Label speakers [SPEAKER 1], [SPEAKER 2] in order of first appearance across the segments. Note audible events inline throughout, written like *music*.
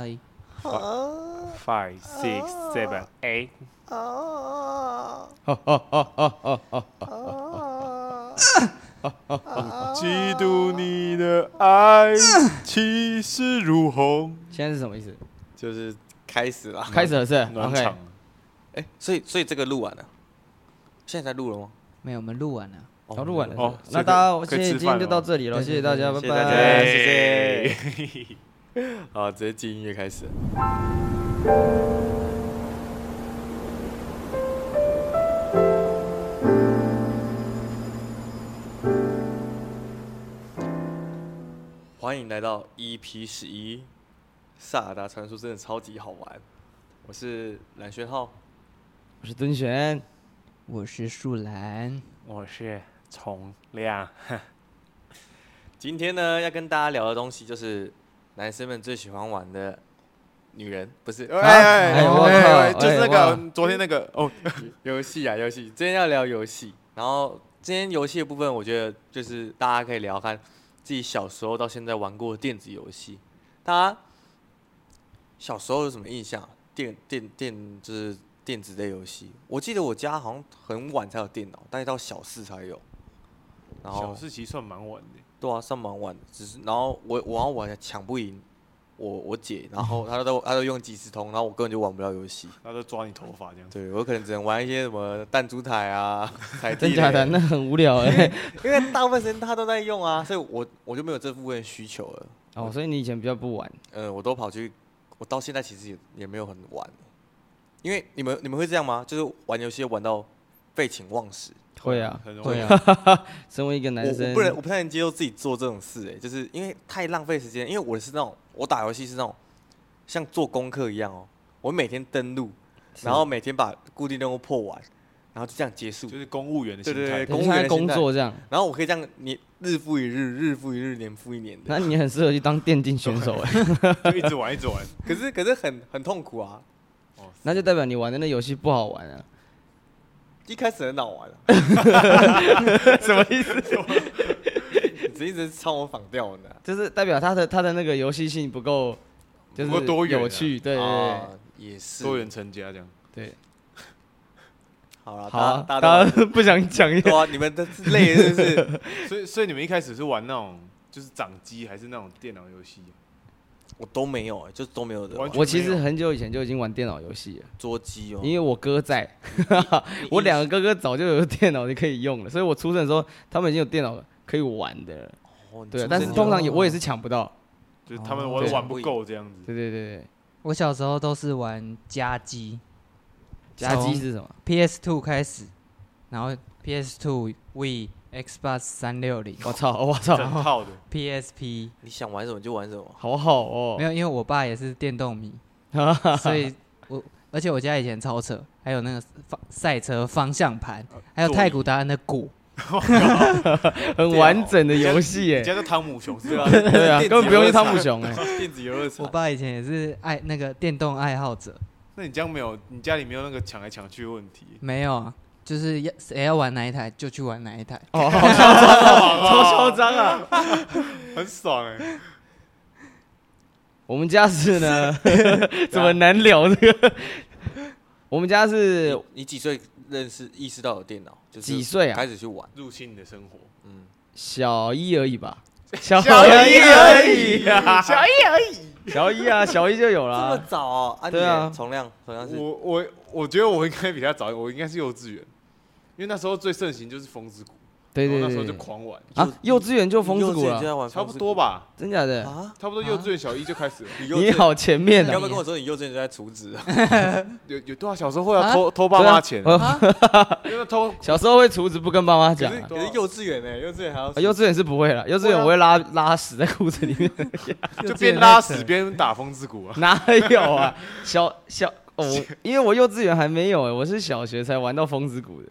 [SPEAKER 1] 哎，
[SPEAKER 2] five, six, seven, eight。嫉妒你的爱，气势如虹。
[SPEAKER 1] 现在是什么意思？
[SPEAKER 3] 就是开始了。
[SPEAKER 1] 开始了是
[SPEAKER 2] 暖
[SPEAKER 1] OK，
[SPEAKER 2] 场，
[SPEAKER 3] 哎、所以所以这个录完了，现在在录了吗？
[SPEAKER 1] 没有，我们录完了。
[SPEAKER 3] 哦
[SPEAKER 1] 录完了。
[SPEAKER 2] 哦
[SPEAKER 1] 那
[SPEAKER 2] 所以
[SPEAKER 1] 大家
[SPEAKER 2] 可以
[SPEAKER 1] 今
[SPEAKER 2] 可以
[SPEAKER 1] 天
[SPEAKER 2] 吃
[SPEAKER 1] 今
[SPEAKER 2] 饭
[SPEAKER 1] 天
[SPEAKER 2] 了
[SPEAKER 1] 就到这里了，
[SPEAKER 3] 对
[SPEAKER 1] 谢谢大家，拜
[SPEAKER 3] 对对
[SPEAKER 1] 拜。
[SPEAKER 3] 哎谢
[SPEAKER 2] 谢。
[SPEAKER 3] 好，直接进音乐开始。欢迎来到 EP 十一《萨尔达传说》，真的超级好玩。我是蓝轩浩，
[SPEAKER 1] 我是敦玄，我是树兰。
[SPEAKER 2] 我是从亮，
[SPEAKER 3] 今天呢要跟大家聊的东西就是男生们最喜欢玩的女人，不是？哎哎
[SPEAKER 1] 哎
[SPEAKER 3] 哎
[SPEAKER 1] 我
[SPEAKER 3] 哎
[SPEAKER 1] 靠
[SPEAKER 3] 哎就是那
[SPEAKER 1] 哎
[SPEAKER 3] 个昨天那个哦，游戏啊游戏，今天要聊游戏，然后今天游戏的部分，我觉得就是大家可以聊看自己小时候到现在玩过的电子游戏，大家小时候有什么印象？电电电就是电子类游戏，我记得我家好像很晚才有电脑，大概到小四才有。然后
[SPEAKER 2] 小事其实算蛮晚的，
[SPEAKER 3] 对啊，上蛮晚的，只是然后我我然后我还抢不赢我我姐，然后她都她都用即时通，然后我根本就玩不了游戏。
[SPEAKER 2] 他都抓你头发这样子。
[SPEAKER 3] 对我可能只能玩一些什么弹珠台啊、 *laughs* 彩
[SPEAKER 1] 真
[SPEAKER 3] 地
[SPEAKER 1] 假
[SPEAKER 3] 雷
[SPEAKER 1] 的？，那很无聊哎。
[SPEAKER 3] 因为大部分时间她都在用啊，所以我我就没有这部分需求了。
[SPEAKER 1] *laughs* 哦，所以你以前比较不玩。
[SPEAKER 3] 嗯，我都跑去，我到现在其实也也没有很玩，因为你们你们会这样吗？就是玩游戏玩到废寝忘食。
[SPEAKER 1] 会啊
[SPEAKER 2] 很，容易
[SPEAKER 1] 会啊。 *laughs* 身为一个
[SPEAKER 3] 我
[SPEAKER 1] 男
[SPEAKER 3] 我
[SPEAKER 1] 生
[SPEAKER 3] 不，能我不太能接受自己做这种事哎、就是因为太浪费时间。因为我是那种我打游戏是那种像做功课一样哦、我每天登录，
[SPEAKER 1] 是
[SPEAKER 3] 然后每天把固定任务破完，然后就这样结束。
[SPEAKER 2] 就是公务员的心
[SPEAKER 3] 对对
[SPEAKER 2] 态
[SPEAKER 3] 对。
[SPEAKER 1] 等
[SPEAKER 3] 公
[SPEAKER 1] 于
[SPEAKER 3] 务
[SPEAKER 1] 像在
[SPEAKER 3] 员的
[SPEAKER 1] 工
[SPEAKER 3] 心态
[SPEAKER 1] 作这样。
[SPEAKER 3] 然后我可以这样年日复一日，日复一日，年复一年的。
[SPEAKER 1] 那你很适合去当电竞选手
[SPEAKER 3] *laughs*
[SPEAKER 1] 哎，
[SPEAKER 2] 就一直玩一直玩。
[SPEAKER 3] 可是可是很很痛苦啊，
[SPEAKER 2] 哦，
[SPEAKER 1] 那就代表你玩的那游戏不好玩啊。
[SPEAKER 3] 一开始很好玩、啊，
[SPEAKER 1] *laughs* 什么意思？
[SPEAKER 3] *laughs* 你只一直抄我仿啊调呢、
[SPEAKER 1] 就是代表他的他的那个游戏性不够，就是
[SPEAKER 2] 不够多元啊
[SPEAKER 1] 有趣，对对
[SPEAKER 3] 啊，也是。
[SPEAKER 2] 多元成家这样。
[SPEAKER 1] 对。
[SPEAKER 3] 好了，
[SPEAKER 1] 好
[SPEAKER 3] 大家
[SPEAKER 1] 啊，
[SPEAKER 3] 大
[SPEAKER 1] 大
[SPEAKER 3] *laughs* 家都
[SPEAKER 1] 家不想讲，
[SPEAKER 3] 对啊，你们都是累是不是？
[SPEAKER 2] *laughs* 所以所以你们一开始是玩那种就是掌机还是那种电脑游戏？
[SPEAKER 3] 我都没有、欸，就都没有的
[SPEAKER 2] 完全
[SPEAKER 1] 我其实很久以前就已经玩电脑游戏了，
[SPEAKER 3] 捉鸡哦、
[SPEAKER 1] 因为我哥在， *laughs* 我两个哥哥早就有电脑就可以用了，所以我出生的时候他们已经有电脑可以玩的了，
[SPEAKER 3] 哦你
[SPEAKER 1] 对啊
[SPEAKER 3] 出。
[SPEAKER 1] 但是
[SPEAKER 3] 生就
[SPEAKER 1] 通常也我也是抢不到，
[SPEAKER 2] 就是他们
[SPEAKER 4] 哦
[SPEAKER 2] 我
[SPEAKER 1] 对
[SPEAKER 2] 玩不够这样子。
[SPEAKER 1] 对对对对。
[SPEAKER 4] 我小时候都是玩家机
[SPEAKER 1] 夹击
[SPEAKER 4] 从
[SPEAKER 1] 是什么？
[SPEAKER 4] ，PS Two 开始，然后 PS Two、We、Xbox 三六零、
[SPEAKER 1] 我操！我操！
[SPEAKER 2] 整
[SPEAKER 1] *laughs*
[SPEAKER 2] 套的，
[SPEAKER 4] PSP，
[SPEAKER 3] 你想玩什么就玩什么。
[SPEAKER 1] 好好哦
[SPEAKER 4] 没。有，因为我爸也是电动迷，所以我而且我家以前超扯，还有那个方赛车方向盘，还有
[SPEAKER 2] 座椅
[SPEAKER 4] 太古达人的鼓，
[SPEAKER 1] 很完整的游戏
[SPEAKER 2] 你
[SPEAKER 1] 耶。
[SPEAKER 2] 家叫汤姆熊是
[SPEAKER 3] 对
[SPEAKER 2] 吧
[SPEAKER 1] *laughs*
[SPEAKER 3] 啊？
[SPEAKER 1] 对啊，
[SPEAKER 3] 电子
[SPEAKER 1] 根本不用去
[SPEAKER 3] 游乐场
[SPEAKER 1] 汤姆熊哎。
[SPEAKER 3] 电子游乐场
[SPEAKER 4] 我，爸以前也是爱那个电动爱好者，
[SPEAKER 2] 那你这样没有，你家里没有那个抢来抢去的问题，
[SPEAKER 4] 没有啊，就是要谁要玩哪一台就去玩哪一台，
[SPEAKER 2] *laughs*
[SPEAKER 1] 哦，好嚣张哦，超嚣张啊！
[SPEAKER 2] 很爽哎、欸。
[SPEAKER 1] 我们家是呢，
[SPEAKER 2] 啊
[SPEAKER 1] 怎么难聊这个？我们家是
[SPEAKER 3] 你你几岁认识意识到有电脑？就是
[SPEAKER 1] 几岁啊
[SPEAKER 3] 开？始去玩？
[SPEAKER 2] 入侵你的生活，
[SPEAKER 3] 嗯，
[SPEAKER 1] 小一而已吧，小啊，
[SPEAKER 2] 小一而已。
[SPEAKER 1] 小一啊，小一就有
[SPEAKER 3] 这
[SPEAKER 1] 啦
[SPEAKER 3] 么。早哦啊？
[SPEAKER 1] 对啊
[SPEAKER 3] 你从亮同样是
[SPEAKER 2] 我我我觉得我应该比他早，我应该是幼稚园，因为那时候最盛行就是风之谷，
[SPEAKER 1] 对
[SPEAKER 2] 然后那时
[SPEAKER 1] 对
[SPEAKER 2] 候就
[SPEAKER 1] 对，
[SPEAKER 2] 狂玩，
[SPEAKER 1] 啊，幼稚园就
[SPEAKER 3] 就
[SPEAKER 1] 风之谷
[SPEAKER 3] 就
[SPEAKER 1] 了，
[SPEAKER 3] 在玩，
[SPEAKER 2] 差不多？吧，
[SPEAKER 1] 真假的？
[SPEAKER 3] 啊，
[SPEAKER 2] 差不多幼稚园小一就开始了。
[SPEAKER 3] 你幼稚
[SPEAKER 1] 你，好前面
[SPEAKER 3] 你要
[SPEAKER 1] 啊
[SPEAKER 3] 不！要跟我说你幼稚园就在厨子
[SPEAKER 2] *laughs*
[SPEAKER 3] 啊？
[SPEAKER 2] 有有多少小时候会要
[SPEAKER 4] 啊
[SPEAKER 2] 偷偷爸
[SPEAKER 1] 对啊
[SPEAKER 2] 妈钱，
[SPEAKER 1] 呃
[SPEAKER 2] 因为偷
[SPEAKER 1] 小时候会厨子不跟爸妈讲
[SPEAKER 3] 可是
[SPEAKER 1] 啊，
[SPEAKER 3] 可是幼稚园呢？欸幼稚园还要
[SPEAKER 1] 啊幼稚园是不会了，幼稚园我会拉拉屎在裤子里面，
[SPEAKER 2] 就边拉屎边打风之 *laughs* 谷啊。
[SPEAKER 1] 哪有啊？小小哦，我因为我幼稚园还没有哎，我是小学才玩到风之谷的。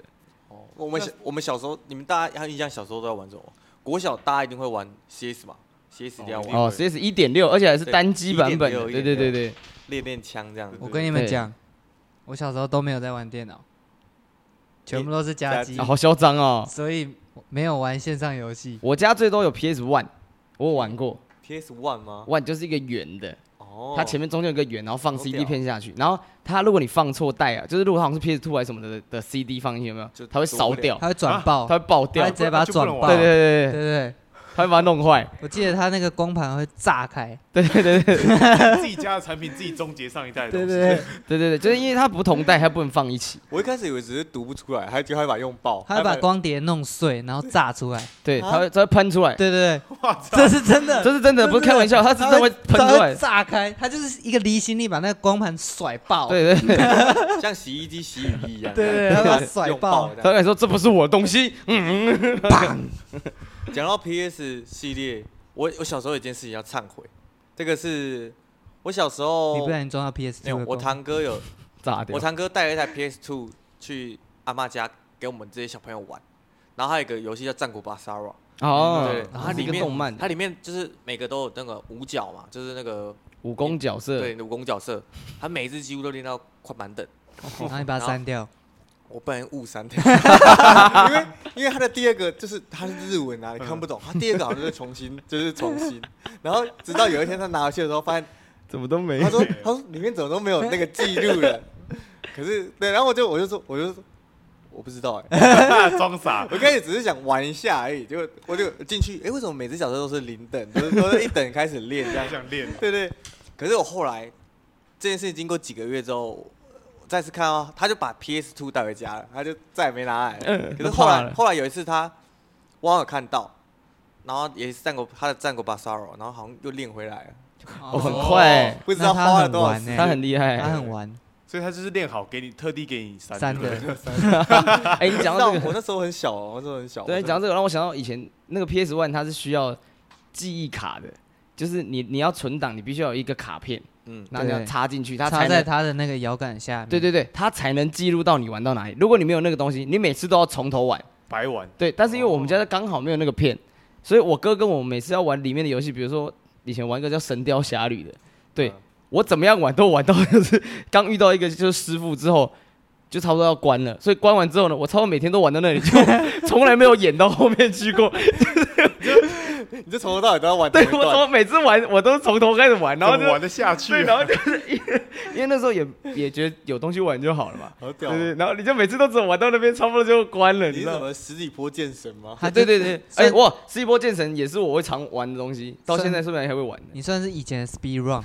[SPEAKER 3] 哦我们小我们小时候，你们大家还有印象小时候都在玩什么？国小大家一定会玩 CS 嘛，CS 一定要
[SPEAKER 2] 哦
[SPEAKER 3] 玩，
[SPEAKER 1] 哦，CS 一点六，而且还是
[SPEAKER 3] 对
[SPEAKER 1] 单机版本的，
[SPEAKER 3] 1.6
[SPEAKER 1] 对对对对，
[SPEAKER 3] 练练枪这样。
[SPEAKER 4] 我跟你们
[SPEAKER 1] 对
[SPEAKER 4] 讲，我小时候都没有在玩电脑，全部都是
[SPEAKER 3] 家
[SPEAKER 4] 家机
[SPEAKER 3] 机
[SPEAKER 1] 啊，好嚣张哦！
[SPEAKER 4] 所以没有玩线上游戏。
[SPEAKER 1] 我家最多有 PS One，我有玩过
[SPEAKER 3] PS One 吗？
[SPEAKER 1] ，One 就是一个圆的，
[SPEAKER 3] 哦
[SPEAKER 1] 它前面中间有个圆，然后放
[SPEAKER 3] 好
[SPEAKER 1] CD
[SPEAKER 3] 屌
[SPEAKER 1] 片下去，然后它如果你放错带啊，就是如果好像是 PS Two 还是什么的的 CD 放进去有没有
[SPEAKER 3] 就，
[SPEAKER 1] 它会
[SPEAKER 3] 读不
[SPEAKER 1] 烧
[SPEAKER 3] 了
[SPEAKER 1] 掉，
[SPEAKER 4] 它会转爆，
[SPEAKER 1] 它会爆
[SPEAKER 4] 它
[SPEAKER 1] 掉
[SPEAKER 4] 会，直接把它转
[SPEAKER 2] 就不能
[SPEAKER 4] 爆。
[SPEAKER 1] 对对
[SPEAKER 4] 对
[SPEAKER 1] 对对对，
[SPEAKER 4] 对，
[SPEAKER 1] 它会把它弄坏， *laughs*
[SPEAKER 4] 我记得它那个光盘会炸开。
[SPEAKER 2] 自己家的产品自己终结上一代的东
[SPEAKER 4] 对
[SPEAKER 2] 西。
[SPEAKER 4] 对对，
[SPEAKER 1] 对对对，就是因为它不同带，它不能放一起，
[SPEAKER 3] 我一开始以为只是读不出来，还就还把它用爆，
[SPEAKER 4] 它会把光碟弄碎，然后炸出来。
[SPEAKER 1] 对，
[SPEAKER 3] 啊
[SPEAKER 1] 它会它会喷出来，
[SPEAKER 4] 对对
[SPEAKER 2] 哇
[SPEAKER 4] 对，这是真的，
[SPEAKER 1] 这是真的，不是开玩哎笑，它是真的会喷
[SPEAKER 4] 它
[SPEAKER 1] 出来
[SPEAKER 4] 会，炸开，它就是一个离心力把那个光盘甩爆。
[SPEAKER 1] 对对
[SPEAKER 3] *laughs*
[SPEAKER 1] 对，
[SPEAKER 3] 像洗衣机洗雨衣一样，
[SPEAKER 4] 对对对
[SPEAKER 3] 然后
[SPEAKER 4] 它
[SPEAKER 3] 把它
[SPEAKER 4] 甩
[SPEAKER 3] 用
[SPEAKER 4] 爆
[SPEAKER 3] 爆这
[SPEAKER 1] 他
[SPEAKER 3] 样。
[SPEAKER 1] 敢说这不是我的东西，嗯
[SPEAKER 3] 讲到 PS 系列，我我小时候有一件事情要忏悔，这个是我小时候
[SPEAKER 4] 你不然你装到 PS
[SPEAKER 3] 没有
[SPEAKER 4] Two，
[SPEAKER 3] 我堂哥有
[SPEAKER 1] 炸
[SPEAKER 4] 啊
[SPEAKER 1] 掉
[SPEAKER 3] 我，堂哥带了一台 PS2 去阿妈家给我们这些小朋友玩，然后还有一个游戏叫《战国巴萨拉》，
[SPEAKER 4] 嗯
[SPEAKER 1] 哦，
[SPEAKER 3] 对，
[SPEAKER 4] 啊
[SPEAKER 3] 然后它
[SPEAKER 1] 是
[SPEAKER 3] 里
[SPEAKER 1] 一个
[SPEAKER 3] 面
[SPEAKER 1] 动漫
[SPEAKER 3] 它里面就是每个都有那个五角嘛，就是那个
[SPEAKER 1] 武功角色，
[SPEAKER 3] 对武功角色，他每一只几乎都练到快满等，
[SPEAKER 4] 然后你把它删掉。
[SPEAKER 3] 我不然误删掉， *laughs* 因为因为他的第二个就是他是日文啊，你看不懂，他第二个好像就是重新就是重新，然后直到有一天他拿回去的时候发现。
[SPEAKER 1] 怎么都没
[SPEAKER 3] 他说他说里面怎么都没有那个记录了，可是对，然后我就我就说我就说我不知道哎、
[SPEAKER 2] *laughs* 装傻
[SPEAKER 3] 我。一开始只是想玩一下而已，结果我就进去，哎、为什么每只角色都是零等，都是都是一等开始练这样
[SPEAKER 2] 还？想练，
[SPEAKER 3] 对对。可是我后来这件事情经过几个月之后，我再次看到他就把 PS Two 带回家了，他就再也没拿来了。
[SPEAKER 1] 嗯
[SPEAKER 3] 可是后
[SPEAKER 1] 那怕
[SPEAKER 3] 来
[SPEAKER 1] 了
[SPEAKER 3] 后来有一次他我好像有看到，然后也是战国他的战国 b a s a r o 然后好像又练回来了，
[SPEAKER 1] 我哦很快，
[SPEAKER 3] 不知道
[SPEAKER 4] 那他
[SPEAKER 3] 花了
[SPEAKER 4] 很
[SPEAKER 3] 多少
[SPEAKER 4] 玩
[SPEAKER 3] 时
[SPEAKER 4] 欸
[SPEAKER 3] 间。
[SPEAKER 1] 他很厉
[SPEAKER 4] 它
[SPEAKER 1] 害。
[SPEAKER 4] 很玩
[SPEAKER 2] 所以他就是练好，给你特地给你删
[SPEAKER 4] 删
[SPEAKER 2] 对不对
[SPEAKER 4] 的，
[SPEAKER 1] 哎，你讲
[SPEAKER 3] 到
[SPEAKER 1] 到
[SPEAKER 3] *laughs* 我
[SPEAKER 1] 这个，
[SPEAKER 3] 那时候很小哦，我那时候很小。
[SPEAKER 1] 对，
[SPEAKER 3] 我
[SPEAKER 1] 你讲到这个让我想到以前那个 PS One，它是需要记忆卡的，就是你你要存档，你必须要有一个卡片，
[SPEAKER 3] 嗯，
[SPEAKER 1] 然后你要
[SPEAKER 4] 对
[SPEAKER 1] 插进去，它
[SPEAKER 4] 插
[SPEAKER 1] 才
[SPEAKER 4] 在
[SPEAKER 1] 能。
[SPEAKER 4] 它的那个摇杆下面。
[SPEAKER 1] 对对对，它才能记录到你玩到哪里。如果你没有那个东西，你每次都要从头玩。
[SPEAKER 2] 白玩。
[SPEAKER 1] 对，但是因为我们家刚好没有那个片，所以我哥跟我每次要玩里面的游戏，比如说以前玩一个叫《神雕侠侣》的，对、
[SPEAKER 3] 嗯
[SPEAKER 1] 我怎么样玩都玩到就是刚遇到一个就是师傅之后，就差不多要关了，所以关完之后呢，我差不多每天都玩到那里，就从来没有演到后面去过。
[SPEAKER 3] 你就从头到尾都要玩
[SPEAKER 1] *laughs*
[SPEAKER 3] 同
[SPEAKER 1] 对
[SPEAKER 3] 一
[SPEAKER 1] 我怎
[SPEAKER 3] 段，
[SPEAKER 1] 么每次玩我都是从头开始玩，然后
[SPEAKER 2] 怎么
[SPEAKER 1] 就
[SPEAKER 2] 玩得下去
[SPEAKER 1] 对，
[SPEAKER 2] 啊？
[SPEAKER 1] 然后就是 *laughs* 因为因为那时候也也觉得有东西玩就好了嘛。
[SPEAKER 3] 好
[SPEAKER 1] 对
[SPEAKER 3] 屌哦！
[SPEAKER 1] 对，然后你就每次都只有玩到那边，差不多就关了，
[SPEAKER 3] 你
[SPEAKER 1] 你
[SPEAKER 3] 是
[SPEAKER 1] 知道
[SPEAKER 3] 什
[SPEAKER 1] 吗？
[SPEAKER 3] 么十里坡剑神吗？
[SPEAKER 4] 它
[SPEAKER 1] 对
[SPEAKER 4] 就
[SPEAKER 1] 对对，
[SPEAKER 4] 算
[SPEAKER 1] 哎、哇，C 波剑神也是我会常玩的东西，到
[SPEAKER 4] 算
[SPEAKER 1] 现在说不定还会玩的。
[SPEAKER 4] 你算是以前的 speed run，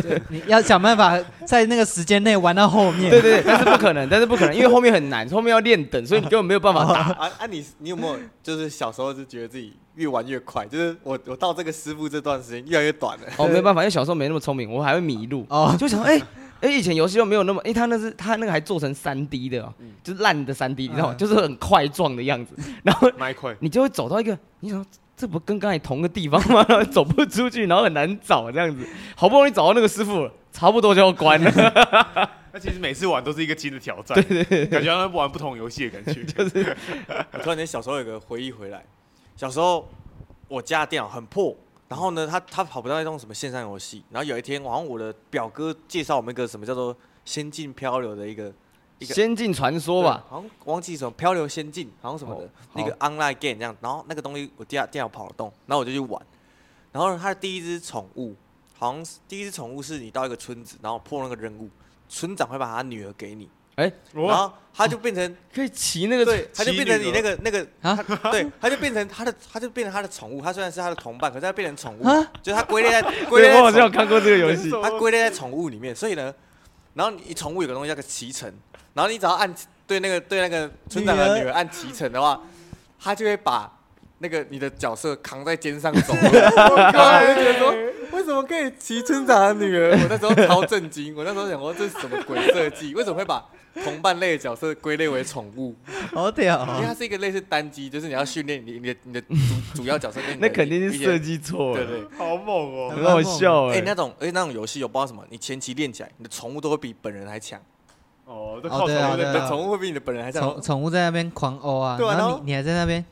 [SPEAKER 4] 对你要想办法在那个时间内玩到后
[SPEAKER 1] *laughs*
[SPEAKER 4] 面。
[SPEAKER 1] 对对对，但是不可能，但是不可能，因为后面很难，后面要练等，所以你根本没有办法打。
[SPEAKER 3] 啊啊！你你有没有就是小时候就觉得自己越玩越快？就是我我到这个师傅这段时间越来越短了。
[SPEAKER 1] 哦，没有办法，因为小时候没那么聪明，我还会迷路。
[SPEAKER 4] 哦，
[SPEAKER 1] 就想哎哎，以前游戏又没有那么，哎，他那是他那个还做成三 D 的哦，就是烂的三 D，你知道吗？
[SPEAKER 4] 嗯
[SPEAKER 1] 就是很块状的样子，然后
[SPEAKER 2] 麦块，
[SPEAKER 1] 你就会走到一个，你想说这不跟刚才同个地方吗？ *laughs* 然后走不出去，然后很难找这样子。好不容易找到那个师傅了，差不多就要关了。
[SPEAKER 2] 那其实每次玩都是一个新的挑战，对对感觉好像玩不同游戏的感觉。就是
[SPEAKER 3] 我突然间小时候有个回忆回来，小时候我家的电脑很破，然后呢，他他跑不到那种什么线上游戏。然后有一天，好像我的表哥介绍我们一个什么叫做《仙境漂流》的一个 *laughs* 一个
[SPEAKER 1] 仙境传说吧，
[SPEAKER 3] 对好像忘记什么《漂流仙境》，好像什么的
[SPEAKER 1] 哦，
[SPEAKER 3] 那个 online game 这样。然后那个东西我电脑电脑跑得动，然后我就去玩。然后它的第一只宠物，好像是第一只宠物是你到一个村子，然后破那个任务，村长会把他女儿给你，然
[SPEAKER 2] 哇，
[SPEAKER 3] 后他就变成
[SPEAKER 1] 哎可以骑那个 *laughs*
[SPEAKER 3] *laughs* 对，他就变成你那个那个
[SPEAKER 4] 啊
[SPEAKER 3] 他对，他就变成他的他就变成他的宠物。他虽然是他的同伴，可是他变成宠物
[SPEAKER 4] 啊，
[SPEAKER 3] 就是他
[SPEAKER 1] *laughs*
[SPEAKER 3] 归类在归类
[SPEAKER 1] 对，
[SPEAKER 3] 在
[SPEAKER 1] 我好像有
[SPEAKER 3] 宠
[SPEAKER 1] 看过这个游戏
[SPEAKER 2] 对。
[SPEAKER 3] 它归类在宠物里面，所以呢，然后你宠物有个东西叫个骑乘，然后你只要按对那个对那个村长的
[SPEAKER 4] 女儿
[SPEAKER 3] 女儿按骑乘的话，它就会把那个你的角色扛在肩上走。
[SPEAKER 1] *laughs*
[SPEAKER 3] 我靠！我就觉得说，为什么可以骑村长的女儿？我那时候超震惊，我那时候想说这是什么鬼设计？为什么会把同伴类的角色归类为宠物？
[SPEAKER 4] *laughs* 好屌
[SPEAKER 3] 因为
[SPEAKER 4] 哦！
[SPEAKER 3] 它是一个类似单机，就是你要训练你你的你的主主要角色
[SPEAKER 1] *laughs*
[SPEAKER 3] 跟你的
[SPEAKER 1] 那肯定
[SPEAKER 3] 一
[SPEAKER 1] 是
[SPEAKER 3] 些
[SPEAKER 1] 设计错
[SPEAKER 3] 对
[SPEAKER 1] 了，
[SPEAKER 3] 对。
[SPEAKER 2] 好猛哦！
[SPEAKER 1] 很好笑
[SPEAKER 3] 哎、
[SPEAKER 1] 哎。
[SPEAKER 3] 那种而且那种游戏，我不知道什么，你前期练起来，你的宠物都会比本人还强，
[SPEAKER 2] 哦，都
[SPEAKER 4] 哦
[SPEAKER 2] 靠
[SPEAKER 4] 对啊
[SPEAKER 2] 宠物
[SPEAKER 3] 你
[SPEAKER 4] 对
[SPEAKER 2] 在
[SPEAKER 4] 啊
[SPEAKER 3] 的宠物会比你的本人还强
[SPEAKER 4] 宠。宠物在那边狂殴啊，
[SPEAKER 3] 对啊
[SPEAKER 4] 然
[SPEAKER 3] 然
[SPEAKER 4] 后
[SPEAKER 3] 后
[SPEAKER 4] 你你还在那边，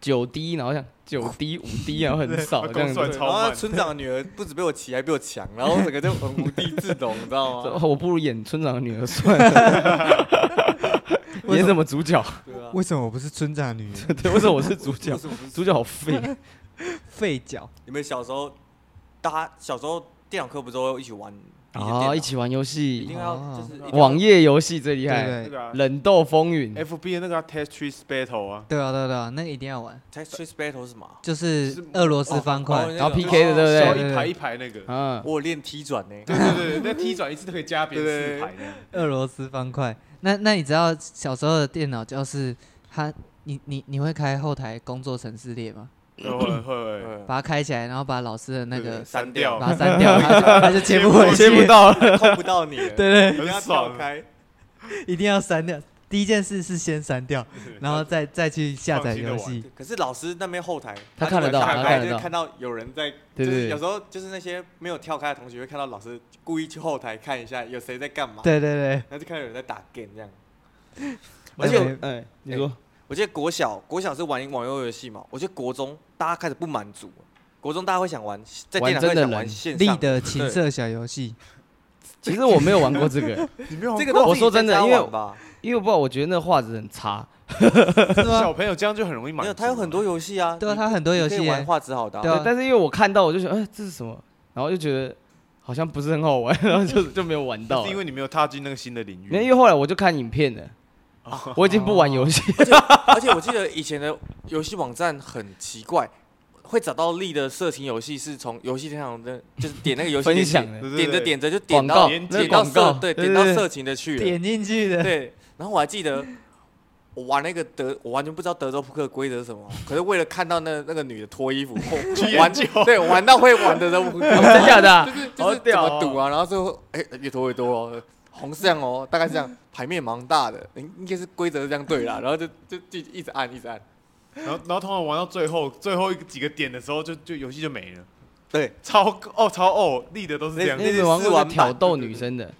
[SPEAKER 1] 九滴，然后像九滴、五滴，然后很
[SPEAKER 3] *laughs*
[SPEAKER 1] 少这样
[SPEAKER 2] 对
[SPEAKER 1] 子。
[SPEAKER 2] 超
[SPEAKER 3] 然后
[SPEAKER 2] 慢
[SPEAKER 3] 村长的女儿不止比我骑，还比我强，然后我整个就很无地自容，你知
[SPEAKER 1] *laughs*
[SPEAKER 3] 道吗？
[SPEAKER 1] 哦我不如演村长的女儿算了，
[SPEAKER 3] *laughs*
[SPEAKER 1] 演什么主角？ *laughs*
[SPEAKER 3] 对啊，
[SPEAKER 4] 为什么我不是村长女？
[SPEAKER 1] 对，为什么我是主角
[SPEAKER 3] *laughs* 为？什么不是
[SPEAKER 1] 主角好废。
[SPEAKER 4] 废脚，
[SPEAKER 3] 你们小时候，大家小时候电脑课不都一起玩？
[SPEAKER 1] 哦，一
[SPEAKER 3] 起
[SPEAKER 1] 起玩游
[SPEAKER 3] 电脑一
[SPEAKER 1] 戏
[SPEAKER 3] 定，要
[SPEAKER 4] 哦
[SPEAKER 3] 就是一定要
[SPEAKER 1] 网页游戏最厉
[SPEAKER 4] 对
[SPEAKER 1] 害，
[SPEAKER 4] 对
[SPEAKER 2] 那个啊
[SPEAKER 1] 冷斗风云，
[SPEAKER 2] FB 的那个啊 Test Trees Battle 啊，
[SPEAKER 4] 对啊对啊对啊，那个一定要玩，
[SPEAKER 3] Text Trace Battle 是什么啊？
[SPEAKER 4] 就是
[SPEAKER 2] 是
[SPEAKER 4] 俄罗斯方
[SPEAKER 3] 哦
[SPEAKER 4] 块，
[SPEAKER 1] 然后
[SPEAKER 3] 那个
[SPEAKER 1] PK 的，对
[SPEAKER 2] 手
[SPEAKER 1] 不对？
[SPEAKER 2] 一排一排那个，
[SPEAKER 1] 嗯，
[SPEAKER 3] 我有练踢转呢。
[SPEAKER 2] 对对对，那踢转一次都可以加别人
[SPEAKER 3] 对
[SPEAKER 2] 四排的，
[SPEAKER 4] 俄罗斯方块。那那你知道小时候的电脑就是它，你你你会开后台工作程式列吗？
[SPEAKER 2] 会会会，
[SPEAKER 3] 对
[SPEAKER 4] 把它开起来，然后把老师的那
[SPEAKER 2] 对对
[SPEAKER 4] 个
[SPEAKER 2] 对删掉
[SPEAKER 4] 把它删掉，它就它就接不回去，
[SPEAKER 1] 接不到了，
[SPEAKER 3] 碰不到你了，
[SPEAKER 4] *laughs* 对对，
[SPEAKER 3] 一定要
[SPEAKER 2] 很
[SPEAKER 3] 跳
[SPEAKER 2] 爽，
[SPEAKER 3] 开。
[SPEAKER 4] 一定要删掉。第一件事是先删掉， *laughs*
[SPEAKER 2] *laughs*
[SPEAKER 4] 然后再再去下载游
[SPEAKER 2] 放心
[SPEAKER 4] 戏。
[SPEAKER 3] 可是老师那边后台，
[SPEAKER 1] 他看得到
[SPEAKER 3] 就会
[SPEAKER 1] 他
[SPEAKER 3] 跳
[SPEAKER 1] 看
[SPEAKER 3] 开
[SPEAKER 1] 得
[SPEAKER 3] 就
[SPEAKER 1] 到
[SPEAKER 3] 是看到有人在，
[SPEAKER 1] 对
[SPEAKER 3] 就
[SPEAKER 1] 对
[SPEAKER 3] 是
[SPEAKER 1] 对
[SPEAKER 3] 有时候就是那些没有跳开的同学会看到老师故意去后台看一下有谁在干嘛，
[SPEAKER 4] 对对对，
[SPEAKER 3] 然后就看到有人在打 game 这样。
[SPEAKER 1] 而
[SPEAKER 3] 而
[SPEAKER 1] 且
[SPEAKER 3] 且
[SPEAKER 1] 我，哎，你说，
[SPEAKER 3] 我记得国小国小是玩网游游戏嘛，我觉得国中大家开始不满足，国中大家会想玩，在
[SPEAKER 1] 玩
[SPEAKER 3] 电脑
[SPEAKER 1] 真
[SPEAKER 3] 会
[SPEAKER 1] 的
[SPEAKER 3] 想
[SPEAKER 1] 人
[SPEAKER 3] 玩线
[SPEAKER 4] 力
[SPEAKER 3] 上，
[SPEAKER 4] 的情色小游戏，
[SPEAKER 1] 其实我没有玩过这个，
[SPEAKER 2] 你没有
[SPEAKER 3] 这个都
[SPEAKER 1] 我
[SPEAKER 3] 自己
[SPEAKER 1] 说
[SPEAKER 3] 在
[SPEAKER 1] 真的
[SPEAKER 3] 家
[SPEAKER 1] 因为
[SPEAKER 3] 玩吧，
[SPEAKER 1] 因为我不知道，我觉得那画质很差，
[SPEAKER 4] 是吗？
[SPEAKER 2] 小朋友这样就很容易满
[SPEAKER 3] 没
[SPEAKER 2] 足
[SPEAKER 3] 有
[SPEAKER 2] 啊，
[SPEAKER 3] 他有
[SPEAKER 2] *laughs*
[SPEAKER 3] 很多游戏啊，
[SPEAKER 4] 对啊，
[SPEAKER 3] 你
[SPEAKER 4] 它很多游
[SPEAKER 3] 你可
[SPEAKER 4] 戏
[SPEAKER 3] 以玩
[SPEAKER 4] 耶，
[SPEAKER 3] 画质好的啊、
[SPEAKER 4] 对啊
[SPEAKER 1] 对，但是因为我看到我就想，哎，这是什么？然后就觉得好像不是很好玩， *laughs* 然后就就没有玩
[SPEAKER 2] 那
[SPEAKER 1] 到
[SPEAKER 2] 是 *laughs*
[SPEAKER 1] 了。
[SPEAKER 2] 因为你没有踏进那个新的领域，
[SPEAKER 1] 没有，因为后来我就看影片了，我已经不玩游戏。
[SPEAKER 3] 而且我记得以前的游戏网站很奇怪，会找到力的色情游戏是从游戏天堂的，就是点那个游
[SPEAKER 1] *laughs*
[SPEAKER 3] 戏
[SPEAKER 1] 分
[SPEAKER 3] 链接
[SPEAKER 1] 享的
[SPEAKER 2] 对，对对
[SPEAKER 3] 点着点着就
[SPEAKER 1] 广
[SPEAKER 3] 点
[SPEAKER 1] 告
[SPEAKER 3] 到，
[SPEAKER 2] 连
[SPEAKER 1] 那
[SPEAKER 3] 点
[SPEAKER 1] 是
[SPEAKER 3] 到
[SPEAKER 1] 广
[SPEAKER 3] 色
[SPEAKER 1] 告，
[SPEAKER 3] 对，
[SPEAKER 1] 对
[SPEAKER 3] 点到
[SPEAKER 1] 对
[SPEAKER 3] 色情的去了。
[SPEAKER 4] 点进去
[SPEAKER 1] *laughs*
[SPEAKER 4] 的。
[SPEAKER 3] 对，然后我还记得我玩那个德，我完全不知道德州扑克的规则是什么，可是为了看到那那个女的
[SPEAKER 1] *laughs*
[SPEAKER 3] 脱衣服，我
[SPEAKER 2] 去研
[SPEAKER 3] 玩
[SPEAKER 2] 究
[SPEAKER 3] 对，玩到会玩德州扑克，
[SPEAKER 1] 哦真假的啊？
[SPEAKER 3] *laughs* 就
[SPEAKER 1] 好
[SPEAKER 3] 是怎
[SPEAKER 1] 屌
[SPEAKER 3] 么
[SPEAKER 1] 哦
[SPEAKER 3] 赌啊，然后最后哎越拖越多哦，红是这样哦，大概是这样，牌面蛮大的，应应该是规则是这样对
[SPEAKER 1] *laughs*
[SPEAKER 3] 啦，然后就就就一直按一直按，
[SPEAKER 2] 然后然后通常玩到最后最后一个几个点的时候，就就游戏就没了，
[SPEAKER 3] 对，
[SPEAKER 2] 超哦超哦，力的都是这样
[SPEAKER 1] 那，你
[SPEAKER 3] 是
[SPEAKER 1] 玩
[SPEAKER 3] 试
[SPEAKER 1] 过
[SPEAKER 3] 玩
[SPEAKER 1] 挑
[SPEAKER 3] 版
[SPEAKER 1] 逗
[SPEAKER 3] 对对
[SPEAKER 1] 女
[SPEAKER 3] 对
[SPEAKER 1] 生的，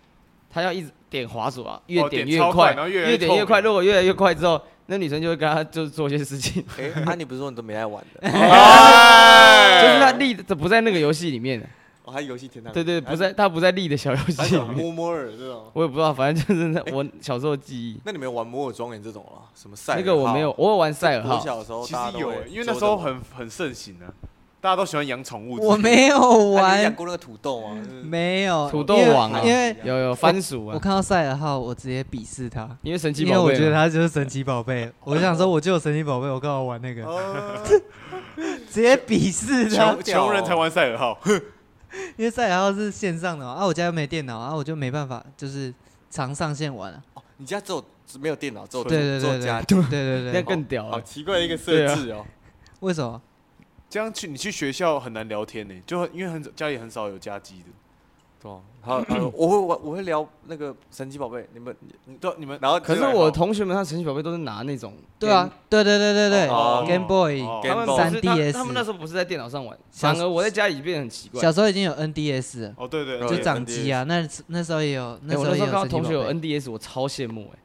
[SPEAKER 1] 她要一直点滑鼠啊，越
[SPEAKER 2] 哦点
[SPEAKER 1] 越
[SPEAKER 2] 超快
[SPEAKER 1] 快，
[SPEAKER 2] 然后越来
[SPEAKER 1] 越
[SPEAKER 2] 越
[SPEAKER 1] 点越
[SPEAKER 2] 透
[SPEAKER 1] 快。
[SPEAKER 2] 明
[SPEAKER 1] 如果越来越快之后，那女生就会跟她就是做些事情，
[SPEAKER 3] *laughs* 哎，啊你不是说你都没爱玩的，
[SPEAKER 1] *laughs* 就
[SPEAKER 3] *laughs*
[SPEAKER 2] 哎
[SPEAKER 1] 是她力的不在那个游戏里面的，
[SPEAKER 3] 我哦还游戏天堂，
[SPEAKER 1] 对对，不在她不在力的小游
[SPEAKER 3] 还
[SPEAKER 1] 戏
[SPEAKER 3] 有
[SPEAKER 1] 里面，
[SPEAKER 3] 摸摸尔这种，
[SPEAKER 1] 我也不知道，反正就是那我小时候的记忆，
[SPEAKER 3] 那你们有玩摩尔庄园这种吗？什么赛尔
[SPEAKER 1] 那个我没有，
[SPEAKER 3] 号，
[SPEAKER 1] 我有玩赛尔
[SPEAKER 3] 我
[SPEAKER 1] 号，
[SPEAKER 3] 小的时候
[SPEAKER 2] 其
[SPEAKER 3] 大家
[SPEAKER 2] 实
[SPEAKER 3] 都
[SPEAKER 2] 有
[SPEAKER 3] 会
[SPEAKER 2] 欸，因为那
[SPEAKER 3] 揪
[SPEAKER 2] 时
[SPEAKER 3] 着
[SPEAKER 2] 候
[SPEAKER 3] 玩
[SPEAKER 2] 很很盛行啊，大家都喜欢养宠物之类的，
[SPEAKER 4] 我没有
[SPEAKER 3] *laughs* 啊你养
[SPEAKER 4] 玩，
[SPEAKER 3] 过那个土豆吗？就是
[SPEAKER 4] 没有
[SPEAKER 1] 土豆
[SPEAKER 4] 因为
[SPEAKER 1] 王啊
[SPEAKER 4] 因为
[SPEAKER 1] 有有番薯
[SPEAKER 4] 我
[SPEAKER 1] 啊，
[SPEAKER 4] 看到赛尔号，我直接鄙视他，
[SPEAKER 1] 因为神奇
[SPEAKER 4] 因为
[SPEAKER 1] 宝
[SPEAKER 4] 我觉
[SPEAKER 1] 贝
[SPEAKER 4] 得
[SPEAKER 1] 嘛，
[SPEAKER 4] 他就是神奇宝贝。我想说，我就有神奇宝贝，我干嘛玩那个？
[SPEAKER 3] 哦
[SPEAKER 4] 直接鄙视他
[SPEAKER 2] 穷，
[SPEAKER 3] 屌
[SPEAKER 2] 穷人
[SPEAKER 3] 哦
[SPEAKER 2] 才玩赛尔号， *laughs*
[SPEAKER 4] 因为赛尔号是线上的嘛，啊，我家又没电脑，啊，我就没办法，就是常上线玩啊。
[SPEAKER 3] 你家只有只没有电脑，只有
[SPEAKER 4] 对对
[SPEAKER 3] 只有
[SPEAKER 4] 对
[SPEAKER 3] 家
[SPEAKER 4] 对
[SPEAKER 3] 庭，
[SPEAKER 4] 对对
[SPEAKER 1] 那
[SPEAKER 4] 对，
[SPEAKER 1] 更屌
[SPEAKER 3] 好
[SPEAKER 1] 了，
[SPEAKER 3] 奇怪的一个
[SPEAKER 1] 对
[SPEAKER 3] 设
[SPEAKER 1] 啊
[SPEAKER 3] 置哦。
[SPEAKER 4] 为什么？
[SPEAKER 2] 这样去你去学校很难聊天呢，就很因为很家里很少有家机的。
[SPEAKER 3] 对啊，好，呃我会玩，我会聊那个神奇宝贝，你们
[SPEAKER 2] 你都你们
[SPEAKER 3] 然后
[SPEAKER 1] 可是
[SPEAKER 3] 就
[SPEAKER 1] 我同学们他神奇宝贝都是拿那种
[SPEAKER 4] 对啊，对对对对对
[SPEAKER 3] 哦
[SPEAKER 4] ，Game Boy，
[SPEAKER 2] 哦
[SPEAKER 1] 他们
[SPEAKER 3] Game
[SPEAKER 1] 不是他
[SPEAKER 4] 3DS
[SPEAKER 1] 他们那时候不是在电脑上玩，
[SPEAKER 4] 小
[SPEAKER 1] 反而我在家里变得很奇怪。
[SPEAKER 4] 小时候已经有 NDS 了，
[SPEAKER 2] 哦对对，
[SPEAKER 3] 对
[SPEAKER 2] 对
[SPEAKER 4] 就掌机啊，那那时候也有，那
[SPEAKER 1] 哎我那
[SPEAKER 4] 时候
[SPEAKER 1] 时
[SPEAKER 4] 也
[SPEAKER 1] 候看到
[SPEAKER 4] 有神奇
[SPEAKER 1] 同学有
[SPEAKER 4] 宝贝。
[SPEAKER 1] NDS，我超羡慕哎、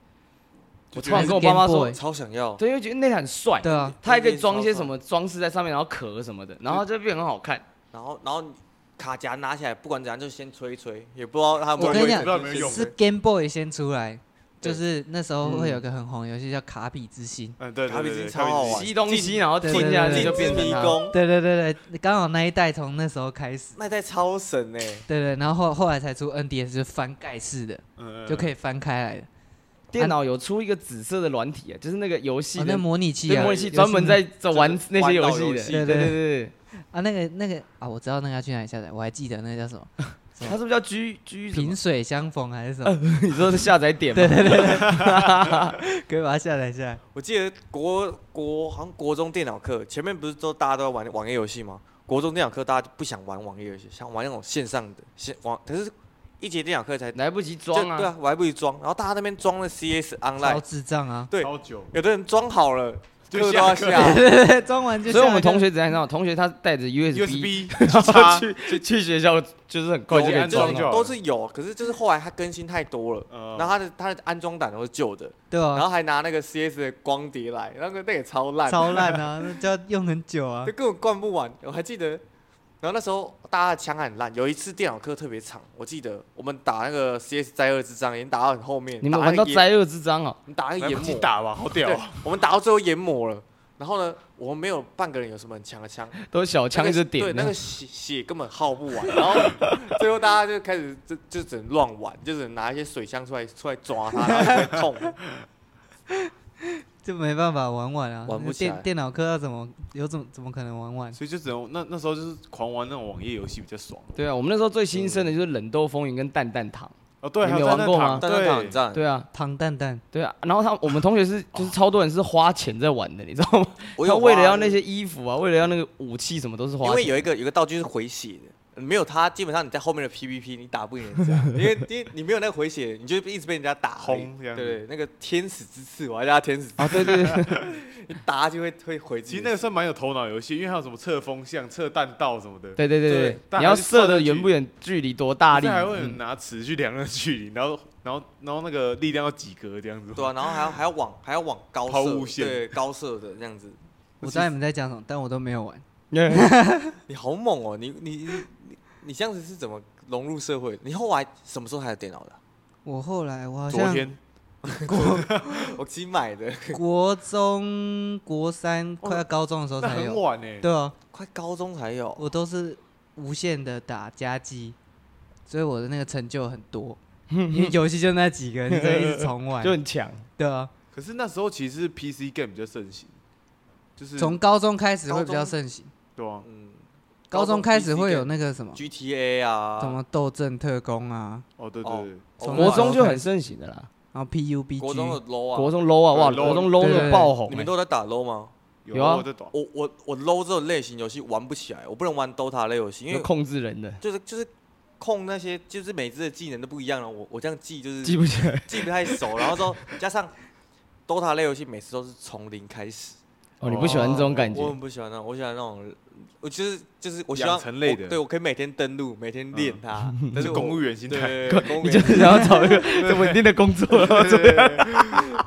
[SPEAKER 1] 我
[SPEAKER 2] 就觉
[SPEAKER 1] 突然
[SPEAKER 4] 得
[SPEAKER 1] 跟我
[SPEAKER 4] 是
[SPEAKER 1] 爸妈
[SPEAKER 4] Game
[SPEAKER 1] 说
[SPEAKER 4] Boy，
[SPEAKER 3] 超想要，
[SPEAKER 1] 对，因为觉得那台很帅，
[SPEAKER 4] 对啊，
[SPEAKER 1] 它还可以装一些什么装饰在上面，然后壳什么的，然后就变得很好看。
[SPEAKER 3] 然后然后你卡夹拿起来，不管怎样就先吹一吹，也不知道他
[SPEAKER 4] 我跟你
[SPEAKER 2] 讲不知道有没有用
[SPEAKER 4] 是 Game Boy 先出来，就是那时候
[SPEAKER 1] 嗯
[SPEAKER 4] 会有个很红的游戏叫《卡比之心》。
[SPEAKER 2] 嗯对
[SPEAKER 3] 卡
[SPEAKER 2] 对
[SPEAKER 3] 比
[SPEAKER 2] 对
[SPEAKER 3] 金
[SPEAKER 2] 对，
[SPEAKER 3] 超好玩
[SPEAKER 1] 吸东西，然后
[SPEAKER 4] 对
[SPEAKER 1] 吞下去
[SPEAKER 4] 对对
[SPEAKER 1] 就变成
[SPEAKER 3] 迷
[SPEAKER 1] 它。
[SPEAKER 3] 宫，
[SPEAKER 4] 对对对对，刚好那一代从那时候开始。
[SPEAKER 3] 那代超神哎，
[SPEAKER 4] 对对，然后后后来才出 NDS，就是翻盖式的，
[SPEAKER 2] 嗯
[SPEAKER 4] 就可
[SPEAKER 2] 以。
[SPEAKER 4] 以翻开来的。
[SPEAKER 1] 电脑有出一个紫色的软体啊，就是那个游戏
[SPEAKER 4] 哦，
[SPEAKER 1] 的
[SPEAKER 4] 那模拟器
[SPEAKER 1] 对
[SPEAKER 4] 啊，
[SPEAKER 1] 模拟器，专门在在玩那些游戏的
[SPEAKER 3] 玩到游。戏
[SPEAKER 1] 对对
[SPEAKER 4] 对
[SPEAKER 1] 对对，
[SPEAKER 4] 啊，那个那个啊，我知道那个要去哪里下载，我还记得那个叫什么
[SPEAKER 1] 对它是不是叫 G G
[SPEAKER 4] “
[SPEAKER 1] 什么
[SPEAKER 4] 萍？水相逢”还是什么，
[SPEAKER 1] 你说是下载点吗？
[SPEAKER 4] *laughs* 可以把它下载下来。
[SPEAKER 3] 我记得国国好像国中电脑课前面不是都大家都在玩网页游戏吗？国中电脑课大家就不想玩网页游戏，想玩那种线上的线网，可是一节电脑课才
[SPEAKER 1] *laughs* 来不及
[SPEAKER 3] 就
[SPEAKER 1] 装
[SPEAKER 3] 对
[SPEAKER 1] 啊！
[SPEAKER 3] 啊，我还不去装，然后大家那边装了 CS
[SPEAKER 4] 超
[SPEAKER 3] Online，
[SPEAKER 4] 智障啊！ *laughs*
[SPEAKER 3] 对
[SPEAKER 2] 超久，
[SPEAKER 3] 有的人装好了，
[SPEAKER 2] 就
[SPEAKER 3] 课都要
[SPEAKER 2] 下
[SPEAKER 3] 下， *laughs*
[SPEAKER 4] 装完就下载。
[SPEAKER 1] 所以我们同学怎样？你知道吗同学他带着
[SPEAKER 2] USB
[SPEAKER 1] 然
[SPEAKER 2] *laughs*
[SPEAKER 1] 后
[SPEAKER 2] 插
[SPEAKER 1] 去去去学校就是很快
[SPEAKER 3] 有
[SPEAKER 1] 就可以
[SPEAKER 2] 安
[SPEAKER 1] 装
[SPEAKER 2] 装
[SPEAKER 3] 啊就
[SPEAKER 2] 就
[SPEAKER 1] 了。
[SPEAKER 2] 好了
[SPEAKER 3] 都是有，可是就是后来它更新太多了，
[SPEAKER 2] 呃
[SPEAKER 3] 然后它的它的安装档都是旧的，
[SPEAKER 4] 对
[SPEAKER 3] 然
[SPEAKER 4] 啊，
[SPEAKER 3] 后还拿那个 CS 的光碟来，那个那也超烂，
[SPEAKER 4] 超烂啊，那就要用很久啊
[SPEAKER 3] 就。根本灌不完。我还记得，然后那时候大家的枪很烂，有一次电脑课特别长，我记得我们打那个 CS 灾厄之章，已经打到很后面，
[SPEAKER 1] 你们
[SPEAKER 3] 打
[SPEAKER 1] 玩
[SPEAKER 3] 那
[SPEAKER 1] 到
[SPEAKER 3] 个研，
[SPEAKER 1] 灾厄之章哦，
[SPEAKER 3] 我们打那个
[SPEAKER 2] 来
[SPEAKER 3] 研
[SPEAKER 2] 不及
[SPEAKER 3] 磨，
[SPEAKER 2] 打吧，好屌
[SPEAKER 3] 对
[SPEAKER 2] 哦！，
[SPEAKER 3] 我们打到最后研磨了，然后呢，我们没有半个人有什么很强的枪，
[SPEAKER 1] 都是小枪一直点
[SPEAKER 3] 对，
[SPEAKER 1] 的，
[SPEAKER 3] 那个血血根本耗不完，然后最后大家就开始就就只能乱玩，就只能拿一些水枪出来出来抓它，然后就会痛。
[SPEAKER 4] 就没办法玩完啊，
[SPEAKER 3] 玩不
[SPEAKER 4] 那
[SPEAKER 3] 起来
[SPEAKER 4] 电电脑课要怎么有怎么怎么可能玩完？
[SPEAKER 2] 所以就只能那那时候就是狂玩那种网页游戏比较爽。
[SPEAKER 1] 对啊，我们那时候最兴盛的就是冷斗风云跟蛋蛋糖，
[SPEAKER 2] 哦，对，
[SPEAKER 1] 你
[SPEAKER 2] 还
[SPEAKER 1] 没
[SPEAKER 2] 有
[SPEAKER 1] 有玩
[SPEAKER 2] 蛋
[SPEAKER 1] 过
[SPEAKER 2] 挞
[SPEAKER 1] 吗
[SPEAKER 3] *laughs* 但是
[SPEAKER 2] 对
[SPEAKER 3] 很，赞，
[SPEAKER 1] 对啊，
[SPEAKER 4] 糖蛋蛋，
[SPEAKER 1] 对啊。然后他我们同学是就是超多人是花钱在玩的，你知道吗？
[SPEAKER 3] 哦我
[SPEAKER 1] 他
[SPEAKER 3] 有
[SPEAKER 1] 为了
[SPEAKER 3] 花
[SPEAKER 1] 要那些衣服啊，为了要那个武器什么都是
[SPEAKER 3] 因
[SPEAKER 1] 花
[SPEAKER 3] 为
[SPEAKER 1] 钱。
[SPEAKER 3] 有一个有一个道具是回血的，没有它，基本上你在后面的 PVP 你打不赢人家，
[SPEAKER 2] *laughs*
[SPEAKER 3] 因为因为你没有那个回血，你就一直被人家打而已
[SPEAKER 2] 轰这样子
[SPEAKER 3] 对，那个天使之刺，我还叫它天使之刺，
[SPEAKER 1] 啊，对
[SPEAKER 4] *laughs*
[SPEAKER 1] 对对，
[SPEAKER 3] 你打它就会会回击。
[SPEAKER 2] 其实那个算蛮有头脑游戏，因为还有什么测风向、测弹道什么的，
[SPEAKER 1] 对对对
[SPEAKER 2] 对
[SPEAKER 1] 对
[SPEAKER 2] 大，
[SPEAKER 1] 你
[SPEAKER 2] 家
[SPEAKER 1] 要
[SPEAKER 2] 就
[SPEAKER 1] 射
[SPEAKER 2] 射
[SPEAKER 1] 的
[SPEAKER 2] 进去
[SPEAKER 1] 远不远，距离多大力？
[SPEAKER 2] 这还会有
[SPEAKER 4] *laughs*
[SPEAKER 2] 人
[SPEAKER 1] 嗯
[SPEAKER 2] 拿尺去量那个距离，然后然后然后那个力量要几格这样子。
[SPEAKER 3] 对啊，然后还要还要往还要往高
[SPEAKER 2] 抛
[SPEAKER 3] 射
[SPEAKER 2] 物
[SPEAKER 3] 的，
[SPEAKER 2] 线
[SPEAKER 3] 对高射的这样子。
[SPEAKER 4] 我知道你们在讲什么，但我都没有玩。
[SPEAKER 3] 你好猛哦！你你你你这样子是怎么融入社会的？你后来什么时候才有电脑
[SPEAKER 2] *laughs*
[SPEAKER 3] 的啊、
[SPEAKER 4] 我后来我好
[SPEAKER 2] 昨
[SPEAKER 4] 像
[SPEAKER 2] 天
[SPEAKER 3] 我自己买的，
[SPEAKER 4] 国中国
[SPEAKER 3] 哦
[SPEAKER 4] 三快要高中的时候
[SPEAKER 2] 那
[SPEAKER 4] 才
[SPEAKER 2] 很
[SPEAKER 4] 有，
[SPEAKER 2] 晚哎，
[SPEAKER 4] 对啊，
[SPEAKER 3] 快高中才有。
[SPEAKER 4] 我都是无限的打加机，所以我的那个成就很
[SPEAKER 2] *laughs*
[SPEAKER 4] 多。因为游戏就那几个，你就一 *laughs* 直重玩
[SPEAKER 1] 就，很强。
[SPEAKER 4] 对啊。
[SPEAKER 2] 可是那时候其实是 PC game 比较盛行，就是
[SPEAKER 4] 从高中开始
[SPEAKER 3] 高
[SPEAKER 4] 会比
[SPEAKER 3] 中
[SPEAKER 4] 较盛行，
[SPEAKER 2] 对啊，
[SPEAKER 3] 嗯，
[SPEAKER 4] 高中开始会有
[SPEAKER 3] PC
[SPEAKER 4] 那个什么
[SPEAKER 3] GTA 啊，
[SPEAKER 4] 什么斗阵特工啊，
[SPEAKER 2] 哦对
[SPEAKER 3] 哦
[SPEAKER 2] 对对，
[SPEAKER 3] 哦
[SPEAKER 1] 国中就很盛行的啦，
[SPEAKER 4] 然后 PUBG，
[SPEAKER 3] 国
[SPEAKER 4] *laughs*
[SPEAKER 3] 中的 low 啊，
[SPEAKER 1] 国中 low 啊，哇，
[SPEAKER 2] 对
[SPEAKER 1] 国
[SPEAKER 2] ，low
[SPEAKER 1] 中 low
[SPEAKER 4] 对
[SPEAKER 1] 那
[SPEAKER 4] 对
[SPEAKER 1] 个
[SPEAKER 4] 对
[SPEAKER 1] 爆红
[SPEAKER 3] 你
[SPEAKER 1] 欸
[SPEAKER 3] 们，都在打 low 吗？
[SPEAKER 1] 有啊
[SPEAKER 2] 我在懂，
[SPEAKER 3] 我我我 low 这种类型游戏玩不起来，我不能玩 DOTA 类游戏，因
[SPEAKER 1] 就
[SPEAKER 3] 为
[SPEAKER 1] 控制人的，
[SPEAKER 3] 就是就是控那些就是每只的技能都不一样了，我我这样记就是
[SPEAKER 1] 记不起来。
[SPEAKER 3] 记不太熟，然后之后加上 DOTA 类游戏每次都是从零开始，
[SPEAKER 1] 哦，你不喜欢这种感
[SPEAKER 3] 我
[SPEAKER 1] 觉？
[SPEAKER 3] 很不喜欢那种，我喜欢那种，我就是就是我希
[SPEAKER 2] 养
[SPEAKER 3] 望
[SPEAKER 2] 成类
[SPEAKER 3] 我
[SPEAKER 2] 的
[SPEAKER 3] 对我可以每天登录，每天练
[SPEAKER 1] *laughs*
[SPEAKER 3] 它，
[SPEAKER 2] 那
[SPEAKER 3] 但
[SPEAKER 2] 是
[SPEAKER 3] 我
[SPEAKER 2] 公务员心
[SPEAKER 3] *laughs*
[SPEAKER 2] 态。
[SPEAKER 3] 对，公务
[SPEAKER 1] 你就
[SPEAKER 3] 员
[SPEAKER 1] 是想要找一个 *laughs* 稳定的工 *laughs* 作，然后怎么样？
[SPEAKER 3] 对吧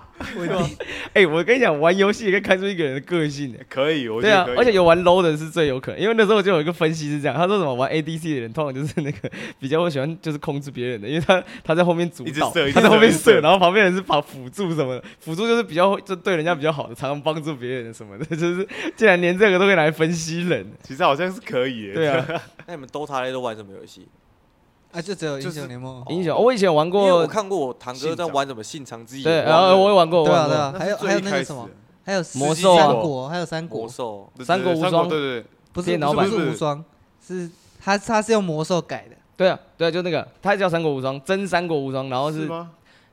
[SPEAKER 1] 哎，我跟你讲，玩游戏也可以看出一个人的个性欸。
[SPEAKER 2] 可以，我觉
[SPEAKER 1] 对啊
[SPEAKER 2] 得可，以
[SPEAKER 1] 而且有玩 low 的是最有可能，因为那时候就有一个分析是这样，他说什么玩 ADC 的人通常就是那个比较会喜欢就是控制别人的，因为他他在后面主
[SPEAKER 2] 一直
[SPEAKER 1] 导
[SPEAKER 2] 射一，直
[SPEAKER 1] 他在后面
[SPEAKER 2] 射一直
[SPEAKER 1] 射，
[SPEAKER 2] 射
[SPEAKER 1] 然后旁边人是把辅助什么的，辅助就是比较就对人家比较好的，常常帮助别人什么的， *laughs* 就是竟然连这个都可以拿来分析人，
[SPEAKER 2] 其实好像是可以耶。
[SPEAKER 1] 对
[SPEAKER 2] *laughs*
[SPEAKER 1] 啊，
[SPEAKER 3] 那你们 DOTA 类都玩什么游戏？
[SPEAKER 4] 啊，就只有
[SPEAKER 2] 就
[SPEAKER 4] 英
[SPEAKER 2] 是
[SPEAKER 4] 雄联盟，
[SPEAKER 1] 英雄，我以前玩
[SPEAKER 3] 因为
[SPEAKER 1] 过
[SPEAKER 3] 我，看过我堂哥
[SPEAKER 2] 信
[SPEAKER 3] 在
[SPEAKER 2] 长
[SPEAKER 3] 玩什么信长之眼，
[SPEAKER 1] 对，
[SPEAKER 3] 忘
[SPEAKER 1] 然后
[SPEAKER 3] 了
[SPEAKER 1] 我也玩过，我
[SPEAKER 4] 对啊
[SPEAKER 1] 玩
[SPEAKER 4] 对
[SPEAKER 1] 过，
[SPEAKER 4] 啊，还有
[SPEAKER 2] 是最
[SPEAKER 4] 还有
[SPEAKER 2] 一
[SPEAKER 4] 那
[SPEAKER 2] 开
[SPEAKER 4] 个
[SPEAKER 2] 始
[SPEAKER 4] 什么
[SPEAKER 2] 的，
[SPEAKER 4] 还有
[SPEAKER 1] 魔
[SPEAKER 4] 三
[SPEAKER 1] 兽啊
[SPEAKER 4] 国，还有三
[SPEAKER 3] 魔
[SPEAKER 4] 国，
[SPEAKER 3] 兽，
[SPEAKER 2] 对
[SPEAKER 1] 三国
[SPEAKER 2] 对
[SPEAKER 1] 无
[SPEAKER 2] 对
[SPEAKER 1] 双
[SPEAKER 2] 对对对，
[SPEAKER 4] 不是
[SPEAKER 1] 电脑
[SPEAKER 4] 不
[SPEAKER 1] 版
[SPEAKER 4] 是无双，是它它是用魔兽改的，
[SPEAKER 1] 对啊，对啊，就那个，他叫三国无双，真三国无双，然后
[SPEAKER 2] 是
[SPEAKER 1] 是
[SPEAKER 2] 吗？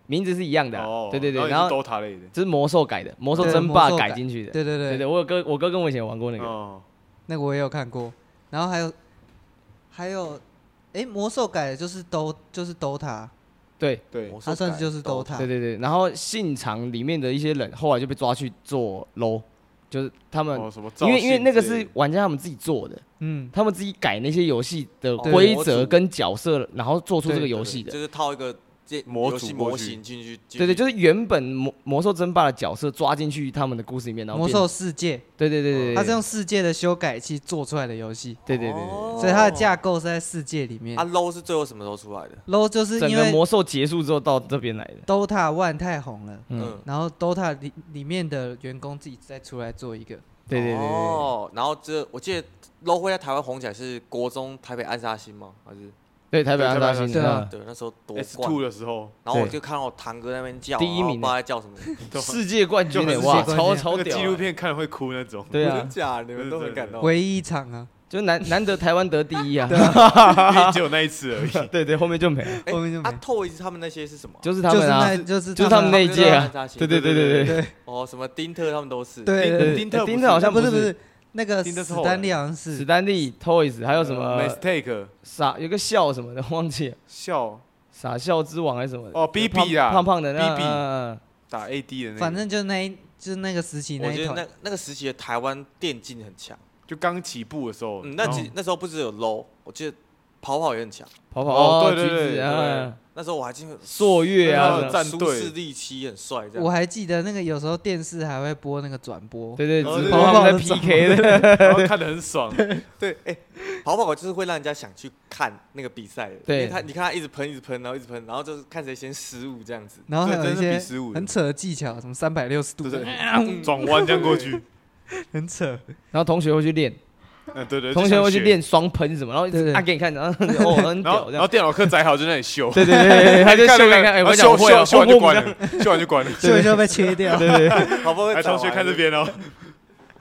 [SPEAKER 1] 名字是一样的啊
[SPEAKER 2] 哦，，
[SPEAKER 1] 对对对，
[SPEAKER 2] 然
[SPEAKER 1] 然
[SPEAKER 2] 后
[SPEAKER 1] 后
[SPEAKER 2] 你是 DOTA 类的，
[SPEAKER 1] 这是魔兽改的，魔兽
[SPEAKER 4] 对
[SPEAKER 1] 争
[SPEAKER 4] 魔
[SPEAKER 1] 霸
[SPEAKER 4] 兽
[SPEAKER 1] 改
[SPEAKER 4] 改
[SPEAKER 1] 进去的，
[SPEAKER 4] 对对
[SPEAKER 1] 对
[SPEAKER 4] 对
[SPEAKER 1] 对，我有哥，我哥跟我以前玩过那个，
[SPEAKER 2] 哦，
[SPEAKER 4] 那个我也有看过，然后还有还有，哎，魔兽改的就是都就是 DOTA，
[SPEAKER 1] 对。
[SPEAKER 2] 对，
[SPEAKER 3] 魔兽
[SPEAKER 4] 它算是
[SPEAKER 3] 改
[SPEAKER 4] 就是
[SPEAKER 3] DOTA
[SPEAKER 4] DOTA，
[SPEAKER 1] 对对对，然后信长里面的一些人后来就被抓去做 low，就是他们，
[SPEAKER 2] 哦什么？
[SPEAKER 1] 因为因为那个
[SPEAKER 2] 造型之类
[SPEAKER 1] 是
[SPEAKER 2] 的
[SPEAKER 1] 玩家他们自己做的，
[SPEAKER 4] 嗯，
[SPEAKER 1] 他们自己改那些游戏的
[SPEAKER 3] 哦
[SPEAKER 1] 规
[SPEAKER 3] 模
[SPEAKER 1] 则
[SPEAKER 3] 组
[SPEAKER 1] 跟角色，然后做出这
[SPEAKER 4] 对
[SPEAKER 1] 个
[SPEAKER 4] 对
[SPEAKER 1] 游戏的。
[SPEAKER 3] 对就是套一个这
[SPEAKER 2] 模
[SPEAKER 3] 游
[SPEAKER 2] 组
[SPEAKER 3] 戏
[SPEAKER 2] 过
[SPEAKER 3] 模
[SPEAKER 2] 去
[SPEAKER 3] 型进去，
[SPEAKER 1] 对对，就是是原本魔魔兽争霸的角色抓进去他们的故事里面，然后
[SPEAKER 4] 魔
[SPEAKER 1] 变
[SPEAKER 4] 兽世界，
[SPEAKER 1] 对对对对对，
[SPEAKER 4] 它是用哦世界的修改器做出来的游戏，
[SPEAKER 1] 对对对对
[SPEAKER 4] 所以它的架构是在世界里面
[SPEAKER 3] 哦啊。low 是最后什么时候出来的？
[SPEAKER 4] low 就是
[SPEAKER 1] 对，整
[SPEAKER 4] 因
[SPEAKER 1] 个
[SPEAKER 4] 为
[SPEAKER 1] 魔兽结束之后到这边来的。
[SPEAKER 4] DOTA One 太红了，
[SPEAKER 1] 嗯，
[SPEAKER 3] 嗯，
[SPEAKER 4] 然后 DOTA 里里面的员工自己再出来做一个，
[SPEAKER 1] 对对对对对，
[SPEAKER 3] 哦，然后这我记得 low 会在台湾红起来是国中台北暗杀星吗？还是
[SPEAKER 1] 对台北安大星
[SPEAKER 4] 对啊
[SPEAKER 1] 嗯
[SPEAKER 3] 对那时候夺
[SPEAKER 2] S
[SPEAKER 3] 冠
[SPEAKER 2] two，的时候，
[SPEAKER 3] 然后我
[SPEAKER 1] 对
[SPEAKER 3] 就看到我堂哥在那边叫，
[SPEAKER 1] 第一
[SPEAKER 3] 然后
[SPEAKER 1] 名欸
[SPEAKER 3] 不知道在叫什么，
[SPEAKER 1] 嗯世界冠军欸
[SPEAKER 2] 就很
[SPEAKER 1] 哇，
[SPEAKER 4] 世界冠
[SPEAKER 1] 超
[SPEAKER 4] 军
[SPEAKER 1] 超
[SPEAKER 2] 那个
[SPEAKER 1] 屌
[SPEAKER 2] 纪录
[SPEAKER 1] 欸！
[SPEAKER 2] 片看会哭那种。
[SPEAKER 1] *laughs*
[SPEAKER 2] *laughs*
[SPEAKER 1] 对啊
[SPEAKER 3] *laughs* 真，假？你们都
[SPEAKER 2] 对对
[SPEAKER 3] 很感
[SPEAKER 2] 对
[SPEAKER 3] 动。
[SPEAKER 4] 唯一一场啊，
[SPEAKER 1] 就难 *laughs* 难得台湾得第一啊！
[SPEAKER 2] 因为只有那一次而
[SPEAKER 1] *laughs*
[SPEAKER 2] 已。
[SPEAKER 1] 对对，后面就没了，
[SPEAKER 3] 哎
[SPEAKER 4] 后面就
[SPEAKER 3] 啊
[SPEAKER 4] 没，
[SPEAKER 3] 透一次他们那些是什么啊？
[SPEAKER 1] 就是他
[SPEAKER 4] 就是
[SPEAKER 1] 们啊，
[SPEAKER 4] 那就是
[SPEAKER 1] 就是他们那一
[SPEAKER 3] 就
[SPEAKER 1] 届
[SPEAKER 3] 是
[SPEAKER 1] 啊
[SPEAKER 3] 暗杀，星
[SPEAKER 1] 对对对对对，
[SPEAKER 3] 哦，什么丁特他们都是。
[SPEAKER 4] 对对
[SPEAKER 1] 对
[SPEAKER 4] 对，
[SPEAKER 2] 丁特
[SPEAKER 1] 欸
[SPEAKER 2] 不
[SPEAKER 1] 丁
[SPEAKER 2] 是
[SPEAKER 1] 特好像
[SPEAKER 4] 不
[SPEAKER 1] 是
[SPEAKER 4] 是不是那个
[SPEAKER 2] 丁特是
[SPEAKER 4] 史
[SPEAKER 2] 后来
[SPEAKER 4] 丹利好像
[SPEAKER 1] 史
[SPEAKER 4] 是
[SPEAKER 1] 丹利、Toys，还有什
[SPEAKER 2] 呃
[SPEAKER 1] 么
[SPEAKER 2] mistake
[SPEAKER 1] 傻有个笑什么的， *laughs* 忘记了，
[SPEAKER 2] 笑
[SPEAKER 1] 傻笑之王还是什么的
[SPEAKER 2] 哦，BB 啊，
[SPEAKER 1] 呃
[SPEAKER 2] 哦
[SPEAKER 1] 胖胖的那
[SPEAKER 2] BB
[SPEAKER 1] 嗯
[SPEAKER 2] 打 AD 的那个，
[SPEAKER 4] 反正就那一就是那个时期那
[SPEAKER 3] 我觉
[SPEAKER 4] 一
[SPEAKER 3] 得
[SPEAKER 4] 团
[SPEAKER 3] 那，那个时期的台湾电竞很强，
[SPEAKER 2] 就刚起步的时候。
[SPEAKER 3] 嗯，那
[SPEAKER 1] 哦
[SPEAKER 2] 然后
[SPEAKER 3] 几那时候不只有 low，我记得跑跑也很强，
[SPEAKER 1] 跑跑
[SPEAKER 2] 哦对
[SPEAKER 1] 橘
[SPEAKER 2] 对对
[SPEAKER 1] 子
[SPEAKER 2] 对
[SPEAKER 1] 啊，
[SPEAKER 3] 那时候我还记得
[SPEAKER 1] 朔月
[SPEAKER 2] 对
[SPEAKER 1] 啊
[SPEAKER 2] 啊
[SPEAKER 1] 什么，
[SPEAKER 2] 战
[SPEAKER 3] 苏
[SPEAKER 2] 队
[SPEAKER 3] 士力七很帅这
[SPEAKER 4] 我
[SPEAKER 3] 样。
[SPEAKER 4] 还记得那个有时候电视还会播那个转播，
[SPEAKER 1] 嗯对对，
[SPEAKER 2] 哦
[SPEAKER 1] 只
[SPEAKER 2] 对
[SPEAKER 1] 跑跑在
[SPEAKER 4] 对对
[SPEAKER 1] PK 的，
[SPEAKER 2] 然后看得很爽，
[SPEAKER 3] 对，哎、跑跑就是会让人家想去看那个比赛的，
[SPEAKER 1] 对
[SPEAKER 3] 因为他你看他一直喷，一直喷，然后一直喷，然后就是看谁先失误这样子。
[SPEAKER 4] 然后还有一
[SPEAKER 2] 这真是
[SPEAKER 4] 些
[SPEAKER 2] 比15的
[SPEAKER 1] *laughs*
[SPEAKER 4] 很扯的技巧，什么三百六十度
[SPEAKER 2] 对
[SPEAKER 4] 的，
[SPEAKER 2] 对，转弯这样过去，
[SPEAKER 4] 很扯。
[SPEAKER 1] *laughs* 然后同学会去练，
[SPEAKER 2] 嗯，对对，
[SPEAKER 1] 同
[SPEAKER 2] 就
[SPEAKER 1] 学
[SPEAKER 2] 想
[SPEAKER 1] 会去
[SPEAKER 2] 学，
[SPEAKER 1] 练双喷什么，然后一
[SPEAKER 4] 对
[SPEAKER 1] 直
[SPEAKER 4] 对
[SPEAKER 1] 按给你看，然后
[SPEAKER 2] *laughs*
[SPEAKER 1] 哦很
[SPEAKER 2] 然
[SPEAKER 1] 屌这
[SPEAKER 2] 后然后
[SPEAKER 1] 样。
[SPEAKER 2] 电脑课载好就在那里修，
[SPEAKER 1] 对对对对，他就秀
[SPEAKER 2] 看
[SPEAKER 1] 给你
[SPEAKER 2] 那个，
[SPEAKER 1] 看，哎，
[SPEAKER 2] 然
[SPEAKER 1] 我
[SPEAKER 2] 后
[SPEAKER 1] 讲
[SPEAKER 2] 修
[SPEAKER 1] 我会
[SPEAKER 2] 修
[SPEAKER 1] 了，
[SPEAKER 2] 修
[SPEAKER 1] 轰
[SPEAKER 2] 完就
[SPEAKER 1] 轰
[SPEAKER 2] 关
[SPEAKER 1] 这样
[SPEAKER 2] 了，修完就关了。
[SPEAKER 4] 所以就被切掉。
[SPEAKER 1] 对对对，
[SPEAKER 3] *laughs* 好不容易
[SPEAKER 2] 哎，
[SPEAKER 3] 找
[SPEAKER 2] 同学
[SPEAKER 3] 完
[SPEAKER 2] 看这
[SPEAKER 3] 了
[SPEAKER 2] 边哦，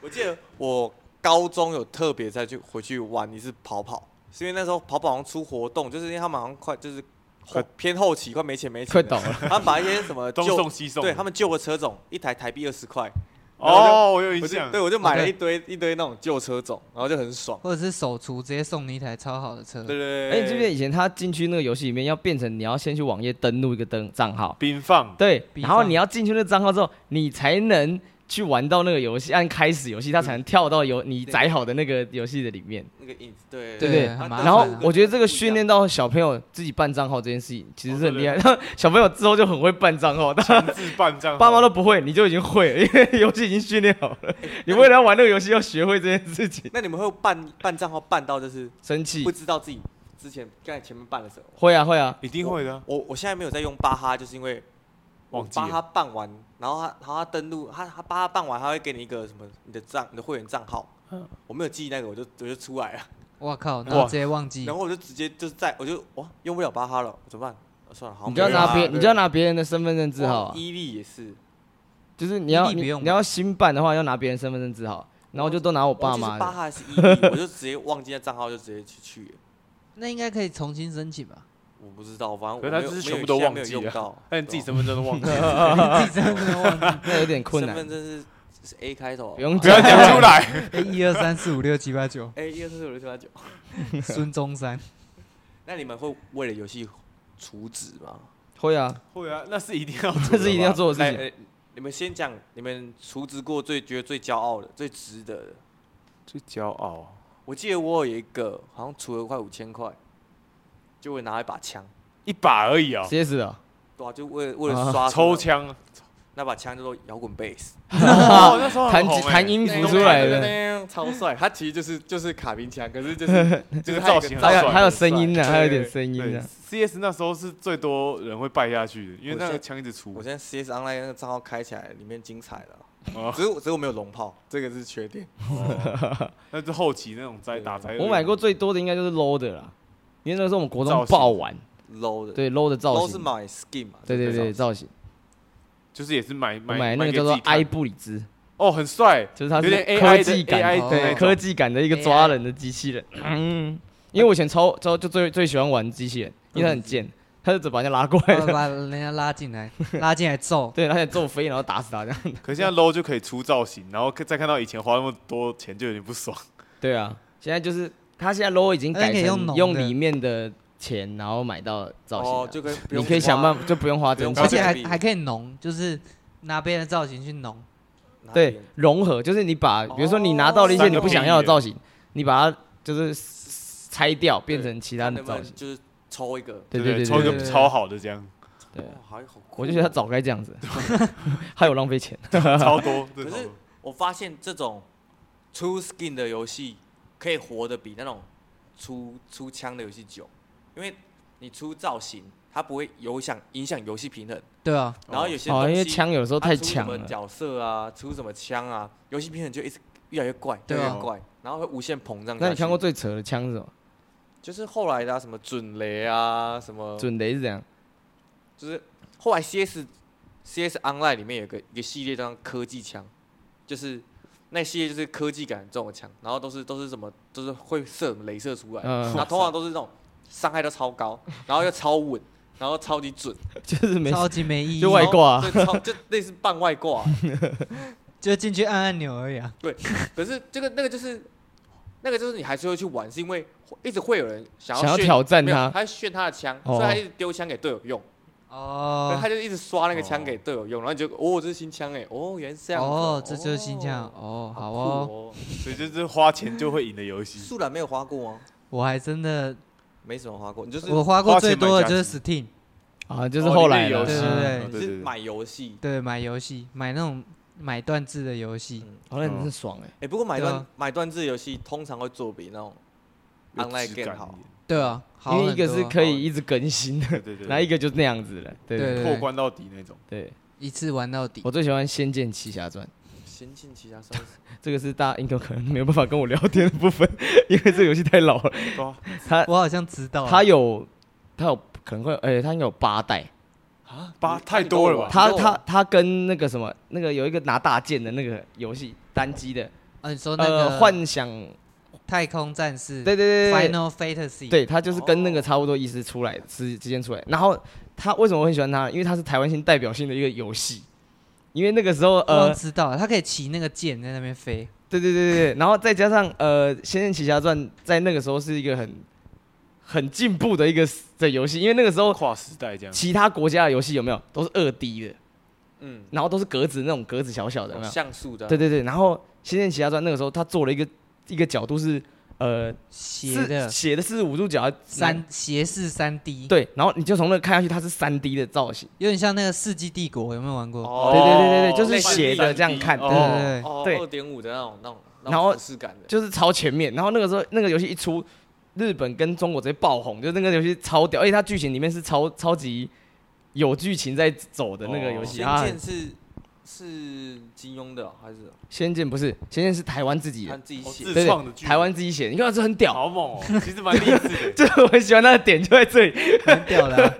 [SPEAKER 3] 我记得我高中有特别再去回去玩一次跑跑，是因为那时候跑跑好像出活动，就是因为他们好像快就是后
[SPEAKER 2] 快
[SPEAKER 3] 偏后期快没钱没
[SPEAKER 1] 快
[SPEAKER 3] 钱了，
[SPEAKER 1] 倒了。
[SPEAKER 3] 他们把一些什么
[SPEAKER 2] 东
[SPEAKER 3] 旧
[SPEAKER 2] 送西送，
[SPEAKER 3] 对他们旧的车种，一台台币二十块，然后
[SPEAKER 2] 哦，我有
[SPEAKER 3] 我
[SPEAKER 2] 印
[SPEAKER 3] 就
[SPEAKER 2] 象，
[SPEAKER 3] 对我就买了
[SPEAKER 4] OK
[SPEAKER 3] 一堆一堆那种旧车种，然后就很爽。
[SPEAKER 4] 或者是手厨直接送你一台超好的车，
[SPEAKER 3] 对对
[SPEAKER 1] 哎，
[SPEAKER 3] 对，
[SPEAKER 1] 你记不记得以前他进去那个游戏里面，要变成你要先去网页登录一个登账号，
[SPEAKER 2] 冰放，
[SPEAKER 1] 对，
[SPEAKER 4] 比
[SPEAKER 1] 然后
[SPEAKER 4] 方
[SPEAKER 1] 你要进去那账号之后，你才能去玩到那个游戏，按开始游戏，它才能跳到游你
[SPEAKER 3] 对
[SPEAKER 1] 载好的那个游戏的里面，
[SPEAKER 3] 那个影子，对
[SPEAKER 1] 对
[SPEAKER 4] 对
[SPEAKER 1] 不对？
[SPEAKER 4] 很麻
[SPEAKER 1] 然后
[SPEAKER 4] 烦啊
[SPEAKER 1] 我觉得这个训练到小朋友自己办账号这件事情，其实是
[SPEAKER 2] 哦
[SPEAKER 1] 很
[SPEAKER 2] 对
[SPEAKER 1] 厉害。然后小朋友之后就很会办账号，但
[SPEAKER 2] 强制办账，
[SPEAKER 1] 爸妈都不会，你就已经会了，因为游戏已经训练好了。你为了要玩那个游戏，要学会这件事情，
[SPEAKER 3] 那你们会办办账号办到就是
[SPEAKER 1] 生气
[SPEAKER 3] 不知道自己之前刚才前面办了什么？
[SPEAKER 1] *laughs* 会啊会啊，
[SPEAKER 2] 一定会的啊，
[SPEAKER 3] 我我现在没有在用巴哈，就是因为我
[SPEAKER 2] 忘记了
[SPEAKER 3] 巴哈办完，然后他然后他登录他他巴哈办完，他会给你一个什么你的账你的会员账号，
[SPEAKER 1] 嗯
[SPEAKER 3] 我没有记那个，我就我就出来了，
[SPEAKER 4] 哇靠，然后直接忘记
[SPEAKER 3] 然，后我就直接就是在我就哇用不了巴哈了，怎么办？啊算了，好像
[SPEAKER 1] 你就要
[SPEAKER 3] 没有巴
[SPEAKER 1] 拿
[SPEAKER 3] 哈
[SPEAKER 1] 别
[SPEAKER 3] 了
[SPEAKER 1] 你就要拿别人的身份证字
[SPEAKER 3] 哇
[SPEAKER 1] 号啊，
[SPEAKER 3] 伊利也是，
[SPEAKER 1] 就是你要
[SPEAKER 4] 异地
[SPEAKER 1] 你
[SPEAKER 4] 不用吧
[SPEAKER 1] 你要新办的话，要拿别人身份证字号，然后就都拿我爸妈
[SPEAKER 3] 忘记是巴
[SPEAKER 1] 的。
[SPEAKER 3] 哈还是伊利，我就直接忘记那账号就直接去去了，
[SPEAKER 4] 那应该可以重新申请吧？ *laughs*
[SPEAKER 3] 我不知道，反正
[SPEAKER 2] 可是
[SPEAKER 3] 我
[SPEAKER 2] 他
[SPEAKER 3] 没
[SPEAKER 2] 就
[SPEAKER 3] 有
[SPEAKER 2] 是
[SPEAKER 3] 没有
[SPEAKER 2] 全部都
[SPEAKER 3] 现在
[SPEAKER 2] 忘
[SPEAKER 3] 没有
[SPEAKER 2] 记
[SPEAKER 3] 用
[SPEAKER 2] 了
[SPEAKER 3] 到，
[SPEAKER 2] *laughs* 但哎自己
[SPEAKER 3] 对吧
[SPEAKER 2] 身份证都忘记了，
[SPEAKER 4] 你自己真的忘记
[SPEAKER 1] 那有点困难
[SPEAKER 3] 身，份证是是 A 开头，啊
[SPEAKER 1] 不用
[SPEAKER 2] 不要讲出来。
[SPEAKER 4] 哎一二三四五六七八九，
[SPEAKER 3] A 一二三四五六七八 *laughs* 九。
[SPEAKER 4] 孙中山，
[SPEAKER 3] 那你们会为了游戏除职吗？
[SPEAKER 1] 会啊，
[SPEAKER 2] 会啊，那是一定要，
[SPEAKER 1] 这是一定要。做的
[SPEAKER 3] 来，
[SPEAKER 1] 事情。
[SPEAKER 3] 呃你们先讲你们除职过最觉得最骄傲的、最值得的。
[SPEAKER 2] 最骄傲，
[SPEAKER 3] 我记得我有一个好像除了快五千块，就会拿一把枪，
[SPEAKER 2] 一把而已啊
[SPEAKER 1] 直，接死啊！
[SPEAKER 3] 对啊，就为了为了
[SPEAKER 1] 啊
[SPEAKER 3] 刷
[SPEAKER 2] 抽
[SPEAKER 3] 什么
[SPEAKER 2] 枪啊。
[SPEAKER 3] 那把枪叫做摇滚贝斯，
[SPEAKER 2] 哦，那时候
[SPEAKER 1] 弹
[SPEAKER 2] 很红欸
[SPEAKER 1] 弹音符出来的，
[SPEAKER 3] 的，超帅。它其实就是就是卡宾枪，可是就是
[SPEAKER 2] *laughs* 这
[SPEAKER 3] 就是
[SPEAKER 2] 个
[SPEAKER 3] 它有
[SPEAKER 2] 造
[SPEAKER 3] 一
[SPEAKER 2] 型
[SPEAKER 3] 个
[SPEAKER 2] 很
[SPEAKER 1] 还有
[SPEAKER 2] 帅
[SPEAKER 1] 还有声音呢，啊
[SPEAKER 2] 对
[SPEAKER 1] 还有一点声音
[SPEAKER 2] 对
[SPEAKER 1] 呢。
[SPEAKER 2] ，CS 那时候是最多人会败下去的，因为那个枪一直
[SPEAKER 3] 我
[SPEAKER 2] 出。
[SPEAKER 3] 现在 CS Online 那个账号开起来，里面精彩了，
[SPEAKER 2] 哦
[SPEAKER 3] *laughs* 只是我只是我没有龙炮，这个是缺点。
[SPEAKER 2] *laughs* 那是后期那种灾打灾。
[SPEAKER 1] 我买过最多的应该就是 low 的啦，因为那时候我们国
[SPEAKER 2] 造
[SPEAKER 1] 中
[SPEAKER 2] 型
[SPEAKER 1] 爆玩，
[SPEAKER 3] *laughs* low 的
[SPEAKER 1] 对 low 的造
[SPEAKER 3] low 是
[SPEAKER 1] 型，
[SPEAKER 3] 买 skin 嘛？
[SPEAKER 1] 对对对
[SPEAKER 3] 造型
[SPEAKER 1] 造型，
[SPEAKER 2] 就是也是买
[SPEAKER 1] 我
[SPEAKER 2] 买
[SPEAKER 1] 买那个
[SPEAKER 2] 给
[SPEAKER 1] 叫做
[SPEAKER 2] 自己看
[SPEAKER 1] i 布里兹，
[SPEAKER 2] 哦，很帅，
[SPEAKER 1] 就是它
[SPEAKER 2] 有点
[SPEAKER 1] 是
[SPEAKER 2] AI
[SPEAKER 1] 科
[SPEAKER 2] 的
[SPEAKER 1] 技感
[SPEAKER 2] AI
[SPEAKER 1] 的，
[SPEAKER 4] 的
[SPEAKER 1] 对
[SPEAKER 4] 那
[SPEAKER 1] 科
[SPEAKER 2] 种
[SPEAKER 1] 技感的一个抓人的机器人。嗯，因为我以前超超就最最喜欢玩机
[SPEAKER 2] 嗯
[SPEAKER 1] 器人，因为它很贱，它就只把人家拉
[SPEAKER 4] *laughs*
[SPEAKER 1] 过来 *laughs*
[SPEAKER 4] 然后，把人家拉进来，拉进来揍，
[SPEAKER 1] 对，而且揍飞然后打死他这样。
[SPEAKER 2] 可是现在 low 就可以出造型，然后再看到以前花那么多钱就有点不爽。
[SPEAKER 1] 对啊，现在就是它现在 low 已经
[SPEAKER 4] 而且
[SPEAKER 1] 改
[SPEAKER 4] 可以用
[SPEAKER 1] 成
[SPEAKER 4] 浓
[SPEAKER 1] 用
[SPEAKER 4] 的
[SPEAKER 1] 里面的钱，然后买到造型了。啊
[SPEAKER 3] 哦，就跟
[SPEAKER 1] 你可以想办
[SPEAKER 3] 法，
[SPEAKER 1] 法，就不用花真
[SPEAKER 3] 不用
[SPEAKER 1] 钱
[SPEAKER 4] 而
[SPEAKER 3] 花，
[SPEAKER 4] 且还
[SPEAKER 3] 这个
[SPEAKER 4] 还可以浓，就是拿别人的造型去浓，
[SPEAKER 3] 拿
[SPEAKER 1] 对
[SPEAKER 3] 别人，
[SPEAKER 1] 融合就是你把，比如说你拿
[SPEAKER 3] 哦
[SPEAKER 1] 到了一些
[SPEAKER 2] 三
[SPEAKER 1] 你
[SPEAKER 2] 个
[SPEAKER 1] 不想
[SPEAKER 2] 便宜
[SPEAKER 1] 要的
[SPEAKER 2] 的
[SPEAKER 1] 造型，你把它就是拆掉，变成其他
[SPEAKER 3] 看
[SPEAKER 1] 的
[SPEAKER 3] 能不
[SPEAKER 1] 造
[SPEAKER 3] 能
[SPEAKER 1] 型。
[SPEAKER 3] 就是抽一个，
[SPEAKER 1] 对
[SPEAKER 2] 对
[SPEAKER 1] 对
[SPEAKER 2] 抽一
[SPEAKER 1] 对
[SPEAKER 2] 个
[SPEAKER 1] 对，
[SPEAKER 2] 超好的
[SPEAKER 1] *laughs*
[SPEAKER 2] 这样，
[SPEAKER 1] 对
[SPEAKER 3] 哦好好酷
[SPEAKER 1] 我就觉得他早该这样子， *laughs* 还有浪费钱。
[SPEAKER 2] 超多。真
[SPEAKER 3] 可
[SPEAKER 2] 的超
[SPEAKER 3] 是
[SPEAKER 2] 多
[SPEAKER 3] 我发现这种出 skin 的游戏可以活得比那种出出枪的游戏久，因为你出造型，它不会影响影响游戏平衡。
[SPEAKER 4] 对啊，
[SPEAKER 3] 然后有些
[SPEAKER 1] 哦，
[SPEAKER 3] 东
[SPEAKER 1] 因为
[SPEAKER 3] 西
[SPEAKER 1] 枪有时候太
[SPEAKER 3] 它啊出什
[SPEAKER 1] 强
[SPEAKER 3] 么
[SPEAKER 1] 了，
[SPEAKER 3] 角色啊，出什么枪啊，游戏平衡就一直越来越怪，
[SPEAKER 4] 对
[SPEAKER 3] 越来
[SPEAKER 4] 啊
[SPEAKER 3] 越怪，然后会无限膨胀。
[SPEAKER 1] 那你看过？最扯的枪是什么？
[SPEAKER 3] 就是后来的啊，什么准雷啊，什么
[SPEAKER 1] 准雷是这样， *laughs*
[SPEAKER 3] 就是后来 CS CS Online 里面有个一个系列叫科技枪，就是那系列就是科技感很重的枪，然后都是都是什么都是会射镭射出来，
[SPEAKER 1] 嗯
[SPEAKER 3] 然后通常都是那种伤害都超高，然后又超稳，然后超级准，
[SPEAKER 1] 就是没
[SPEAKER 4] 超级没意义哦
[SPEAKER 1] 就，外挂啊
[SPEAKER 3] 然后对，超就类似半外挂，
[SPEAKER 4] 就进去按按钮而已啊，
[SPEAKER 3] 可是这个那个就是。那个就是你还是会去玩，是因为一直会有人想要
[SPEAKER 1] 想要
[SPEAKER 3] 炫
[SPEAKER 1] 挑战
[SPEAKER 3] 没有
[SPEAKER 1] 他
[SPEAKER 3] 他炫他的枪，
[SPEAKER 1] 哦
[SPEAKER 3] 所以他一直丢枪给队友用。对
[SPEAKER 4] 哦
[SPEAKER 3] 他就一直刷那个枪
[SPEAKER 2] 哦
[SPEAKER 3] 给队友用，然后你就哦，这是新枪哎，哦，原来是这样子，
[SPEAKER 4] 哦，这就是新疆，哦，好哦，
[SPEAKER 3] 酷哦。
[SPEAKER 2] 所以就是花钱就会赢的游戏。
[SPEAKER 3] 素然没有花过吗？
[SPEAKER 4] 我还真的
[SPEAKER 3] 没什么花过，你就是
[SPEAKER 1] 哦
[SPEAKER 4] 我花过最多的就是 Steam，
[SPEAKER 1] 啊，就是
[SPEAKER 2] 哦
[SPEAKER 1] 后
[SPEAKER 2] 里
[SPEAKER 1] 来了
[SPEAKER 2] 面游戏
[SPEAKER 4] 对对对
[SPEAKER 2] 哦
[SPEAKER 3] 你是买游戏，
[SPEAKER 4] 对，买游戏买那种买断制的游戏，
[SPEAKER 1] 好像
[SPEAKER 2] 嗯
[SPEAKER 1] 真爽哎，
[SPEAKER 3] 哎，不过买
[SPEAKER 4] 对
[SPEAKER 3] 断
[SPEAKER 4] 啊
[SPEAKER 3] 买断制游戏通常会做比那种
[SPEAKER 2] 有
[SPEAKER 3] online
[SPEAKER 2] 质感
[SPEAKER 3] game
[SPEAKER 2] 一
[SPEAKER 3] 好
[SPEAKER 2] 点。
[SPEAKER 4] 对啊，好
[SPEAKER 1] 因为一个
[SPEAKER 4] 很
[SPEAKER 1] 是
[SPEAKER 4] 多
[SPEAKER 1] 可以一直更新的，
[SPEAKER 2] 对对对，
[SPEAKER 1] 然后一个就是那样子的，对
[SPEAKER 4] 对
[SPEAKER 1] 对
[SPEAKER 2] 破关到底那种。
[SPEAKER 1] 对，
[SPEAKER 4] 一次玩到底
[SPEAKER 1] 我，最喜欢《仙剑奇侠传》，
[SPEAKER 3] 仙境奇侠三十
[SPEAKER 1] 这个是大家应该可能没有办法跟我聊天的部分， *laughs* 因为这个游戏太老了。
[SPEAKER 2] 对啊
[SPEAKER 1] 它
[SPEAKER 4] 我好像知道了，
[SPEAKER 1] 它有它有可能会，而且它应该有八代。
[SPEAKER 3] 啊
[SPEAKER 2] 八太多了吧
[SPEAKER 1] 它它它跟那个什么那个有一个拿大剑的那个游戏单机的，
[SPEAKER 4] 啊，你说那
[SPEAKER 1] 呃，
[SPEAKER 4] 个
[SPEAKER 1] 幻想，
[SPEAKER 4] 太空战士，
[SPEAKER 1] 对对对对对
[SPEAKER 4] Final Fantasy，
[SPEAKER 1] 对，它就是跟那个差不多意思出来之之间出来。然后它为什么我很喜欢它？因为它是台湾性代表性的一个游戏，因为那个时候
[SPEAKER 4] 我好像
[SPEAKER 1] 呃，
[SPEAKER 4] 知道了，他可以骑那个箭在那边飞，
[SPEAKER 1] 对对对对对，然后再加上呃，《仙剑奇侠传》在那个时候是一个很很进步的一个的游戏，因为那个时候
[SPEAKER 4] *laughs*
[SPEAKER 2] 跨时代这样。
[SPEAKER 1] 其他国家的游戏有没有都是二 D 的，
[SPEAKER 3] 嗯，
[SPEAKER 1] 然后都是格子那种格子小小的，有没有？
[SPEAKER 3] 像素的啊，
[SPEAKER 1] 对对对，然后《仙剑奇侠传》那个时候他做了一个一个角度是呃
[SPEAKER 4] 斜的
[SPEAKER 1] 斜的四十五度角
[SPEAKER 4] 三斜视三 D，，
[SPEAKER 1] 对，然后你就从那个看下去，它是三 D 的造型，
[SPEAKER 4] 有点像那个《世纪帝国》，有没有玩过？
[SPEAKER 3] 哦
[SPEAKER 1] 对对对对对，就
[SPEAKER 3] 类
[SPEAKER 1] 是
[SPEAKER 3] 似
[SPEAKER 1] 斜的
[SPEAKER 3] 3D
[SPEAKER 1] 这样看，
[SPEAKER 2] 哦
[SPEAKER 1] 对对对
[SPEAKER 4] 对
[SPEAKER 3] 哦，
[SPEAKER 1] 对
[SPEAKER 3] 二点五的那种那种那
[SPEAKER 1] 然
[SPEAKER 3] 种
[SPEAKER 1] 后
[SPEAKER 3] 俯视感的，
[SPEAKER 1] 就是超前面。然后那个时候那个游戏一出，日本跟中国直接爆红，就是那个游戏超屌，而且它剧情里面是超超级有剧情在走的那个游戏
[SPEAKER 2] 哦
[SPEAKER 3] 仙
[SPEAKER 1] 啊。
[SPEAKER 3] 剑是是金庸的哦还是
[SPEAKER 1] 仙剑不是，仙剑是台湾自己
[SPEAKER 3] 他
[SPEAKER 1] 的，
[SPEAKER 3] 自己
[SPEAKER 2] 哦
[SPEAKER 3] 写
[SPEAKER 2] 自
[SPEAKER 1] 对
[SPEAKER 2] 创的剧
[SPEAKER 1] 对，台湾自己写的，你看这很屌。
[SPEAKER 2] 好猛哦，其实蛮励志的。
[SPEAKER 1] 这我很喜欢它的点就在这里，
[SPEAKER 4] 很屌了啊，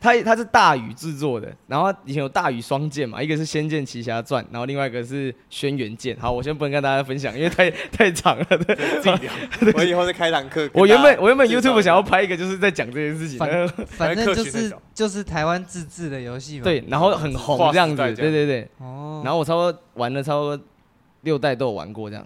[SPEAKER 1] 它它是大宇制作的，然后以前有大宇双剑嘛，一个是《仙剑奇侠传》，然后另外一个是《轩辕剑》。好，我先不能跟大家分享，因为太太长了。对
[SPEAKER 2] 自己聊，
[SPEAKER 1] *laughs*
[SPEAKER 3] 我以后再开堂课。
[SPEAKER 1] 我原本我原本
[SPEAKER 3] 介绍一
[SPEAKER 1] YouTube
[SPEAKER 3] 下
[SPEAKER 1] 想要拍一个，就是在讲这件事情，
[SPEAKER 4] 反
[SPEAKER 1] 然后
[SPEAKER 4] 反正就
[SPEAKER 2] 客群在
[SPEAKER 4] 是
[SPEAKER 2] 找
[SPEAKER 4] 就是台湾自制的游戏嘛。，
[SPEAKER 1] 对，然后很红
[SPEAKER 2] 跨
[SPEAKER 1] 这样
[SPEAKER 2] 时
[SPEAKER 1] 子，
[SPEAKER 2] 代
[SPEAKER 1] 对
[SPEAKER 2] 这样
[SPEAKER 1] 对对。
[SPEAKER 4] 哦，
[SPEAKER 1] 然后我差不多玩了差不多六代都有玩过这样，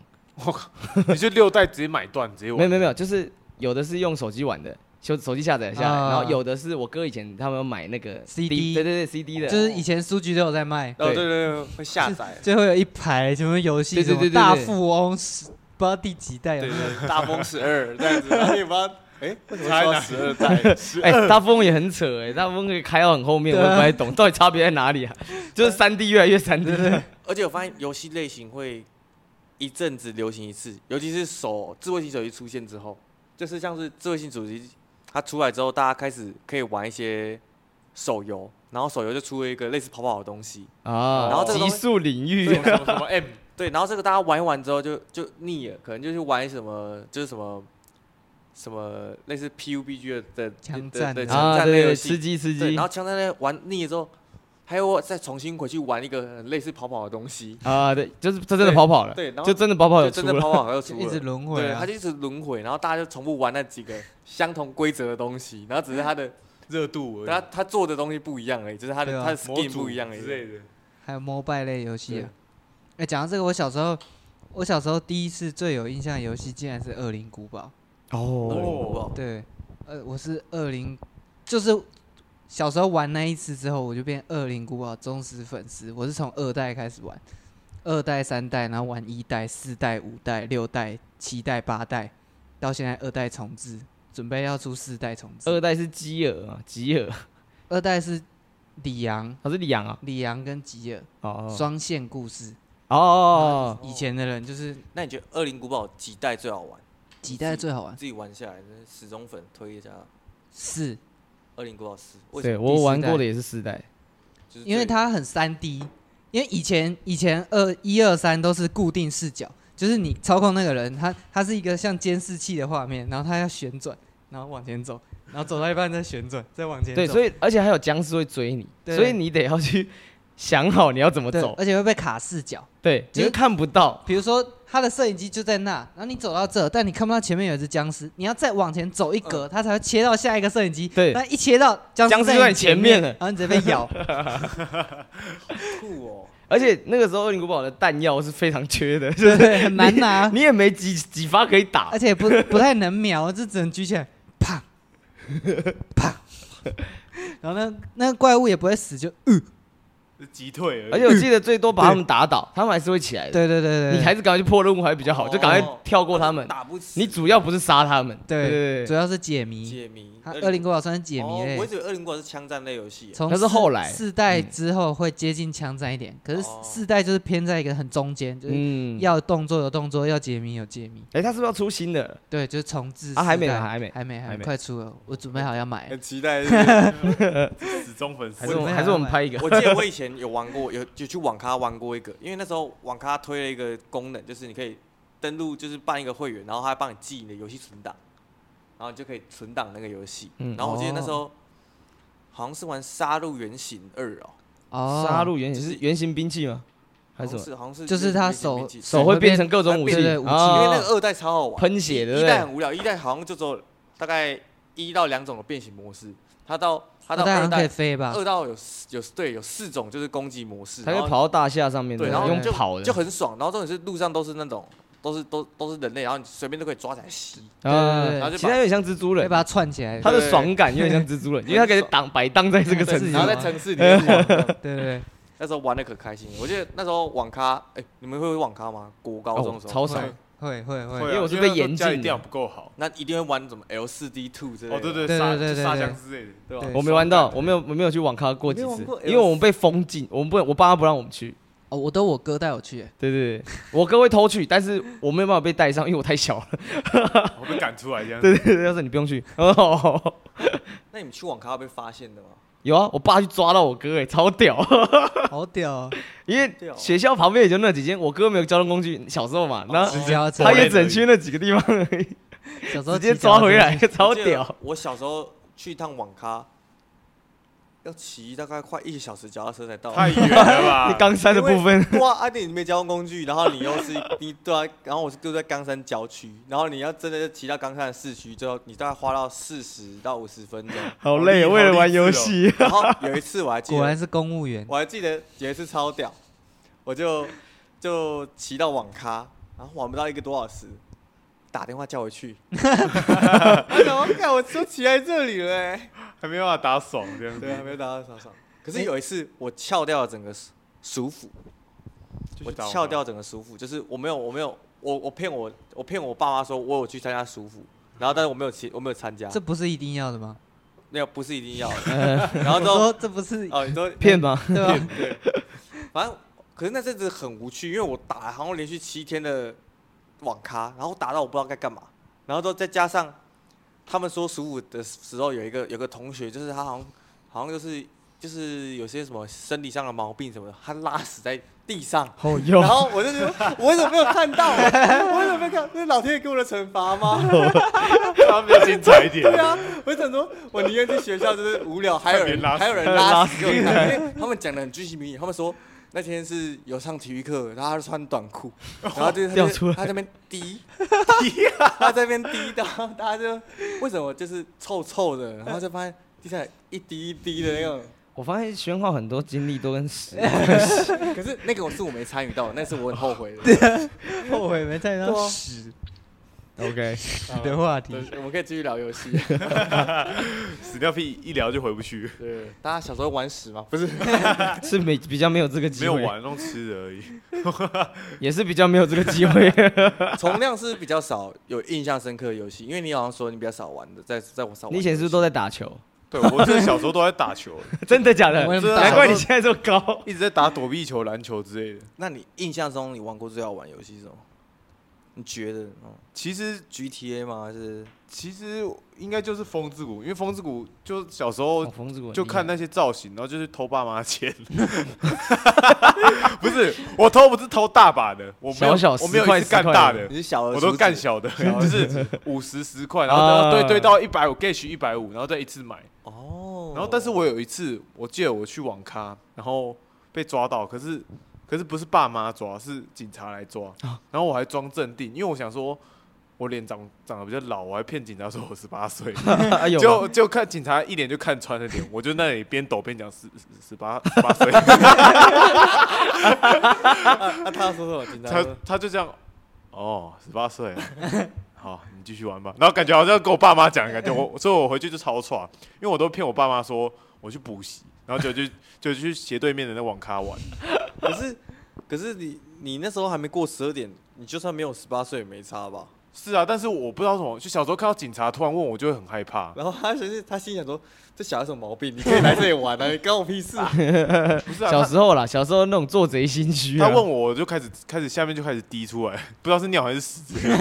[SPEAKER 2] 你就六代直接买断，直接玩。
[SPEAKER 1] 没有没有没有，就是有的是用手机玩的，就手机下载下来，
[SPEAKER 4] 啊
[SPEAKER 1] 然后有的是我哥以前他们有买那个
[SPEAKER 4] CD
[SPEAKER 1] 对对对 CD 的，
[SPEAKER 4] 就是以前书局都有在卖，
[SPEAKER 3] 哦
[SPEAKER 1] 对
[SPEAKER 3] 对对对，会下载
[SPEAKER 4] 就会有一排什么游戏，
[SPEAKER 1] 对
[SPEAKER 4] 什
[SPEAKER 1] 对
[SPEAKER 4] 么
[SPEAKER 1] 对对
[SPEAKER 4] 大
[SPEAKER 1] 对
[SPEAKER 4] 富翁十，不知道第几代有
[SPEAKER 2] 对
[SPEAKER 4] 没有。
[SPEAKER 2] 对
[SPEAKER 3] 大风十二这样子，然后你把哎为什么
[SPEAKER 2] 差在
[SPEAKER 3] 说到
[SPEAKER 2] 哪
[SPEAKER 3] 十二代？
[SPEAKER 1] 哎、大富翁也很扯哎、大富翁可以开到很后面，我也不太懂到底差别在哪里啊？就是三 D 越来越三 D，
[SPEAKER 3] 而且我发现游戏类型会一阵子流行一次，尤其是手智慧型手机出现之后，就是像是智慧型手机它出来之后，大家开始可以玩一些手游，然后手游就出了一个类似跑跑的东西，
[SPEAKER 1] 啊，
[SPEAKER 3] 然后这个
[SPEAKER 1] 极
[SPEAKER 3] 东西
[SPEAKER 1] 速领
[SPEAKER 2] 对，
[SPEAKER 1] 域
[SPEAKER 2] 什么什么什么 M，
[SPEAKER 3] 对，然后这个大家玩一玩之后就就腻了，可能就去玩什么就是什么什么类似 PUBG 的的
[SPEAKER 4] 枪
[SPEAKER 3] 的
[SPEAKER 4] 战
[SPEAKER 3] 的
[SPEAKER 4] 啊
[SPEAKER 3] 枪
[SPEAKER 1] *laughs* 啊，
[SPEAKER 3] 战
[SPEAKER 1] 对
[SPEAKER 3] 类
[SPEAKER 1] 对，
[SPEAKER 3] 游
[SPEAKER 1] 吃
[SPEAKER 3] 戏，
[SPEAKER 1] 鸡吃
[SPEAKER 3] 对，
[SPEAKER 1] 鸡
[SPEAKER 3] 然后枪战类玩腻了之后，还有我再重新回去玩一个类似跑跑的东西，
[SPEAKER 1] 啊，对，就是这真的跑跑了，
[SPEAKER 3] 对，然后
[SPEAKER 1] 就真的跑跑有
[SPEAKER 3] 就
[SPEAKER 1] 出
[SPEAKER 3] 真的
[SPEAKER 1] 了，
[SPEAKER 3] 跑跑又出
[SPEAKER 4] 就
[SPEAKER 3] 了，
[SPEAKER 4] 一直轮回
[SPEAKER 3] 对，
[SPEAKER 4] 啊
[SPEAKER 3] 他就一直轮回，然后大家就重复玩那几个相同规则的东西，然后只是 *laughs* 他的
[SPEAKER 2] 热度而
[SPEAKER 3] 他
[SPEAKER 2] 已，
[SPEAKER 3] 他做的东西不一样而已，就是他
[SPEAKER 4] 对
[SPEAKER 3] 的
[SPEAKER 4] 啊
[SPEAKER 3] 他的
[SPEAKER 2] 模
[SPEAKER 3] skin
[SPEAKER 2] 组
[SPEAKER 3] 不一样而
[SPEAKER 2] 之
[SPEAKER 3] 已。
[SPEAKER 2] 类的。
[SPEAKER 4] 还有 mobile 类游戏啊。哎，讲到这个，我小时候，我小时候第一次最有印象的游戏，竟然是《恶灵古堡
[SPEAKER 1] 哦，
[SPEAKER 2] 哦，》。
[SPEAKER 4] 对，呃，我是恶灵，就是小时候玩那一次之后，我就变恶灵古堡忠实粉丝。我是从二代开始玩，二代、三代，然后玩一代、四代、五代、六代、七代、八代，到现在二代重置，准备要出四代重置。
[SPEAKER 1] 二代是基尔啊，吉尔，
[SPEAKER 4] 二代是李阳，
[SPEAKER 1] 他是里昂啊，
[SPEAKER 4] 李阳跟吉尔
[SPEAKER 1] 哦哦
[SPEAKER 4] 双线故事。
[SPEAKER 1] 哦哦，
[SPEAKER 4] 以前的人就是
[SPEAKER 3] 那你觉得《恶灵古堡》几代最好玩？
[SPEAKER 4] 几代最好玩？
[SPEAKER 3] 自己玩下来，那始终粉推一下《
[SPEAKER 4] 四，
[SPEAKER 3] 恶灵古堡四》，
[SPEAKER 1] 哦
[SPEAKER 3] 为什
[SPEAKER 1] 对
[SPEAKER 3] 么？
[SPEAKER 1] 我玩过的
[SPEAKER 4] 第四代
[SPEAKER 1] 也是四代，
[SPEAKER 3] 就是
[SPEAKER 4] 因为
[SPEAKER 3] 最
[SPEAKER 4] 它很三 D。因为以前以前二一二三都是固定视角，就是你操控那个人，他他是一个像监视器的画面，然后他要旋转，然后往前走，然后走到一半再旋转，再往前走。
[SPEAKER 1] 对，所以而且还有僵尸会追你，
[SPEAKER 4] 对
[SPEAKER 1] 所以你得要去想好你要怎么
[SPEAKER 4] 对
[SPEAKER 1] 走，
[SPEAKER 4] 而且会被卡视角。
[SPEAKER 1] 对，
[SPEAKER 4] 就
[SPEAKER 1] 你
[SPEAKER 4] 是
[SPEAKER 1] 是看不到，
[SPEAKER 4] 比如说他的摄影机就在那，然后你走到这，但你看不到前面有一只僵尸，你要再往前走一格，他才会切到下一个摄影机。
[SPEAKER 1] 嗯对
[SPEAKER 4] 但一切到僵
[SPEAKER 1] 僵尸
[SPEAKER 4] 尸在
[SPEAKER 1] 就在你
[SPEAKER 4] 前
[SPEAKER 1] 前面了
[SPEAKER 4] 然后你直接被
[SPEAKER 1] *laughs*
[SPEAKER 4] 咬。
[SPEAKER 3] 酷哦，
[SPEAKER 1] 而且那个时候恶灵古堡的弹药是非常缺的，就是
[SPEAKER 4] *laughs* 对，很难拿，
[SPEAKER 1] *laughs* 你也没几几发可以打
[SPEAKER 4] 而，且不 *laughs* 不太能瞄，就只能举起来，
[SPEAKER 1] *laughs*
[SPEAKER 4] 啪啪，然后那那个怪物也不会死，就
[SPEAKER 2] 是击退
[SPEAKER 1] 而
[SPEAKER 2] 而已。
[SPEAKER 1] 且我记得最多把他们打倒，他们还是会起来的。
[SPEAKER 4] 对对对嗯对，哦
[SPEAKER 1] 你还是赶快去破任务还比较好，就赶快跳过他们。
[SPEAKER 3] 哦打不死
[SPEAKER 1] 你主要不是杀他们，
[SPEAKER 4] 对
[SPEAKER 1] 对
[SPEAKER 4] 主
[SPEAKER 1] 对，
[SPEAKER 4] 要是解谜，
[SPEAKER 3] 解谜，
[SPEAKER 4] 它《恶灵古堡》算是解谜
[SPEAKER 3] 哦
[SPEAKER 1] 哎
[SPEAKER 4] 类
[SPEAKER 3] 我一，直以为《恶灵古堡》是枪战类游戏，
[SPEAKER 4] 从
[SPEAKER 1] 那是后
[SPEAKER 4] 四
[SPEAKER 1] 来
[SPEAKER 4] 四代
[SPEAKER 1] 嗯
[SPEAKER 4] 之后会接近枪战一点，可是
[SPEAKER 3] 哦
[SPEAKER 4] 四代就是偏在一个很中间，就是
[SPEAKER 1] 嗯，
[SPEAKER 4] 要动作有动作，要解谜有解谜，
[SPEAKER 1] 哎，他是不是要出新的？
[SPEAKER 4] 对，就是重置四代。
[SPEAKER 1] 啊还没呢还没呃
[SPEAKER 4] 还没，还
[SPEAKER 1] 还
[SPEAKER 4] 没，
[SPEAKER 1] 没
[SPEAKER 4] 快出了，我准备好要买
[SPEAKER 1] *laughs*
[SPEAKER 4] 了
[SPEAKER 3] 很。期待。
[SPEAKER 2] 死忠粉丝
[SPEAKER 1] 还是。我
[SPEAKER 4] 我
[SPEAKER 1] 们
[SPEAKER 4] 没
[SPEAKER 1] 还是我们
[SPEAKER 4] 有
[SPEAKER 1] 拍一个，
[SPEAKER 3] 我记得我以前有玩过， *laughs* 有就去网咖玩过一个，因为那时候网咖推了一个功能，就是你可以登录，就是办一个会员，然后他帮你记你的游戏存档，然后你就可以存档那个游戏。
[SPEAKER 1] 嗯
[SPEAKER 3] 然后我记得那
[SPEAKER 4] 哦
[SPEAKER 3] 时候、好像是玩《杀戮原型二》哦，
[SPEAKER 4] 哦，
[SPEAKER 1] 杀戮原型是原型兵器吗？还
[SPEAKER 3] 好
[SPEAKER 1] 是
[SPEAKER 3] 像
[SPEAKER 1] 什么？
[SPEAKER 3] 是好像是
[SPEAKER 4] 就是他
[SPEAKER 3] 原型
[SPEAKER 4] 手
[SPEAKER 3] 兵器
[SPEAKER 1] 手会变成各
[SPEAKER 4] 会
[SPEAKER 1] 种武器，
[SPEAKER 4] 变对武器
[SPEAKER 1] 啊
[SPEAKER 3] 因为那个二代超好玩，
[SPEAKER 1] 喷血的，
[SPEAKER 3] 一
[SPEAKER 1] 对
[SPEAKER 3] 代
[SPEAKER 1] 不
[SPEAKER 3] 很无聊，一代好像就只有大概一到两种的变形模式，它到它
[SPEAKER 4] 二
[SPEAKER 3] 到
[SPEAKER 4] 代好
[SPEAKER 3] 二
[SPEAKER 4] 像可以
[SPEAKER 3] 代
[SPEAKER 4] 飞吧？
[SPEAKER 3] 二到有四有对有四种就是攻击模式，
[SPEAKER 1] 对？它可
[SPEAKER 3] 然
[SPEAKER 1] 以
[SPEAKER 3] 后
[SPEAKER 1] 跑到大厦上面，
[SPEAKER 3] 对，
[SPEAKER 1] 不
[SPEAKER 3] 然后
[SPEAKER 1] 用
[SPEAKER 3] 就
[SPEAKER 1] 跑的，
[SPEAKER 3] 就很爽。然后重点是路上都是那种都是都都是人类，然后你随便都可以抓起来吸。
[SPEAKER 1] 啊
[SPEAKER 4] 对对
[SPEAKER 3] 对对
[SPEAKER 1] 其他有点像蜘蛛
[SPEAKER 4] 可以
[SPEAKER 1] 人，
[SPEAKER 4] 把它串起来。
[SPEAKER 1] 它
[SPEAKER 4] 对
[SPEAKER 1] 的爽感有点像蜘蛛人，因为它可以挡摆荡在这个城市
[SPEAKER 4] 对
[SPEAKER 3] 然后在
[SPEAKER 4] 对
[SPEAKER 3] 城市里面晃，这样
[SPEAKER 4] 对对，
[SPEAKER 3] *laughs* 那时候玩的可开心了。我记得那时候网咖，哎，你们会网咖吗？国高中的时
[SPEAKER 1] 哦
[SPEAKER 3] 候，
[SPEAKER 1] 超爽
[SPEAKER 2] 会。
[SPEAKER 4] 会会
[SPEAKER 2] 会啊
[SPEAKER 4] 会，
[SPEAKER 1] 因为我是
[SPEAKER 2] 那时
[SPEAKER 1] 被
[SPEAKER 2] 候
[SPEAKER 1] 严禁
[SPEAKER 2] 家里
[SPEAKER 1] 的
[SPEAKER 2] 电脑不够好。
[SPEAKER 3] 那一定会玩什么 L 四 D two 之类的。
[SPEAKER 2] 哦，对对，
[SPEAKER 4] 对
[SPEAKER 2] 沙
[SPEAKER 4] 对对
[SPEAKER 2] 就
[SPEAKER 4] 对
[SPEAKER 2] 沙
[SPEAKER 4] 对
[SPEAKER 2] 箱之类的，对吧？
[SPEAKER 4] 对
[SPEAKER 1] 我没玩到，我没有我没有去网咖过几
[SPEAKER 3] 你没
[SPEAKER 1] 次
[SPEAKER 3] 玩过，哎
[SPEAKER 1] 因为我们被封禁，我们不能，我爸不让我们去。
[SPEAKER 4] 哦，我都我哥带我去，
[SPEAKER 1] 对对对，我哥会偷去，但是我没有办法被带上，因为我太小了。
[SPEAKER 3] 嗯
[SPEAKER 2] 我被赶出来这样。
[SPEAKER 1] 对对对，要是你不用去。哦，
[SPEAKER 3] 那你们去网咖会被发现的吗？
[SPEAKER 1] 有啊，我爸去抓到我哥，哎，超屌！
[SPEAKER 4] *laughs* 好屌哦，
[SPEAKER 1] 因为
[SPEAKER 3] 啊
[SPEAKER 1] 学校旁边也就那几间，我哥没有交通工具，小时候嘛，
[SPEAKER 3] 哦
[SPEAKER 1] 然后
[SPEAKER 4] *laughs* 直接要
[SPEAKER 1] 他也只能去那几个地方而已，
[SPEAKER 4] 小时候
[SPEAKER 1] 直接
[SPEAKER 4] 骑脚
[SPEAKER 1] 抓
[SPEAKER 4] 踏
[SPEAKER 1] 回
[SPEAKER 4] 车
[SPEAKER 1] 来， *laughs* 超
[SPEAKER 3] 我记得
[SPEAKER 1] 屌。
[SPEAKER 3] 我小时候去一趟网咖，要骑大概快一个小时脚踏车才到。
[SPEAKER 2] 太远了吧？
[SPEAKER 1] *laughs* 你冈山的部分，
[SPEAKER 3] *laughs* 对啊，啊你没交通工具，然后你又是你对啊，然后我是住在冈山郊区，然后你要真的骑到冈山的市区之后，你大概花到四十到五十分钟。
[SPEAKER 1] 好累，为了玩
[SPEAKER 2] 哦
[SPEAKER 1] 游戏，
[SPEAKER 3] 然后有一次我还记
[SPEAKER 4] *laughs* 果
[SPEAKER 3] 得，
[SPEAKER 4] 然是公务员，
[SPEAKER 3] 我还记得有一次超屌，我就就骑到网咖，然后玩不到一个多小时，打电话叫回去，我想说，看我都骑在这里了、欸，
[SPEAKER 2] 还没办法打爽这样。
[SPEAKER 3] 对啊，没有打到手上。 *laughs* 可是有一次我翘掉了整个舒舒服。
[SPEAKER 2] 就
[SPEAKER 3] 我
[SPEAKER 2] 去打网
[SPEAKER 3] 翘
[SPEAKER 2] 咖
[SPEAKER 3] 掉整个舒服，就是我没有，我没有，我我骗我，我骗我爸妈说我有去参加舒服，然后但是我没有去，我没有参加，
[SPEAKER 4] 这不是一定要的吗？
[SPEAKER 3] 那个不是一定要的，然后
[SPEAKER 4] 我
[SPEAKER 3] 之后
[SPEAKER 4] 说这不是
[SPEAKER 3] 哦，你说
[SPEAKER 1] *laughs* 骗啊吗？ *laughs*
[SPEAKER 4] 对 *laughs* 吧？
[SPEAKER 3] 反正可是那阵子很无趣，因为我打了好像连续七天的网咖，然后打到我不知道该干嘛，然后都再加上他们说十五的时候有一个有个同学，就是他好像好像就是就是有些什么生理上的毛病什么的，他拉屎在地上，
[SPEAKER 1] 哦哟
[SPEAKER 3] 然，后我就觉得 *laughs* 我为什么没有看到啊？我为什么没有看？这是老天爷给我的惩罚吗？
[SPEAKER 2] 他比较精彩一点。
[SPEAKER 3] 对啊，我想说，我宁愿去学校就是无聊，还有人
[SPEAKER 2] 拉屎
[SPEAKER 3] 还有人拉屎给我看，因为他们讲的很居心明义，他们说。那天是有上体育课，然后他穿短裤，然后就是他
[SPEAKER 1] 掉
[SPEAKER 3] 就
[SPEAKER 1] 出来
[SPEAKER 3] 他在那边滴滴，他在那边滴，然后大家就为什么就是臭臭的，然后就发现地上有一滴一滴的那种。
[SPEAKER 1] 我发现宣浩很多经历都跟屎
[SPEAKER 3] 可是那个我是我没参与到的，那是我很后悔的。
[SPEAKER 4] 啊后悔没带
[SPEAKER 3] 啊
[SPEAKER 4] 到屎
[SPEAKER 1] *laughs*
[SPEAKER 2] *laughs*
[SPEAKER 1] OK，
[SPEAKER 4] 屎的话题，
[SPEAKER 3] 对我们可以继续聊游戏。
[SPEAKER 2] 死掉屁一聊就回不去，
[SPEAKER 3] 对，大家小时候玩屎吗？不是，
[SPEAKER 1] *laughs* 是没比较没有这个
[SPEAKER 2] 没
[SPEAKER 1] 机
[SPEAKER 2] 有
[SPEAKER 1] 会，
[SPEAKER 2] 玩弄吃的而已。
[SPEAKER 1] 也是比较没有这个机会。
[SPEAKER 2] *laughs*
[SPEAKER 3] *laughs* 重量是比较少有印象深刻的游戏，因为你好像说你比较少玩的，在在我上玩。
[SPEAKER 1] 你以前是不是都在打球？
[SPEAKER 2] 对我真的小时候都在打球，
[SPEAKER 1] *laughs* 真的假的？
[SPEAKER 4] 我也不
[SPEAKER 2] 啊
[SPEAKER 4] 知道
[SPEAKER 1] 啊难怪你现在这么高。
[SPEAKER 2] *laughs* 一直在打躲避球、篮球之类的。
[SPEAKER 3] 那你印象中你玩过最好玩的游戏是什么？你觉得哦
[SPEAKER 2] 其实
[SPEAKER 3] ，GTA 吗？还是
[SPEAKER 2] 其实应该就是风之谷，因为风之谷就小时候
[SPEAKER 1] 哦冯志国
[SPEAKER 2] 就看那些造型，然后就是偷爸妈的钱。不是我偷，不是偷大把的，我没有
[SPEAKER 1] 小小
[SPEAKER 2] 我没有
[SPEAKER 1] 10块哦
[SPEAKER 2] 一次干大
[SPEAKER 1] 10
[SPEAKER 2] 的
[SPEAKER 3] 你。是小额？
[SPEAKER 2] 我都干。小
[SPEAKER 1] *laughs*
[SPEAKER 2] 的，就是五十十块，然
[SPEAKER 1] 啊
[SPEAKER 2] 后对对到一百五，gauge 一百五，然后再一次买。
[SPEAKER 3] 哦。
[SPEAKER 2] 然后，但是我有一次，我记得我去网咖，然后被抓到，可是可是不是爸妈抓，是警察来抓。然后我还装镇定，因为我想说，我脸长长得比较老，我还骗警察说我十八岁，
[SPEAKER 1] 哎呦，
[SPEAKER 2] 就就看警察一脸就看穿了脸，我就那里边抖边讲十十八十八岁，
[SPEAKER 3] 那他要说什么？警察
[SPEAKER 2] 他
[SPEAKER 3] 说
[SPEAKER 2] 他就这样，哦，十八岁啊。 *laughs* 好，你继续玩吧。然后感觉好像跟我爸妈讲的感觉，我所以我回去就超爽，因为我都骗我爸妈说我去补习，然后就去就去斜对面的那网咖玩。
[SPEAKER 3] 可是可是你你那时候还没过十二点，你就算没有十八岁也没差吧？
[SPEAKER 2] 是啊，但是我不知道怎么，就小时候看到警察突然问我，就会很
[SPEAKER 1] *laughs*
[SPEAKER 2] 害怕。
[SPEAKER 3] 然后他其实他心想说，这小孩有什么毛病？你可以来这里玩啊，你关我屁 *laughs* 事啊！
[SPEAKER 2] 不是啊，
[SPEAKER 1] 小
[SPEAKER 2] 他
[SPEAKER 1] 时候啦，小时候那种做贼心虚啊，
[SPEAKER 2] 他问我，我就开始开始下面就开始滴出来，不知道是尿还是屎之类的。 *laughs*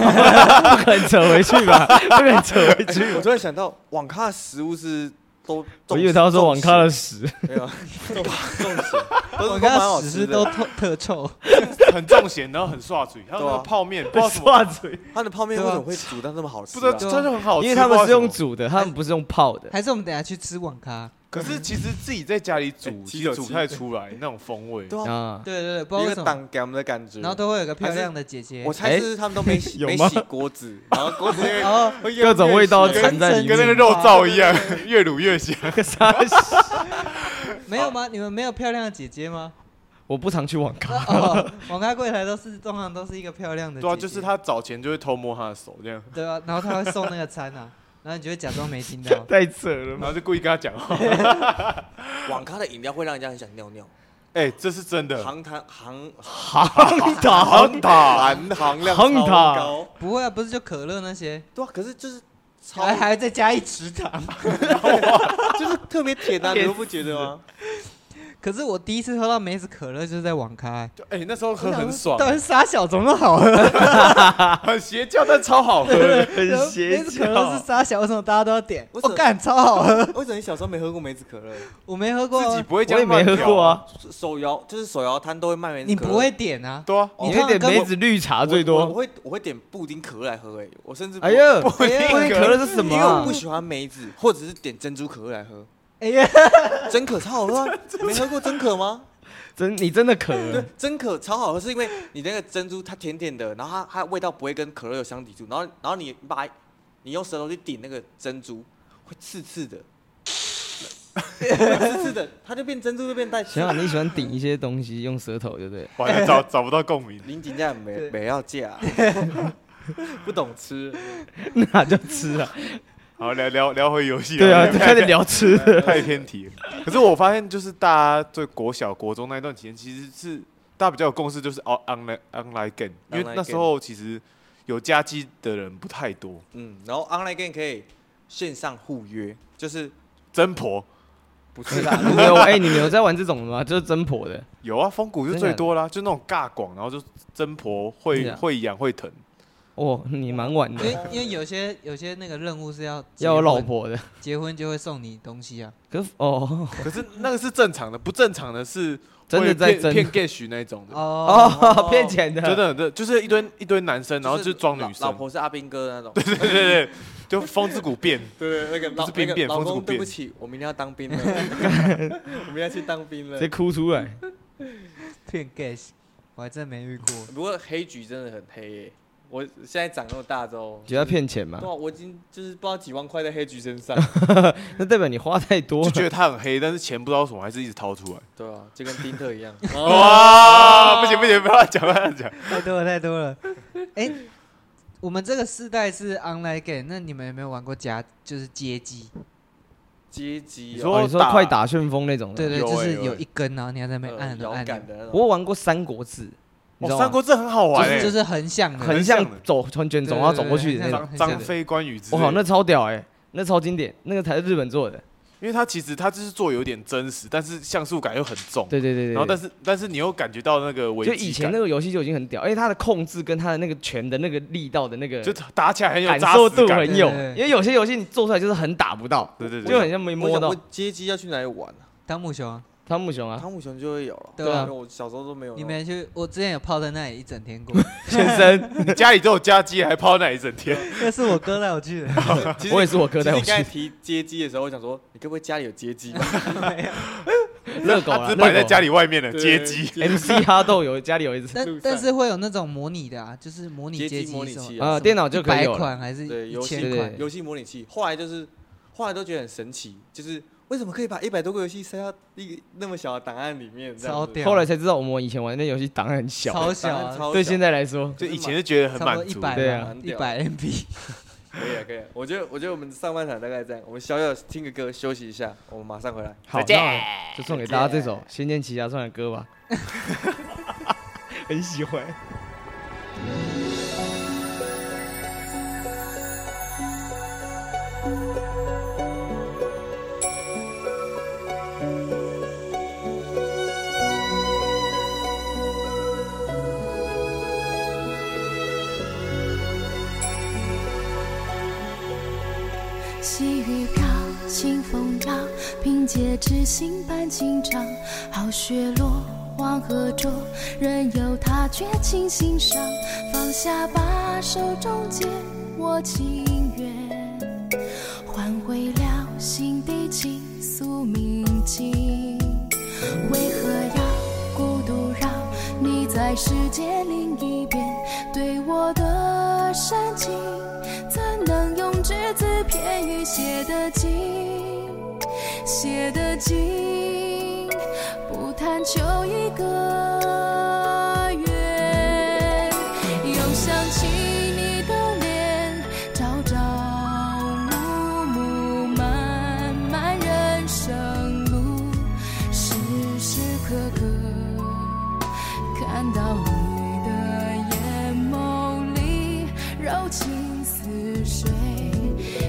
[SPEAKER 1] 不肯扯回去吧，不肯扯回去。
[SPEAKER 3] 我突然想到，网咖的食物是都
[SPEAKER 1] 我以为他要说网咖
[SPEAKER 3] 了，
[SPEAKER 1] 的屎， *laughs*
[SPEAKER 3] 没
[SPEAKER 4] *laughs*
[SPEAKER 3] 有重重刑，都是
[SPEAKER 4] 我
[SPEAKER 3] 都
[SPEAKER 4] 刚
[SPEAKER 3] 蛮好
[SPEAKER 4] 刚只
[SPEAKER 3] 吃
[SPEAKER 4] 是
[SPEAKER 3] 的
[SPEAKER 4] 都。特特臭，
[SPEAKER 2] 很重咸，然后很刷嘴，还有那
[SPEAKER 3] 对
[SPEAKER 2] 个
[SPEAKER 3] 啊
[SPEAKER 2] 泡面，不知
[SPEAKER 1] 被 *laughs*
[SPEAKER 2] 道什么，
[SPEAKER 1] 刷嘴，
[SPEAKER 3] 他的泡面为
[SPEAKER 4] 啊
[SPEAKER 3] 什么会煮到那么好吃、
[SPEAKER 2] 不
[SPEAKER 3] 啊？
[SPEAKER 2] 知道真的很好吃，
[SPEAKER 1] 因为他们
[SPEAKER 2] 不
[SPEAKER 1] 是
[SPEAKER 2] 知道为
[SPEAKER 1] 用
[SPEAKER 2] 什么。
[SPEAKER 1] 煮的，他们不是用泡
[SPEAKER 2] *laughs*
[SPEAKER 1] 的。
[SPEAKER 4] *laughs* 还是我们等下去吃网咖？
[SPEAKER 2] 可是其实自己在家里煮，
[SPEAKER 3] 哎
[SPEAKER 2] 其
[SPEAKER 3] 鸡柳
[SPEAKER 2] 实煮
[SPEAKER 3] 鸡
[SPEAKER 2] 太出
[SPEAKER 1] *laughs*
[SPEAKER 2] 来那种风味。
[SPEAKER 3] 对啊，
[SPEAKER 1] 啊，
[SPEAKER 4] 对对对，不知道
[SPEAKER 3] 一
[SPEAKER 4] 为
[SPEAKER 3] 个
[SPEAKER 4] 什么，
[SPEAKER 3] 挡给我们的感觉。
[SPEAKER 4] 然后都哎会有个漂亮的姐姐
[SPEAKER 3] 我，猜是他们都没
[SPEAKER 4] *laughs*
[SPEAKER 3] 洗、
[SPEAKER 1] 有
[SPEAKER 3] 没
[SPEAKER 1] 吗
[SPEAKER 3] 洗锅子，然后锅子那
[SPEAKER 4] 然
[SPEAKER 3] 个
[SPEAKER 4] 后
[SPEAKER 3] 会
[SPEAKER 1] *laughs*
[SPEAKER 3] 越
[SPEAKER 1] 各种味道
[SPEAKER 3] 越
[SPEAKER 1] 掺在里 *laughs*
[SPEAKER 2] 跟那个
[SPEAKER 1] 面。
[SPEAKER 2] 肉燥一样，
[SPEAKER 1] 啊
[SPEAKER 2] 越卤越香。
[SPEAKER 1] 啥？
[SPEAKER 4] 没有吗？你们没有漂亮的姐姐吗？
[SPEAKER 1] 我不常去网咖，。
[SPEAKER 4] 哦，网咖柜台都是通常都是一个漂亮的姐
[SPEAKER 2] 对
[SPEAKER 4] 姐，
[SPEAKER 2] 啊，就是他早前就会偷摸他的手这样，
[SPEAKER 4] 对啊，然后他会送那个餐啊，然后你就会假装没听到
[SPEAKER 1] *laughs* *laughs* 太扯了
[SPEAKER 2] 然
[SPEAKER 1] 吧？
[SPEAKER 2] 后就故意跟他讲哦话。
[SPEAKER 1] *laughs*
[SPEAKER 3] 网咖的饮料会让人家很想尿
[SPEAKER 4] *laughs*
[SPEAKER 3] 尿。
[SPEAKER 2] 哎，这是真的。
[SPEAKER 3] 含糖含
[SPEAKER 1] 行堂，
[SPEAKER 4] 啊
[SPEAKER 2] 塔，
[SPEAKER 3] 含糖量
[SPEAKER 1] 含
[SPEAKER 3] 超
[SPEAKER 1] 糖
[SPEAKER 3] 高，
[SPEAKER 4] 不会啊，不是就可乐那些，
[SPEAKER 3] 对啊，可是就是
[SPEAKER 4] *laughs*
[SPEAKER 3] 超
[SPEAKER 4] 还还再加一池糖。
[SPEAKER 3] 就是特别甜
[SPEAKER 4] *laughs*
[SPEAKER 3] 啊，
[SPEAKER 1] 甜
[SPEAKER 3] 你们不觉得吗？
[SPEAKER 4] 可是我第一次喝到梅子可乐就是在网咖、欸，
[SPEAKER 2] 就哎那时候喝很爽，
[SPEAKER 4] 但是傻小怎么好喝？
[SPEAKER 2] 很 *laughs* 邪教，但超好喝。
[SPEAKER 1] *laughs* 很邪
[SPEAKER 4] 梅子可乐
[SPEAKER 1] 教
[SPEAKER 4] 是。傻小，为什么大家都要点？
[SPEAKER 3] 为
[SPEAKER 4] 我
[SPEAKER 3] 什么
[SPEAKER 4] 干、超好喝，
[SPEAKER 3] 为什么你小时候没喝过梅子可乐？
[SPEAKER 4] 我没喝过
[SPEAKER 2] 自己
[SPEAKER 4] 啊，
[SPEAKER 2] 不会这
[SPEAKER 1] 我也
[SPEAKER 2] 样
[SPEAKER 1] 没
[SPEAKER 2] 乱
[SPEAKER 1] 喝
[SPEAKER 2] 调
[SPEAKER 1] 过。啊，
[SPEAKER 3] 手摇就是手摇摊都会卖梅
[SPEAKER 4] 你
[SPEAKER 3] 子可乐，
[SPEAKER 4] 不会点啊？
[SPEAKER 2] 对啊，
[SPEAKER 4] 你
[SPEAKER 1] 你会点梅子绿茶
[SPEAKER 3] 哦我
[SPEAKER 1] 最
[SPEAKER 3] 我我
[SPEAKER 1] 多。
[SPEAKER 3] 会我会点布丁可乐来喝，哎，我甚至不
[SPEAKER 1] 哎呀，布
[SPEAKER 4] 哎呀
[SPEAKER 1] 丁可乐是什
[SPEAKER 3] 因
[SPEAKER 1] 么
[SPEAKER 3] 为
[SPEAKER 1] 啊
[SPEAKER 3] 我不？喜欢梅子，或者是点珍珠可乐来喝。
[SPEAKER 4] 哎呀，
[SPEAKER 3] 真可超好喝啊！没喝过真可吗？
[SPEAKER 1] 真你真的渴
[SPEAKER 3] 对
[SPEAKER 1] *laughs* 了？，
[SPEAKER 3] 真可超好喝，是因为你那个珍珠它甜甜的，然后它它味道不会跟可乐有相抵触，然后然后你把你用舌头去顶那个珍珠，会刺刺的，刺刺的，它就变珍珠就变带刺
[SPEAKER 1] 想。想啊你喜欢顶一些东西，用舌头，对不对？
[SPEAKER 2] 完了找找不到共鸣。
[SPEAKER 3] 林景家没
[SPEAKER 4] 对
[SPEAKER 3] 没要价，不懂吃，
[SPEAKER 1] *laughs* 那就吃 *laughs* 啊。
[SPEAKER 2] 好，聊聊聊回游戏。
[SPEAKER 1] 对啊，
[SPEAKER 2] 聊回
[SPEAKER 1] 开始聊吃的。
[SPEAKER 2] 太偏题了。可是我发现，就是大家对国小、国中那一段期间，其实是大家比较有共识，就是 on online online game，因为
[SPEAKER 3] Online
[SPEAKER 2] 那时
[SPEAKER 3] game
[SPEAKER 2] 候其实有家机的人不太多。
[SPEAKER 3] 嗯，然后 online game 可以线上互约，就是
[SPEAKER 2] 真婆
[SPEAKER 3] 不
[SPEAKER 1] 对
[SPEAKER 3] 是
[SPEAKER 1] 啦
[SPEAKER 3] 啦，
[SPEAKER 1] 你们 *laughs* 有哎，你们有在玩这种的吗？就是真婆的，
[SPEAKER 2] 有啊，风骨就最多啦，就那种尬广，然后就真婆
[SPEAKER 1] 真
[SPEAKER 2] 会
[SPEAKER 1] 的啊
[SPEAKER 2] 会痒会疼，
[SPEAKER 1] 哦，你蛮晚
[SPEAKER 4] 因
[SPEAKER 1] 的，
[SPEAKER 4] 为因为有些有些那个任务是要结
[SPEAKER 1] 要有老
[SPEAKER 4] 婚
[SPEAKER 1] 婆的。
[SPEAKER 4] 结婚就会送你东西啊，
[SPEAKER 1] 可是哦，
[SPEAKER 2] 可是那个是正常的，不正常的是
[SPEAKER 1] 真的
[SPEAKER 2] 会
[SPEAKER 1] 在
[SPEAKER 2] 骗
[SPEAKER 1] 真
[SPEAKER 2] 骗 gash 那一种的，
[SPEAKER 4] 哦，
[SPEAKER 1] 哦， *laughs* 骗钱的，
[SPEAKER 2] 真的的就是一堆一堆男生，然后
[SPEAKER 3] 是
[SPEAKER 2] 就装
[SPEAKER 3] 老
[SPEAKER 2] 女
[SPEAKER 3] 老
[SPEAKER 2] 生，
[SPEAKER 3] 婆是阿兵哥的那种。
[SPEAKER 2] 对对对，就风之谷变，
[SPEAKER 3] 对，那个
[SPEAKER 2] 不
[SPEAKER 3] 老
[SPEAKER 2] 是兵
[SPEAKER 3] 那个
[SPEAKER 2] 变
[SPEAKER 3] 老
[SPEAKER 2] 风之
[SPEAKER 3] 公，
[SPEAKER 2] 谷
[SPEAKER 3] 对不
[SPEAKER 2] 变
[SPEAKER 3] 起，我明天要当兵了， *laughs* 我明天要去当兵了
[SPEAKER 1] 直接。哭出来。
[SPEAKER 4] 骗 gas，我还真没遇过。
[SPEAKER 3] 不过黑局真的很黑耶，我现在长那么大之后，
[SPEAKER 1] 觉得骗钱嘛
[SPEAKER 3] 对？啊，我已经就是不知道几万块在黑局身 *laughs* 上，
[SPEAKER 1] 那代表你花太多
[SPEAKER 2] 就
[SPEAKER 1] 了。
[SPEAKER 2] 觉得他很黑，但是钱不知道为什么还是一直掏出来。
[SPEAKER 3] 对啊，就跟丁特一 *laughs* 样。
[SPEAKER 2] 哇，不行不行，不要乱讲不要乱讲。
[SPEAKER 4] *laughs* 太多了，太多了。哎、我们这个世代是 online game，那你们有没有玩过夹就是街机？
[SPEAKER 3] 阶级
[SPEAKER 2] 你
[SPEAKER 3] 哦
[SPEAKER 2] 说
[SPEAKER 1] 哦，你说
[SPEAKER 2] 打
[SPEAKER 1] 快打旋风那种的？
[SPEAKER 4] 对对，
[SPEAKER 2] 有欸
[SPEAKER 4] 就是
[SPEAKER 2] 有欸
[SPEAKER 4] 有一根，然后你要在那边
[SPEAKER 3] 呃
[SPEAKER 4] 按的
[SPEAKER 3] 遥
[SPEAKER 4] 按钮
[SPEAKER 3] 感的那
[SPEAKER 1] 我
[SPEAKER 3] 种，
[SPEAKER 1] 有玩过《三国志》，你
[SPEAKER 2] 哦，
[SPEAKER 1] 知道
[SPEAKER 2] 三
[SPEAKER 1] 吗？
[SPEAKER 2] 国志很好玩
[SPEAKER 4] 就是
[SPEAKER 2] 哎、
[SPEAKER 4] 就是横向的，
[SPEAKER 1] 很
[SPEAKER 2] 很像的
[SPEAKER 1] 像走从卷
[SPEAKER 4] 对
[SPEAKER 1] 轴
[SPEAKER 4] 对
[SPEAKER 1] 然后走过
[SPEAKER 4] 对
[SPEAKER 1] 去的
[SPEAKER 4] 很
[SPEAKER 1] 那
[SPEAKER 4] 像
[SPEAKER 1] 种。
[SPEAKER 2] 张
[SPEAKER 4] 很像的
[SPEAKER 2] 张飞、关羽之类
[SPEAKER 1] 我
[SPEAKER 2] 的。
[SPEAKER 1] 靠，那超屌哎，那超经典，那个才是日本做的。
[SPEAKER 2] 因为它其实它就是做有点真实，但是像素感又很重。
[SPEAKER 1] 对对对对。
[SPEAKER 2] 然后但
[SPEAKER 1] 是
[SPEAKER 2] 是但是你又感觉到那个危机
[SPEAKER 1] 就
[SPEAKER 2] 感，
[SPEAKER 1] 以前那个游戏就已经很屌，而且它的控制跟它的那个拳的那个力道的那个
[SPEAKER 2] 就打起来很有
[SPEAKER 1] 感
[SPEAKER 2] 扎
[SPEAKER 1] 受
[SPEAKER 2] 实
[SPEAKER 1] 度
[SPEAKER 2] 感
[SPEAKER 1] 很有
[SPEAKER 4] 对对，对
[SPEAKER 1] 因为有些游戏你做出来就是很打不到，
[SPEAKER 2] 对对对，
[SPEAKER 1] 就很像没
[SPEAKER 3] 我
[SPEAKER 1] 摸
[SPEAKER 3] 想
[SPEAKER 1] 到
[SPEAKER 3] 问。阶级要去哪里玩啊？
[SPEAKER 4] 汤姆熊啊，
[SPEAKER 1] 汤姆熊啊，
[SPEAKER 3] 汤姆熊就会有了，
[SPEAKER 4] 对啊
[SPEAKER 3] 因为我小时候都没有那
[SPEAKER 4] 你
[SPEAKER 3] 种。 *laughs*
[SPEAKER 4] 们去，我之前有泡在那里一整天过，
[SPEAKER 1] 先生，
[SPEAKER 2] 你家里都有家机，还泡那一整天。
[SPEAKER 4] 那是我哥带我去的。
[SPEAKER 3] 其实
[SPEAKER 1] 我也是我哥
[SPEAKER 3] 其
[SPEAKER 1] 带
[SPEAKER 3] 实
[SPEAKER 1] 我
[SPEAKER 3] 你
[SPEAKER 1] 去
[SPEAKER 3] 刚才提街机的时候，我想说，你该不会家里有街机吧？
[SPEAKER 1] 热狗
[SPEAKER 2] 它
[SPEAKER 1] 啊，
[SPEAKER 2] 只摆在
[SPEAKER 1] 热狗
[SPEAKER 2] 家里外面的
[SPEAKER 3] *laughs* 对
[SPEAKER 2] 街机，
[SPEAKER 1] *laughs* MC 哈豆有家里
[SPEAKER 2] *laughs*
[SPEAKER 1] 有一只，
[SPEAKER 4] 但但是会有那种模拟的啊，就是模拟
[SPEAKER 3] 街
[SPEAKER 4] 街
[SPEAKER 3] 机模拟
[SPEAKER 4] 什么
[SPEAKER 3] 器
[SPEAKER 1] 啊
[SPEAKER 3] 啊，
[SPEAKER 1] 呃电脑就可以
[SPEAKER 4] 100
[SPEAKER 1] 有了
[SPEAKER 4] 款还是
[SPEAKER 3] 对
[SPEAKER 4] 一
[SPEAKER 3] 游戏
[SPEAKER 4] 千
[SPEAKER 1] 对
[SPEAKER 4] 款？
[SPEAKER 3] 游戏模拟器，后来就是后来都觉得很神奇，就是为什么可以把一百多个游戏塞到一个那么小的档案里面？这样
[SPEAKER 4] 超
[SPEAKER 3] 子
[SPEAKER 2] 啊
[SPEAKER 4] 屌
[SPEAKER 1] 后来才知道我们以前玩的游戏档案很小，
[SPEAKER 4] 超
[SPEAKER 3] 档
[SPEAKER 4] 小
[SPEAKER 3] 案
[SPEAKER 4] 啊，
[SPEAKER 3] 超
[SPEAKER 1] 对
[SPEAKER 3] 小
[SPEAKER 1] 现在来说，
[SPEAKER 2] 就以前就觉得很
[SPEAKER 4] 差不多
[SPEAKER 2] 满
[SPEAKER 4] 一
[SPEAKER 2] 足。
[SPEAKER 4] 百
[SPEAKER 1] 对
[SPEAKER 4] 吧
[SPEAKER 1] 啊，
[SPEAKER 4] 一百 MB。
[SPEAKER 3] 可以啊，可以啊。我觉得，我觉得我们上半场大概这样，我们小小听个歌休息一下，我们马上回来。
[SPEAKER 1] 好，那我就送给大家这首《仙剑奇侠传》的歌吧，很喜欢。
[SPEAKER 5] 细雨飘清风扬，凭借痴心伴情长。好雪落，黄河浊，任由它绝情欣赏。放下吧，手中剑，我情愿换回了心底倾诉铭记。为何要孤独让你在世界另一边对我的深情，怎能用只字片语写得尽，写得尽？不贪求一个圆，又想起你的脸，朝朝暮暮，漫漫人生路，时时刻刻看到你的眼眸里柔情似水。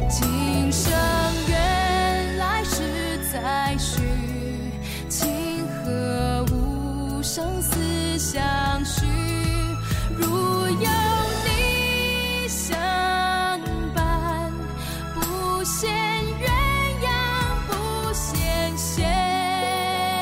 [SPEAKER 5] 今生缘，来世再续，情和无声思相许。如有你相伴，不羡鸳鸯不羡仙。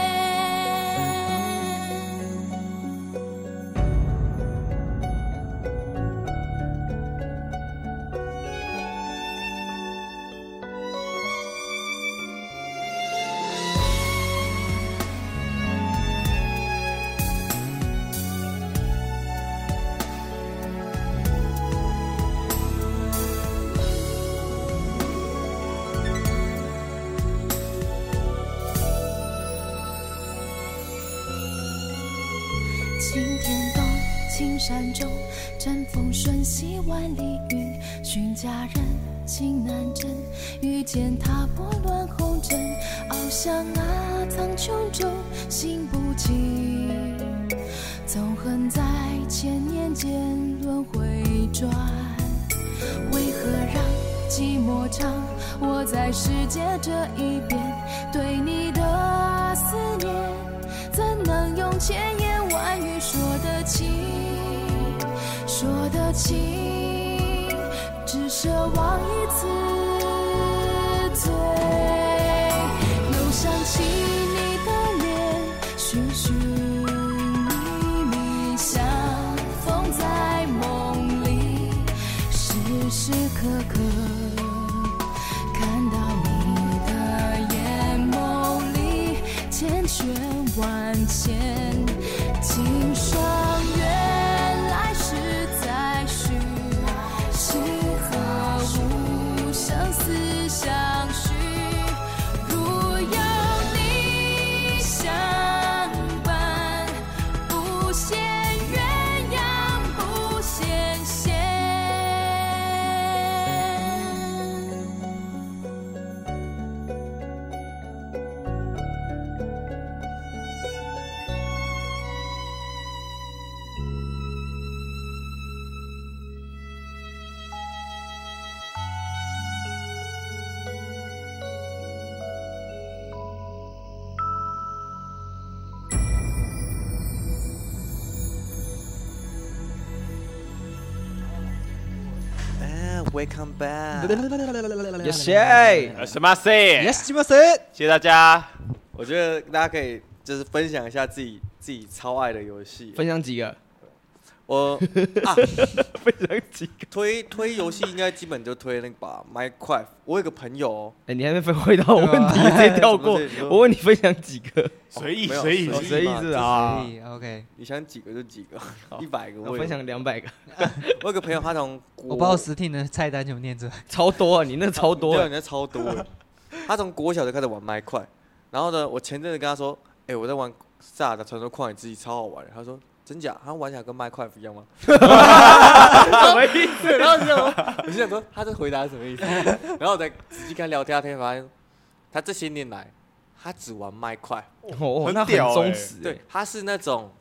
[SPEAKER 5] 青天东，青山中，阵风瞬息万里云。寻佳人，情难枕，遇见他拨乱红尘。翱翔啊，苍穹中，心不静。纵横在千年间轮回转，为何让寂寞唱我在世界这一边对你的思念？怎能用千言万语说得清，说得清？只奢望一次醉，又想起你的脸，寻寻觅觅，相逢在梦里，时时刻刻。看到你的眼眸里千圈万千，今生缘来世再续，心和无生死相许。如有你相伴，不羡鸳鸯不羡仙。
[SPEAKER 3] 哎，Welcome back。
[SPEAKER 1] 啊
[SPEAKER 4] *laughs*
[SPEAKER 1] 有
[SPEAKER 4] 哎
[SPEAKER 1] 谁？
[SPEAKER 3] 什么事？
[SPEAKER 4] Yes，吉姆
[SPEAKER 1] 啊
[SPEAKER 4] 森。
[SPEAKER 3] 谢谢大家。我觉得大家可以就是分享一下自己自己超爱的游戏。啊
[SPEAKER 1] 分享几个？
[SPEAKER 3] 我啊，
[SPEAKER 1] 分享几个？
[SPEAKER 3] 推推游戏应该基本就推那个吧，Minecraft。我有个朋友哦，
[SPEAKER 1] *laughs* 哎，你还没分回答我问题，
[SPEAKER 3] 对啊
[SPEAKER 1] 直接跳过
[SPEAKER 3] 什么东西你。说
[SPEAKER 1] 我问你分享几个？
[SPEAKER 2] 随意
[SPEAKER 3] 没有
[SPEAKER 2] 随意
[SPEAKER 3] 随
[SPEAKER 1] 哦
[SPEAKER 2] *laughs*
[SPEAKER 3] 意
[SPEAKER 1] 随意
[SPEAKER 3] 嘛
[SPEAKER 1] 是
[SPEAKER 3] 就
[SPEAKER 1] 啊
[SPEAKER 4] 可，以哎 OK，
[SPEAKER 3] 你想几个就几个， *laughs* 一百个
[SPEAKER 1] 我
[SPEAKER 3] 我也
[SPEAKER 1] 分。享两百个， *laughs*
[SPEAKER 3] 我有个朋友，他从国
[SPEAKER 4] 我把我实体的菜单全部念出来。
[SPEAKER 1] 超多啊！你那超多
[SPEAKER 3] 对啊，
[SPEAKER 1] 啊，
[SPEAKER 3] 人家超多 *laughs* 的。他从国小就开始玩麦块，然后呢，我前阵子跟他说，哎、我在玩《萨尔达传说旷野之息》，超好玩的。他说。真假？他玩起来跟麦块一样吗？ *laughs*
[SPEAKER 1] 什么
[SPEAKER 2] *laughs*
[SPEAKER 1] 意思？
[SPEAKER 3] 然后我就想说，我就想说他这回答是什么意思？ *laughs* 然后我再仔细跟他聊天，他才发现他这些年来，他只玩麦块。
[SPEAKER 1] 哦，
[SPEAKER 2] 很
[SPEAKER 1] 那很
[SPEAKER 2] 屌欸
[SPEAKER 1] 忠实欸。
[SPEAKER 3] 对，他是那种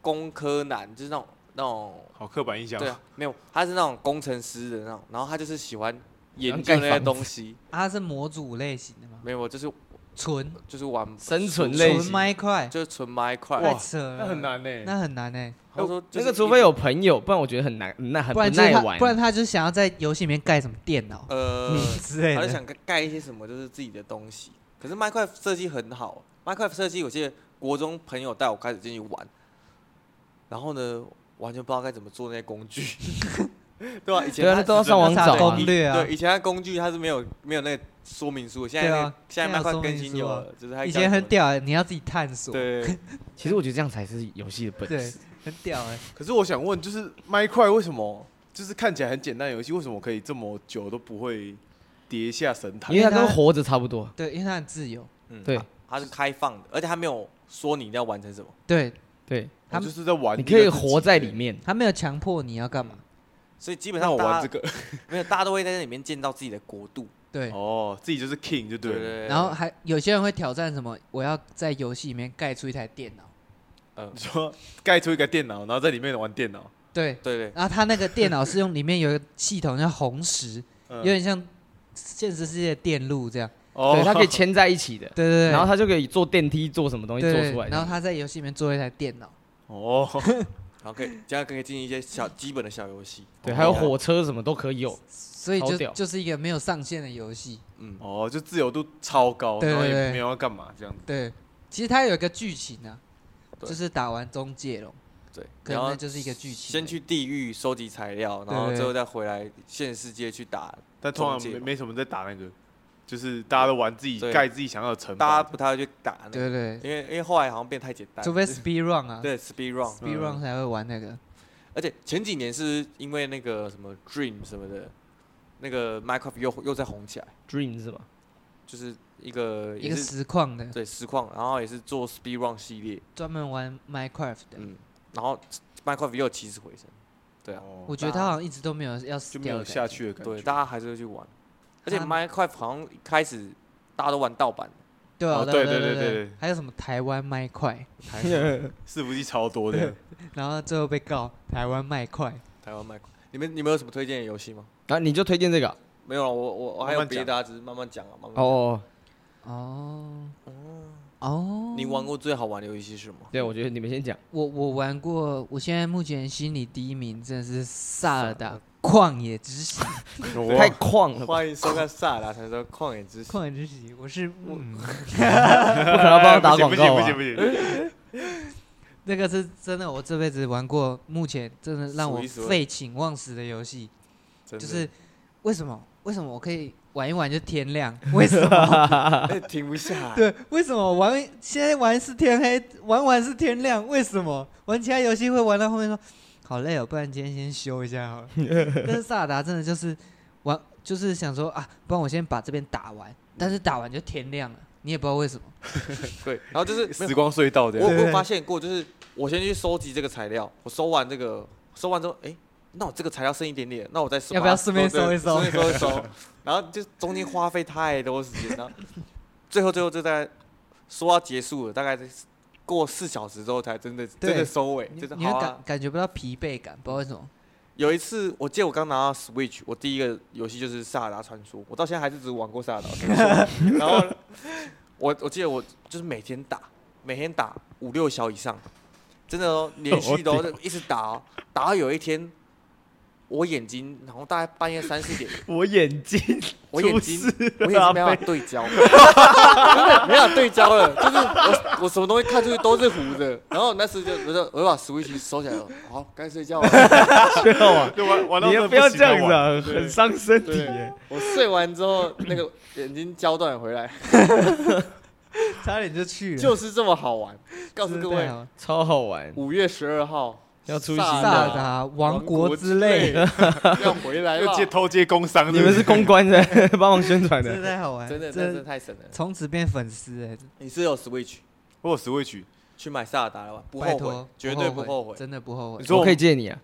[SPEAKER 3] 工科男，就是那种那种
[SPEAKER 2] 好刻板印
[SPEAKER 1] *laughs*
[SPEAKER 2] 象。
[SPEAKER 3] 对啊，没有，他是那种工程师的那种，然后他就是喜欢研
[SPEAKER 1] 喜欢
[SPEAKER 3] 究
[SPEAKER 1] 盖
[SPEAKER 3] 那些
[SPEAKER 1] 房子
[SPEAKER 3] 东西。
[SPEAKER 4] 啊它是模组类型的吗？
[SPEAKER 3] 没有，就是
[SPEAKER 4] 存
[SPEAKER 3] 就是玩
[SPEAKER 1] 生存类
[SPEAKER 4] 存
[SPEAKER 1] 型
[SPEAKER 4] 麦块，
[SPEAKER 3] 就是存麦块。
[SPEAKER 4] 太
[SPEAKER 2] 哇
[SPEAKER 4] 扯了，
[SPEAKER 2] 那很，难呢。
[SPEAKER 4] 那很难哎。
[SPEAKER 3] 他说就
[SPEAKER 1] 那
[SPEAKER 3] 是
[SPEAKER 1] 个除非有朋友，不然我觉得很难，那很不
[SPEAKER 4] 不然就是
[SPEAKER 1] 耐
[SPEAKER 4] 他，
[SPEAKER 1] 玩。
[SPEAKER 4] 不然他就是想要在游戏里面盖什么电脑
[SPEAKER 3] 呃，
[SPEAKER 4] 之类
[SPEAKER 3] 他就
[SPEAKER 4] 的。
[SPEAKER 3] 想盖盖一些什么就是自己的东西。可是 Minecraft 设计很好，Minecraft 设计有些国中朋友带我开始进去玩，然后呢完全不知道该怎么做那些工具， *laughs* 对啊？以前
[SPEAKER 1] 对啊，
[SPEAKER 3] 它
[SPEAKER 1] 那都要
[SPEAKER 3] 只是
[SPEAKER 1] 上网
[SPEAKER 4] 查
[SPEAKER 1] 找啊
[SPEAKER 4] 攻略啊
[SPEAKER 3] 对，，以前它工具它是没有没有那个说明书的，现在、
[SPEAKER 4] 对
[SPEAKER 3] 那
[SPEAKER 4] 啊
[SPEAKER 3] 个现在
[SPEAKER 4] 现在
[SPEAKER 3] Minecraft
[SPEAKER 4] 有说明啊
[SPEAKER 3] 更新有了，就是它
[SPEAKER 4] 以
[SPEAKER 3] 教
[SPEAKER 4] 前
[SPEAKER 3] 你
[SPEAKER 4] 很
[SPEAKER 3] 怎么
[SPEAKER 4] 屌哎，你要自己探索，
[SPEAKER 3] 对，
[SPEAKER 1] 其实我觉得这样才是游戏的本
[SPEAKER 4] 对
[SPEAKER 1] 质。，
[SPEAKER 4] 很屌哎。
[SPEAKER 2] 可是我想问，就是麦块为什么就是看起来很简单的游戏，为什么可以这么久都不会跌下神坛哦
[SPEAKER 1] 因？为它
[SPEAKER 4] 因为
[SPEAKER 1] 跟
[SPEAKER 4] 它
[SPEAKER 1] 活着差不多。
[SPEAKER 4] 对，因为它很自由，
[SPEAKER 3] 嗯
[SPEAKER 1] 对
[SPEAKER 3] 它它是开放的，而且它没有说你一定要完成什么，
[SPEAKER 4] 对
[SPEAKER 1] 对，
[SPEAKER 4] 他
[SPEAKER 2] 我就是在玩，
[SPEAKER 1] 你可以活在里。面。
[SPEAKER 4] 他没有强迫你要干嘛。
[SPEAKER 3] 所以基本
[SPEAKER 2] 那
[SPEAKER 3] 上
[SPEAKER 2] 我
[SPEAKER 3] 大
[SPEAKER 2] 玩这
[SPEAKER 3] 家
[SPEAKER 2] 个
[SPEAKER 3] 没有，大家都会在这里面见到自己的国度，
[SPEAKER 4] 对，
[SPEAKER 2] 哦，自己就是 king 就对了。
[SPEAKER 3] 对
[SPEAKER 4] 然后还有些人会挑战什么，我要在游戏里面盖出一台电脑。
[SPEAKER 3] 嗯
[SPEAKER 2] 你，说盖出一个电脑，然后在里面玩电脑，
[SPEAKER 4] 对，
[SPEAKER 3] 对对，
[SPEAKER 4] 然后他那个电脑是用里面有一个系统叫红石，
[SPEAKER 2] 嗯，
[SPEAKER 4] 有点像现实世界的电路这样。
[SPEAKER 1] 对，
[SPEAKER 2] 哦，
[SPEAKER 1] 它可以牵在一起的。
[SPEAKER 4] 对对对，
[SPEAKER 1] 然后它就可以做电梯，做什么东西
[SPEAKER 4] 对
[SPEAKER 1] 做
[SPEAKER 4] 对
[SPEAKER 1] 出来。
[SPEAKER 4] 然后他在游戏里面做一台电脑，
[SPEAKER 2] *laughs* 哦，
[SPEAKER 3] 然后可
[SPEAKER 4] *laughs*
[SPEAKER 3] 以这样可以进行一些小基本的小游戏，
[SPEAKER 1] 对，
[SPEAKER 3] 哦
[SPEAKER 1] 还有，火车什么都可以有。
[SPEAKER 4] 所以
[SPEAKER 1] 超
[SPEAKER 4] 就
[SPEAKER 1] 屌
[SPEAKER 4] 就是一个没有上限的游戏。
[SPEAKER 3] 嗯，
[SPEAKER 2] 哦，就自由度超高，
[SPEAKER 4] 对
[SPEAKER 2] 然后
[SPEAKER 4] 对
[SPEAKER 2] 也
[SPEAKER 4] 对
[SPEAKER 2] 没有要干嘛这样子。
[SPEAKER 4] 对，其实它有一个剧情啊，
[SPEAKER 3] 对
[SPEAKER 4] 就是打完中介龙，
[SPEAKER 3] 对，
[SPEAKER 4] 可
[SPEAKER 3] 然
[SPEAKER 4] 能
[SPEAKER 3] 后
[SPEAKER 4] 那就是一个剧情而已。
[SPEAKER 3] 先去地狱收集材料，
[SPEAKER 4] 对
[SPEAKER 3] 然后
[SPEAKER 4] 对
[SPEAKER 3] 最后再回来现实世界去打，
[SPEAKER 2] 但通常
[SPEAKER 3] 中介
[SPEAKER 2] 没
[SPEAKER 3] 嘛
[SPEAKER 2] 没什么在打那个，就是大家都玩自己
[SPEAKER 3] 对
[SPEAKER 2] 盖自己想要的城
[SPEAKER 3] 大家
[SPEAKER 2] 堡。
[SPEAKER 3] 不太会去打那个，
[SPEAKER 4] 对对，
[SPEAKER 3] 因为因为后来好像变太简单，
[SPEAKER 4] 除非 speed run 啊
[SPEAKER 3] 对 speed run，
[SPEAKER 4] ，speed run 才会玩那个。
[SPEAKER 3] 而且前几年是因为那个什么 dream 什么的，那个 Minecraft 又又再红起来，
[SPEAKER 1] Dream 是吧？
[SPEAKER 3] 就是一个
[SPEAKER 4] 一
[SPEAKER 3] 也
[SPEAKER 4] 个
[SPEAKER 3] 是
[SPEAKER 4] 实况的，
[SPEAKER 3] 对实况，然后也是做 speed run 系列，
[SPEAKER 4] 专门玩 Minecraft 的。
[SPEAKER 3] 嗯，然后 Minecraft 又起死回生，对啊，
[SPEAKER 2] 哦
[SPEAKER 4] 我觉得他好像一直都没有要死
[SPEAKER 2] 就没
[SPEAKER 4] 掉
[SPEAKER 2] 有
[SPEAKER 4] 的感
[SPEAKER 2] 下
[SPEAKER 4] 觉。
[SPEAKER 2] 去的感
[SPEAKER 3] 对，
[SPEAKER 2] 觉。
[SPEAKER 3] 大家还是会去玩，而且
[SPEAKER 4] 他
[SPEAKER 3] Minecraft 好像一开始大家都玩盗版，
[SPEAKER 4] 对啊，
[SPEAKER 2] 哦
[SPEAKER 4] 对
[SPEAKER 2] 对
[SPEAKER 4] 啊对
[SPEAKER 2] 对
[SPEAKER 4] 啊
[SPEAKER 2] 对
[SPEAKER 4] 对
[SPEAKER 2] 对
[SPEAKER 4] 啊，还有什么台湾麦块，
[SPEAKER 3] 台湾
[SPEAKER 2] 伺服器超多的，
[SPEAKER 4] 然后最后被告台湾麦块。
[SPEAKER 3] 台湾 Minecraft，你们你们有什么推荐的游戏吗？
[SPEAKER 1] 啊，你就推荐这个啊
[SPEAKER 3] 没有啊，我我我还
[SPEAKER 2] 慢
[SPEAKER 3] 有
[SPEAKER 2] 慢
[SPEAKER 3] 别
[SPEAKER 2] 讲
[SPEAKER 3] 的啊，只是慢慢讲啊，慢慢
[SPEAKER 1] 哦
[SPEAKER 3] 讲。
[SPEAKER 1] 哦。
[SPEAKER 4] 哦哦，
[SPEAKER 3] 你玩过最好玩的游戏是什么？
[SPEAKER 1] 对，我觉得你们先讲。
[SPEAKER 4] 我我玩过，我现在目前心里第一名真的是《萨尔达旷野之息》。
[SPEAKER 1] 太旷了吧，
[SPEAKER 3] 欢迎收看《萨尔达传说：旷野之息》。
[SPEAKER 4] *laughs* 旷野之息，我是嗯，
[SPEAKER 1] 不可能帮他打
[SPEAKER 2] 不行
[SPEAKER 1] 广
[SPEAKER 2] 不
[SPEAKER 1] 告
[SPEAKER 2] 行不
[SPEAKER 1] *laughs*
[SPEAKER 2] 行
[SPEAKER 1] 啊！
[SPEAKER 2] 不行，
[SPEAKER 4] 那个是真的，我这辈子玩过目前真的让
[SPEAKER 3] 数
[SPEAKER 4] 我
[SPEAKER 3] 一数二
[SPEAKER 4] 废寝忘食的游戏，
[SPEAKER 3] 真的
[SPEAKER 4] 就是为什么为什么我可以玩一玩就天 *laughs* 亮？为什么？
[SPEAKER 3] 哎停不下来。
[SPEAKER 4] 对，为什么玩现在玩是天黑，玩完是天亮？为什么玩其他游戏会玩到后面说好累哦，不然今天先休一下好了。 *laughs* 但是萨尔达真的就是玩，就是想说啊，不然我先把这边打完，但是打完就天亮了，你也不知道为什么。
[SPEAKER 3] 对，然后就是 *laughs* 没有
[SPEAKER 2] 时光隧道这
[SPEAKER 3] 我
[SPEAKER 2] 样。
[SPEAKER 3] 我有发现过，就是我先去收集这个材料，我收完这个，收完之后，哎，那我这个材料剩一点点，那我再收
[SPEAKER 4] 要不要
[SPEAKER 3] 把它
[SPEAKER 4] 顺便
[SPEAKER 3] 收对
[SPEAKER 4] 收一
[SPEAKER 3] 顺便收一收，然后就中间花费太多时间，然后最后最后就在说要结束了，大概在过四小时之后才真的
[SPEAKER 4] 对
[SPEAKER 3] 真的收尾，
[SPEAKER 4] 你
[SPEAKER 3] 就是
[SPEAKER 4] 你
[SPEAKER 3] 好
[SPEAKER 4] 会
[SPEAKER 3] 啊
[SPEAKER 4] 感。感觉不到疲惫感，不知道为什么。
[SPEAKER 3] 有一次，我记得我刚拿到 Switch，我第一个游戏就是《萨尔达传说》，我到现在还是只玩过《萨尔达传
[SPEAKER 1] *laughs*
[SPEAKER 3] 说》。然后我我记得我就是每天打，每天打五六小以上，真的
[SPEAKER 1] *laughs*
[SPEAKER 3] 哦，连续的、哦、就一直打、哦，打到有一天，我眼睛，然后大概半夜三四
[SPEAKER 1] *laughs*
[SPEAKER 3] 点，
[SPEAKER 1] 我眼睛，
[SPEAKER 3] 我眼睛
[SPEAKER 1] 出事了
[SPEAKER 3] 我眼睛没办法对焦，真的 *laughs* 没办法对焦了，就是我我什么东西看出去都是糊的。然后那时就我就我就把 Switch 收起来了，好，该睡觉了。
[SPEAKER 1] 知道吗？
[SPEAKER 2] 就玩玩到
[SPEAKER 1] 你
[SPEAKER 2] 真
[SPEAKER 1] 也
[SPEAKER 2] 的
[SPEAKER 1] 不要
[SPEAKER 2] 行
[SPEAKER 1] 这样子
[SPEAKER 2] 了玩
[SPEAKER 1] 啊，很伤身体耶。
[SPEAKER 3] 我睡完之后，那个眼睛焦断回来，
[SPEAKER 4] 差点就去了，
[SPEAKER 3] 就是这么好玩。告诉各
[SPEAKER 4] 真的太
[SPEAKER 3] 位啊
[SPEAKER 4] 好，了
[SPEAKER 1] 超好玩，
[SPEAKER 3] 五月十二号
[SPEAKER 1] 要出新
[SPEAKER 3] 萨
[SPEAKER 1] 的
[SPEAKER 4] 萨尔
[SPEAKER 3] 尔
[SPEAKER 4] 达
[SPEAKER 3] 王
[SPEAKER 4] 王国之
[SPEAKER 3] 泪
[SPEAKER 4] 泪，
[SPEAKER 3] 要
[SPEAKER 1] *laughs*
[SPEAKER 3] 回来了
[SPEAKER 2] 又，接偷接工商，
[SPEAKER 1] 你们是公关
[SPEAKER 2] *laughs*
[SPEAKER 1] 的，帮忙宣传
[SPEAKER 4] 真的
[SPEAKER 1] 的。
[SPEAKER 4] 太好玩，
[SPEAKER 3] 真的真的
[SPEAKER 4] 真
[SPEAKER 3] 太神了。
[SPEAKER 4] 从此变粉丝哎，
[SPEAKER 3] 你是有 Switch
[SPEAKER 2] 我有 Switch，
[SPEAKER 3] 去买萨尔达了吧？不
[SPEAKER 4] 拜
[SPEAKER 3] 后
[SPEAKER 4] 托
[SPEAKER 3] 悔，，绝对不
[SPEAKER 4] 不
[SPEAKER 3] 后悔。
[SPEAKER 4] 真的不后悔
[SPEAKER 2] 你。说
[SPEAKER 1] 我可以借你啊，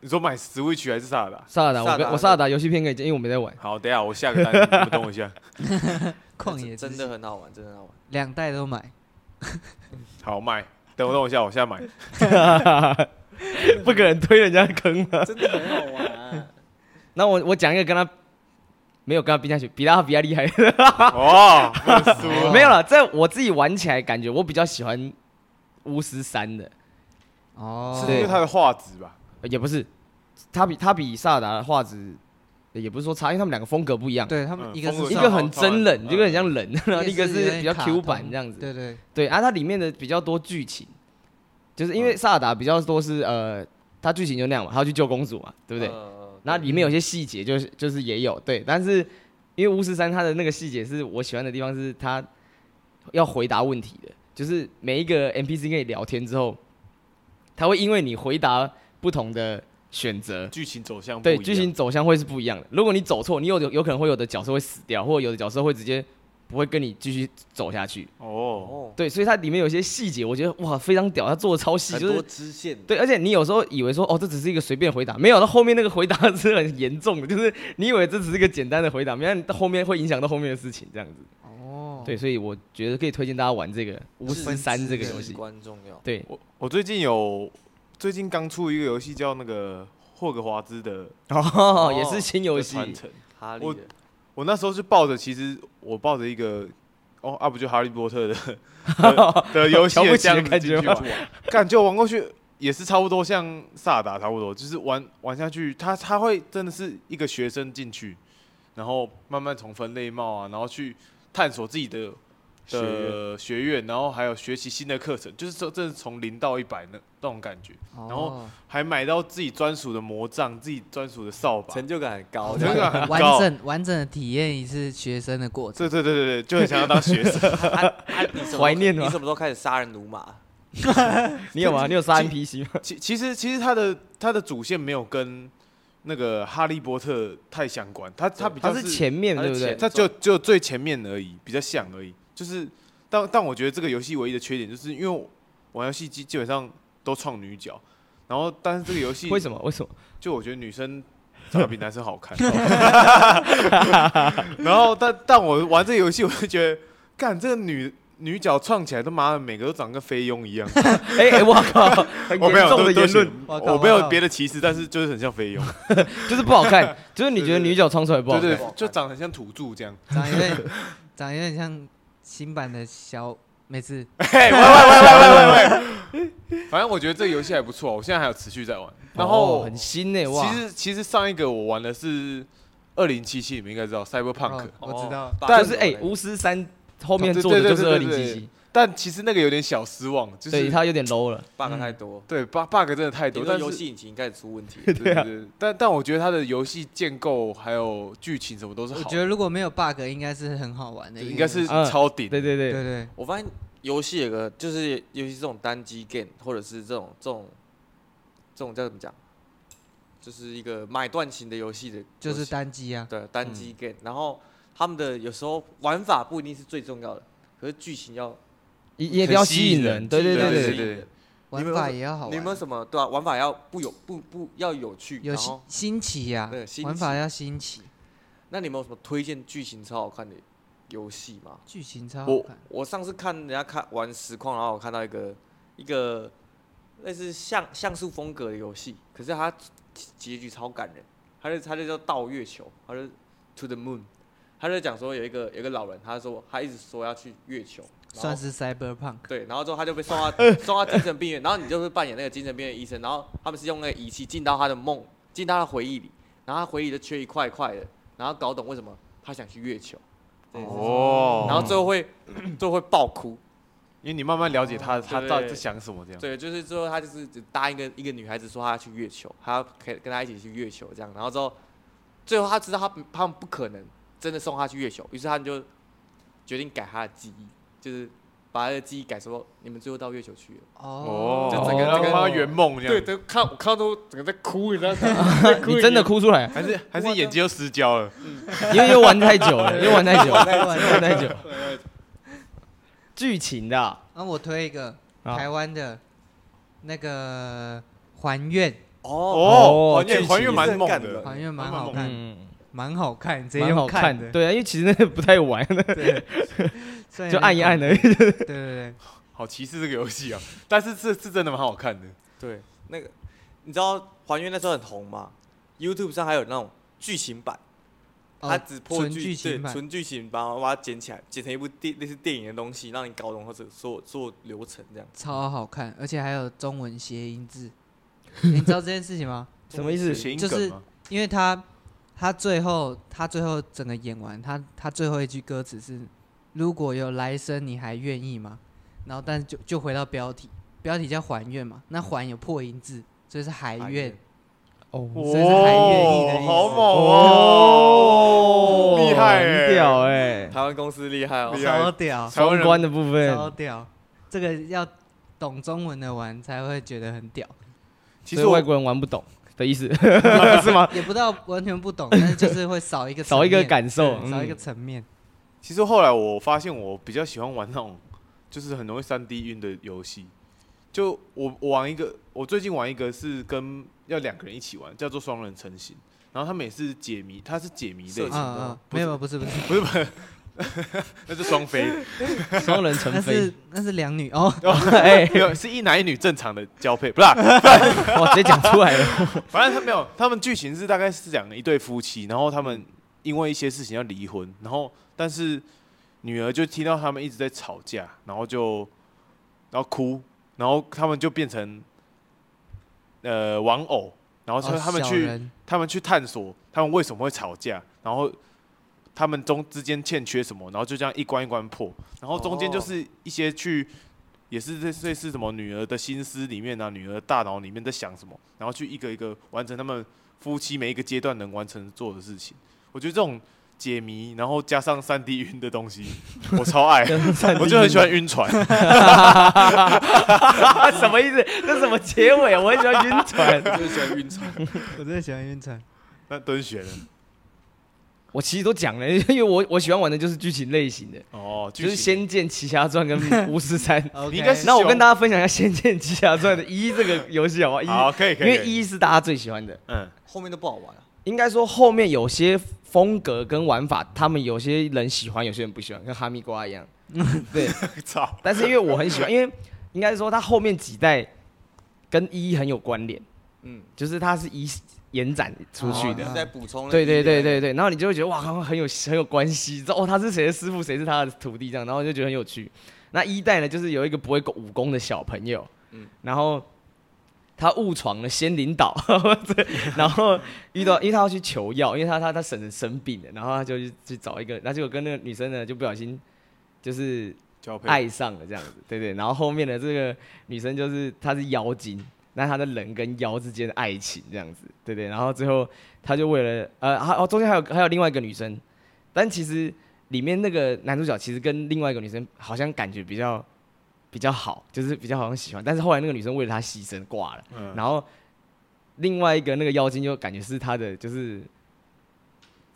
[SPEAKER 2] 你说买 Switch 还是啥的啊？
[SPEAKER 1] 萨尔达，
[SPEAKER 3] 萨
[SPEAKER 1] 我
[SPEAKER 3] 尔达
[SPEAKER 1] 跟我萨尔达游戏片可以借，因为我没在
[SPEAKER 2] *laughs*
[SPEAKER 1] 玩。 *laughs*
[SPEAKER 2] 好，等一下我下个单，你们等我一下。
[SPEAKER 4] 旷野之
[SPEAKER 3] 真
[SPEAKER 4] 息
[SPEAKER 3] 的很好玩，真的很好玩。
[SPEAKER 4] 两代都买，
[SPEAKER 2] 好买，等我等我一下，我现在买。
[SPEAKER 1] 不可能推人家的坑啊。
[SPEAKER 3] 真的很好玩。
[SPEAKER 1] 那我我讲一个跟他没有跟他比下去，比他比他厉害。
[SPEAKER 2] 哦，认输
[SPEAKER 1] *laughs*
[SPEAKER 2] 了
[SPEAKER 1] 没有了，在我自己玩起来感觉我比较喜欢巫师三的，
[SPEAKER 4] 哦，
[SPEAKER 2] 是因为它的画质吧？
[SPEAKER 1] 呃也不是，他比他比萨尔达的画质也不是说差，因为他们两个风格不一样，
[SPEAKER 4] 对他们
[SPEAKER 2] 嗯
[SPEAKER 4] 一个是
[SPEAKER 2] 风格
[SPEAKER 1] 一
[SPEAKER 2] 上
[SPEAKER 1] 个很真人，
[SPEAKER 2] 嗯
[SPEAKER 1] 一个很像人， *laughs* 然后一个
[SPEAKER 4] 有
[SPEAKER 1] 是
[SPEAKER 4] 点
[SPEAKER 1] 比较
[SPEAKER 4] 卡
[SPEAKER 1] Q
[SPEAKER 4] 通
[SPEAKER 1] 版这样子。
[SPEAKER 4] 对对，
[SPEAKER 1] 对啊，它里面的比较多剧情，就是
[SPEAKER 4] 嗯
[SPEAKER 1] 因为萨尔达比较多是呃，它剧情就那样嘛，他要去救公主嘛， *laughs* 对不对？
[SPEAKER 3] 嗯
[SPEAKER 1] 那、里面有些细节就是就是也有对，但是因为巫师三它的那个细节是我喜欢的地方，是它要回答问题的，就是每一个 NPC 跟你聊天之后，他会因为你回答不同的选择，
[SPEAKER 2] 剧情走向不
[SPEAKER 1] 对
[SPEAKER 2] 一样
[SPEAKER 1] 剧情走向会是不一样的。如果你走错，你有有可能会有的角色会死掉，或者有的角色会直接不会跟你继续走下去。
[SPEAKER 2] 哦，
[SPEAKER 3] 哦，
[SPEAKER 1] 对，所以它里面有些细节，我觉得哇非常屌，它做的超细，
[SPEAKER 3] 很
[SPEAKER 1] 就
[SPEAKER 3] 多
[SPEAKER 1] 是
[SPEAKER 3] 支线的，
[SPEAKER 1] 对，而且你有时候以为说哦这只是一个随便回答，没有，到后面那个回答 *laughs* 是很严重的，就是你以为这只是一个简单的回答，没想到后面会影响到后面的事情这样子。
[SPEAKER 4] 哦，
[SPEAKER 1] 对，所以我觉得可以推荐大家玩这个巫师三这个游
[SPEAKER 3] 至
[SPEAKER 1] 戏。
[SPEAKER 3] 关重要。
[SPEAKER 1] 对，
[SPEAKER 2] 我我最近有最近刚出一个游戏叫那个霍格华兹的
[SPEAKER 1] *laughs* 哦，也是新游
[SPEAKER 2] 的
[SPEAKER 1] 戏，
[SPEAKER 2] 传承。
[SPEAKER 3] 哈利
[SPEAKER 2] 我
[SPEAKER 3] 的
[SPEAKER 2] 我那时候是抱着，其实我抱着一个哦啊，不就哈利波特的 *laughs*
[SPEAKER 1] *laughs*
[SPEAKER 2] 的的游戏
[SPEAKER 1] 瞧不起
[SPEAKER 2] 这样
[SPEAKER 1] 的
[SPEAKER 2] 子
[SPEAKER 1] 感
[SPEAKER 2] 进
[SPEAKER 1] 觉 *laughs*
[SPEAKER 2] 去玩，感觉玩过去也是差不多像萨达差不多，就是玩玩下去，他他会真的是一个学生进去，然后慢慢从分类帽啊，然后去探索自己的
[SPEAKER 3] 学院
[SPEAKER 2] 的学院，然后还有学习新的课程，就是说真的从零到一百那那种感觉，
[SPEAKER 4] 哦，
[SPEAKER 2] 然后还买到自己专属的魔杖，自己专属的扫把，
[SPEAKER 3] 成就感很高，
[SPEAKER 2] 成就感很
[SPEAKER 4] 完
[SPEAKER 2] 高。
[SPEAKER 4] 整完整的体验一次学生的过
[SPEAKER 2] *laughs*
[SPEAKER 4] 程，
[SPEAKER 2] 对对对对对，就很想要当学生。
[SPEAKER 3] 啊啊你什么时候
[SPEAKER 1] 怀念吗
[SPEAKER 3] 你什么时候开始杀人如麻？
[SPEAKER 1] 你有吗？你有杀
[SPEAKER 2] 这
[SPEAKER 1] NPC 吗？
[SPEAKER 2] 其其实其实它的它的主线没有跟那个哈利波特太相关，它它比
[SPEAKER 1] 它
[SPEAKER 2] 较
[SPEAKER 1] 是前面
[SPEAKER 3] 它
[SPEAKER 1] 对
[SPEAKER 3] 是
[SPEAKER 1] 不对
[SPEAKER 3] 前？
[SPEAKER 2] 它就就最前面而已，比较像而已。就是但但我觉得这个游戏唯一的缺点就是因为我玩游戏基基本上都创女角，然后但是这个游戏
[SPEAKER 1] 为什么？为
[SPEAKER 2] *laughs*
[SPEAKER 1] 什么？
[SPEAKER 2] 就我觉得女生长得比男生好看。 *laughs* 然后，但但我玩这个游戏，我就觉得，干这个女女角创起来，他妈的每个都长得跟菲佣一样。
[SPEAKER 1] 哎、哎，我靠，
[SPEAKER 2] *laughs*
[SPEAKER 1] 很
[SPEAKER 2] 哦我没
[SPEAKER 1] 严
[SPEAKER 2] 有
[SPEAKER 1] 重的言论，，
[SPEAKER 2] 都
[SPEAKER 4] 哇
[SPEAKER 2] 都
[SPEAKER 4] 靠
[SPEAKER 2] 我没
[SPEAKER 4] 哇
[SPEAKER 2] 有
[SPEAKER 4] 靠
[SPEAKER 2] 别的歧视，但是就是很像菲佣，
[SPEAKER 1] 就是不好
[SPEAKER 2] *laughs*
[SPEAKER 1] 看，就是你觉得
[SPEAKER 2] 对对对
[SPEAKER 1] 女角穿出来不好
[SPEAKER 2] 对
[SPEAKER 1] 看。
[SPEAKER 2] 对
[SPEAKER 3] 不好，看
[SPEAKER 2] 就长得很像土著这样。
[SPEAKER 4] 长有点长有点像新版的小每次
[SPEAKER 2] *laughs* 嘿，喂喂喂喂喂 *laughs* 喂，反正我觉得这个游戏还不错，我现在还有持续在玩。然
[SPEAKER 1] 哦
[SPEAKER 2] 后
[SPEAKER 1] 很，新呢、哇！
[SPEAKER 2] 其实其实上一个我玩的是二零七七，你们应该知道 Cyberpunk
[SPEAKER 1] 嗯
[SPEAKER 4] 哦。我知道
[SPEAKER 3] 哦，
[SPEAKER 1] 就
[SPEAKER 2] 但
[SPEAKER 1] 是哎、巫师三后面
[SPEAKER 2] 对
[SPEAKER 1] 做的
[SPEAKER 2] 对
[SPEAKER 1] 就
[SPEAKER 2] 对
[SPEAKER 1] 是二
[SPEAKER 2] 对
[SPEAKER 1] 零
[SPEAKER 2] 对
[SPEAKER 1] 七
[SPEAKER 2] 对
[SPEAKER 1] 七，
[SPEAKER 2] 但其实那个有点小失望，就
[SPEAKER 1] 对
[SPEAKER 2] 是
[SPEAKER 1] 它有点 low 了。
[SPEAKER 3] bug 太多，
[SPEAKER 2] 对 bug bug 真的太
[SPEAKER 3] 顶
[SPEAKER 2] 多，
[SPEAKER 3] 多
[SPEAKER 2] 但
[SPEAKER 3] 游
[SPEAKER 2] 是
[SPEAKER 3] 戏引擎开始出问题。
[SPEAKER 2] 对对
[SPEAKER 1] 啊
[SPEAKER 2] 对，但但我觉得它的游戏建构还有剧情什么都是好
[SPEAKER 4] 我
[SPEAKER 2] 的，
[SPEAKER 4] 觉得如果没有 bug，应该是很好玩的
[SPEAKER 2] 就
[SPEAKER 4] 一个游戏，
[SPEAKER 2] 应该是
[SPEAKER 1] 嗯
[SPEAKER 2] 超顶。
[SPEAKER 1] 对对
[SPEAKER 4] 对
[SPEAKER 1] 对，
[SPEAKER 4] 对
[SPEAKER 3] *laughs* 我发现游戏有个就是，尤其这种单机 game 或者是这种这种这种叫怎么讲，就是一个买断型的游戏的游戏，
[SPEAKER 4] 就是单机啊，
[SPEAKER 3] 对单机 game，、然后他们的有时候玩法不一定是最重要的，可是剧情要
[SPEAKER 1] 也也
[SPEAKER 2] 很
[SPEAKER 1] 比较
[SPEAKER 2] 吸
[SPEAKER 1] 吸
[SPEAKER 2] 引
[SPEAKER 1] 引
[SPEAKER 2] 人
[SPEAKER 1] 人。对对
[SPEAKER 2] 对
[SPEAKER 1] 对
[SPEAKER 2] 对
[SPEAKER 1] 对，
[SPEAKER 2] 对
[SPEAKER 4] 玩法也要好
[SPEAKER 3] 你有没有
[SPEAKER 4] 玩，
[SPEAKER 3] 什么对吧、啊玩法要不有不不要有趣，
[SPEAKER 4] 有
[SPEAKER 3] 然
[SPEAKER 4] 新
[SPEAKER 3] 后
[SPEAKER 4] 新奇呀
[SPEAKER 3] 对新，
[SPEAKER 4] 玩
[SPEAKER 3] 奇
[SPEAKER 4] 法要新奇，
[SPEAKER 3] 那你们有什么推荐剧情超好看的游戏吗？
[SPEAKER 4] 剧情超好
[SPEAKER 2] 我
[SPEAKER 4] 看，
[SPEAKER 3] 我上次看人家看玩实况，然后我看到一个一个类似像像素风格的游戏，可是它结结局超感人，它就它就叫到月球，它就 to the moon，它就讲说有一个有一个老人，他说他一直说要去月球，然后
[SPEAKER 4] 算是 cyberpunk，
[SPEAKER 3] 对，然后之后他就被送到 *laughs* 送到精神病院，然后你就是扮演那个精神病院医生，然后他们是用那个仪器进到他的梦，进到他的回忆里，然后他回忆里就缺一块一块的，然后搞懂为什么他想去月球，这件事情
[SPEAKER 2] 哦，
[SPEAKER 3] 然后最后会最后会爆哭。
[SPEAKER 2] 因为你慢慢了解他他
[SPEAKER 3] 对对
[SPEAKER 2] 到底在想什么这样。
[SPEAKER 3] 对，就是最后他就是只答应一个一个女孩子说他要去月球，他要可以跟她一起去月球这样，然后之后最后他知道他他们不可能真的送他去月球，于是他们就决定改他的记忆，就是把他的记忆改说你们最后到月球去了。
[SPEAKER 4] 哦，
[SPEAKER 2] 就
[SPEAKER 3] 整
[SPEAKER 2] 整
[SPEAKER 3] 个
[SPEAKER 2] 个让
[SPEAKER 3] 这个
[SPEAKER 2] 他圆梦这
[SPEAKER 3] 对，
[SPEAKER 2] 样。
[SPEAKER 3] 都看我看到都整个在哭，你知道吗？ *laughs*
[SPEAKER 1] 你真的哭出来，
[SPEAKER 2] 还是还是眼睛又失焦了，
[SPEAKER 1] 因为又玩太久了， *laughs* 又玩太久，了，
[SPEAKER 4] 玩
[SPEAKER 1] 玩太久。 *laughs* 剧情的啊
[SPEAKER 4] 那我推一个
[SPEAKER 1] 啊
[SPEAKER 4] 台湾的那个还愿，
[SPEAKER 2] 哦还
[SPEAKER 1] 剧
[SPEAKER 2] 原还
[SPEAKER 1] 情
[SPEAKER 2] 原蛮猛的，
[SPEAKER 4] 还愿蛮好看，
[SPEAKER 1] 嗯，
[SPEAKER 4] 蛮好看，直接
[SPEAKER 1] 蛮好
[SPEAKER 4] 用
[SPEAKER 1] 看
[SPEAKER 4] 的，
[SPEAKER 1] 对啊，因为其实那个不太玩，
[SPEAKER 4] 对
[SPEAKER 1] 就按一按，的。
[SPEAKER 4] 对对对，
[SPEAKER 2] 好歧视这个游戏啊！但是是是真的蛮好看的，
[SPEAKER 3] 对，那个你知道还原那时候很红嘛？YouTube 上还有那种剧情版，
[SPEAKER 4] 哦
[SPEAKER 3] *laughs* 它只破
[SPEAKER 4] 纯
[SPEAKER 3] 剧
[SPEAKER 4] 剧情
[SPEAKER 3] 对
[SPEAKER 4] 版
[SPEAKER 3] 纯剧情版，然后把它剪起来，剪成一部电类似电影的东西，让你搞懂或者做做流程这样。
[SPEAKER 4] 超好看，而且还有中文谐音字。 *laughs* 你知道这件事情吗？
[SPEAKER 1] 什么意思？
[SPEAKER 2] 谐音
[SPEAKER 4] 就
[SPEAKER 2] 梗
[SPEAKER 4] 是
[SPEAKER 2] 吗？
[SPEAKER 4] 因为他他最后他最后整个演完，他他最后一句歌词是“如果有来生，你还愿意吗？”然后但是就就回到标题，标题叫“还愿”嘛，那“还”有破音字，所以是“还
[SPEAKER 3] 还
[SPEAKER 4] 愿
[SPEAKER 3] 愿
[SPEAKER 1] 哦
[SPEAKER 4] 所以是还愿意的意思
[SPEAKER 2] 好猛哦，厉害欸
[SPEAKER 1] 很屌哎、
[SPEAKER 3] 台湾公司厉害哦
[SPEAKER 2] 厉，”，害
[SPEAKER 4] 超屌，
[SPEAKER 2] 台湾
[SPEAKER 1] 双
[SPEAKER 2] 人
[SPEAKER 1] 关的部
[SPEAKER 4] 超
[SPEAKER 1] 分，
[SPEAKER 4] 屌！这个要懂中文的玩才会觉得很屌，
[SPEAKER 2] 其
[SPEAKER 1] 所以
[SPEAKER 2] 实我
[SPEAKER 1] 外国人玩不懂的意 *laughs* 思是吗？
[SPEAKER 4] 也不到完全不懂，但是就是会少一个
[SPEAKER 1] 少一个
[SPEAKER 4] 层面
[SPEAKER 1] 感受
[SPEAKER 4] 对少一
[SPEAKER 1] 嗯
[SPEAKER 4] 个层面。
[SPEAKER 2] 其实后来我发现，我比较喜欢玩那种就是很容易三 D 晕的游戏。就我我玩一个，我最近玩一个是跟要两个人一起玩，叫做双人成型。然后他们也是解谜，它是解谜类
[SPEAKER 3] 色
[SPEAKER 2] 型
[SPEAKER 3] 情
[SPEAKER 2] 的，
[SPEAKER 4] 嗯
[SPEAKER 3] 的
[SPEAKER 4] 嗯，没有不是不是，
[SPEAKER 2] 不是不是， *laughs* 那是双飞，
[SPEAKER 1] 嗯双人成
[SPEAKER 4] 那
[SPEAKER 1] 飞
[SPEAKER 4] 是，那是两女哦，
[SPEAKER 2] *laughs*
[SPEAKER 1] 哎，
[SPEAKER 2] 没有是一男一女正常的交配，不是啊、
[SPEAKER 1] 哇，直接讲出来了，
[SPEAKER 2] 反正他没有，他们剧情是大概是讲一对夫妻，然后他们因为一些事情要离婚，然后但是女儿就听到他们一直在吵架，然后就然后哭，然后他们就变成呃玩偶，然后他
[SPEAKER 4] 哦
[SPEAKER 2] 他们
[SPEAKER 4] 小
[SPEAKER 2] 去、
[SPEAKER 4] 人
[SPEAKER 2] 他们去探索他们为什么会吵架，然后他们中之间欠缺什么，然后就这样一关一关破，然后中间就
[SPEAKER 3] 哦
[SPEAKER 2] 是一些去。也是类类似什么女儿的心思里面啊，女儿大脑里面在想什么，然后去一个一个完成他们夫妻每一个阶段能完成做的事情。我觉得这种解谜，然后加上三 D 晕的
[SPEAKER 1] *laughs*
[SPEAKER 2] 东西，我超爱，我就很喜欢晕船。
[SPEAKER 1] *laughs* 什么意思？这什么结尾啊？我很喜欢晕船。
[SPEAKER 3] *laughs* 就是喜欢晕船。
[SPEAKER 4] 我真的喜欢晕船。
[SPEAKER 2] 那蹲雪人
[SPEAKER 1] 我其实都讲了， *laughs* 因为我我喜欢玩的就是剧情类型的，
[SPEAKER 2] 哦，
[SPEAKER 1] 就是《
[SPEAKER 2] 剧情
[SPEAKER 1] 仙剑奇侠传》
[SPEAKER 2] *laughs*
[SPEAKER 1] 跟《巫师三》。
[SPEAKER 4] OK，
[SPEAKER 2] 你应该是
[SPEAKER 1] 那我跟大家分享一下《仙剑奇侠
[SPEAKER 2] *laughs*
[SPEAKER 1] 传》的一这个游戏好不好？
[SPEAKER 2] 好，
[SPEAKER 1] 一，
[SPEAKER 2] 可以可
[SPEAKER 1] 因
[SPEAKER 2] 以，
[SPEAKER 1] 为
[SPEAKER 2] 可以
[SPEAKER 1] 一是大家最喜欢的。
[SPEAKER 2] 嗯
[SPEAKER 3] 后面都不好玩啊了，
[SPEAKER 1] 应该说后面有些风格跟玩法，他们有些人喜欢，有些人不喜欢，跟哈密瓜一
[SPEAKER 2] *laughs*
[SPEAKER 1] 样。对，
[SPEAKER 2] 操，
[SPEAKER 1] 但是因为我很喜欢，因为应该是说它后面几代跟一很有关联，
[SPEAKER 3] 嗯，
[SPEAKER 1] 就是它是一延展出去
[SPEAKER 3] 哦
[SPEAKER 1] 的。
[SPEAKER 3] 就是在补充。
[SPEAKER 1] 对对对对，对，然后你就会觉得哇，好像很有很有关系，知道哦他是谁的师傅，谁是他的徒弟这样，然后就觉得很有趣。那一代呢，就是有一个不会武功的小朋友，
[SPEAKER 3] 嗯
[SPEAKER 1] 然后他误闯了仙灵岛，这然后遇到，因为他要去求药，因为他他他婶婶生病了，然后他就去去找一个，那结果跟那个女生呢就不小心就是
[SPEAKER 2] 交配
[SPEAKER 1] 爱上了这样子，对对。然后后面的这个女生就是她是妖精，那她的人跟妖之间的爱情这样子，对对。然后最后她就为了呃，还哦中间还有还有另外一个女生，但其实里面那个男主角其实跟另外一个女生好像感觉比较比较好，就是比较好像喜欢，但是后来那个女生为了他牺牲挂了，
[SPEAKER 2] 嗯
[SPEAKER 1] 然后另外一个那个妖精就感觉是他的就是。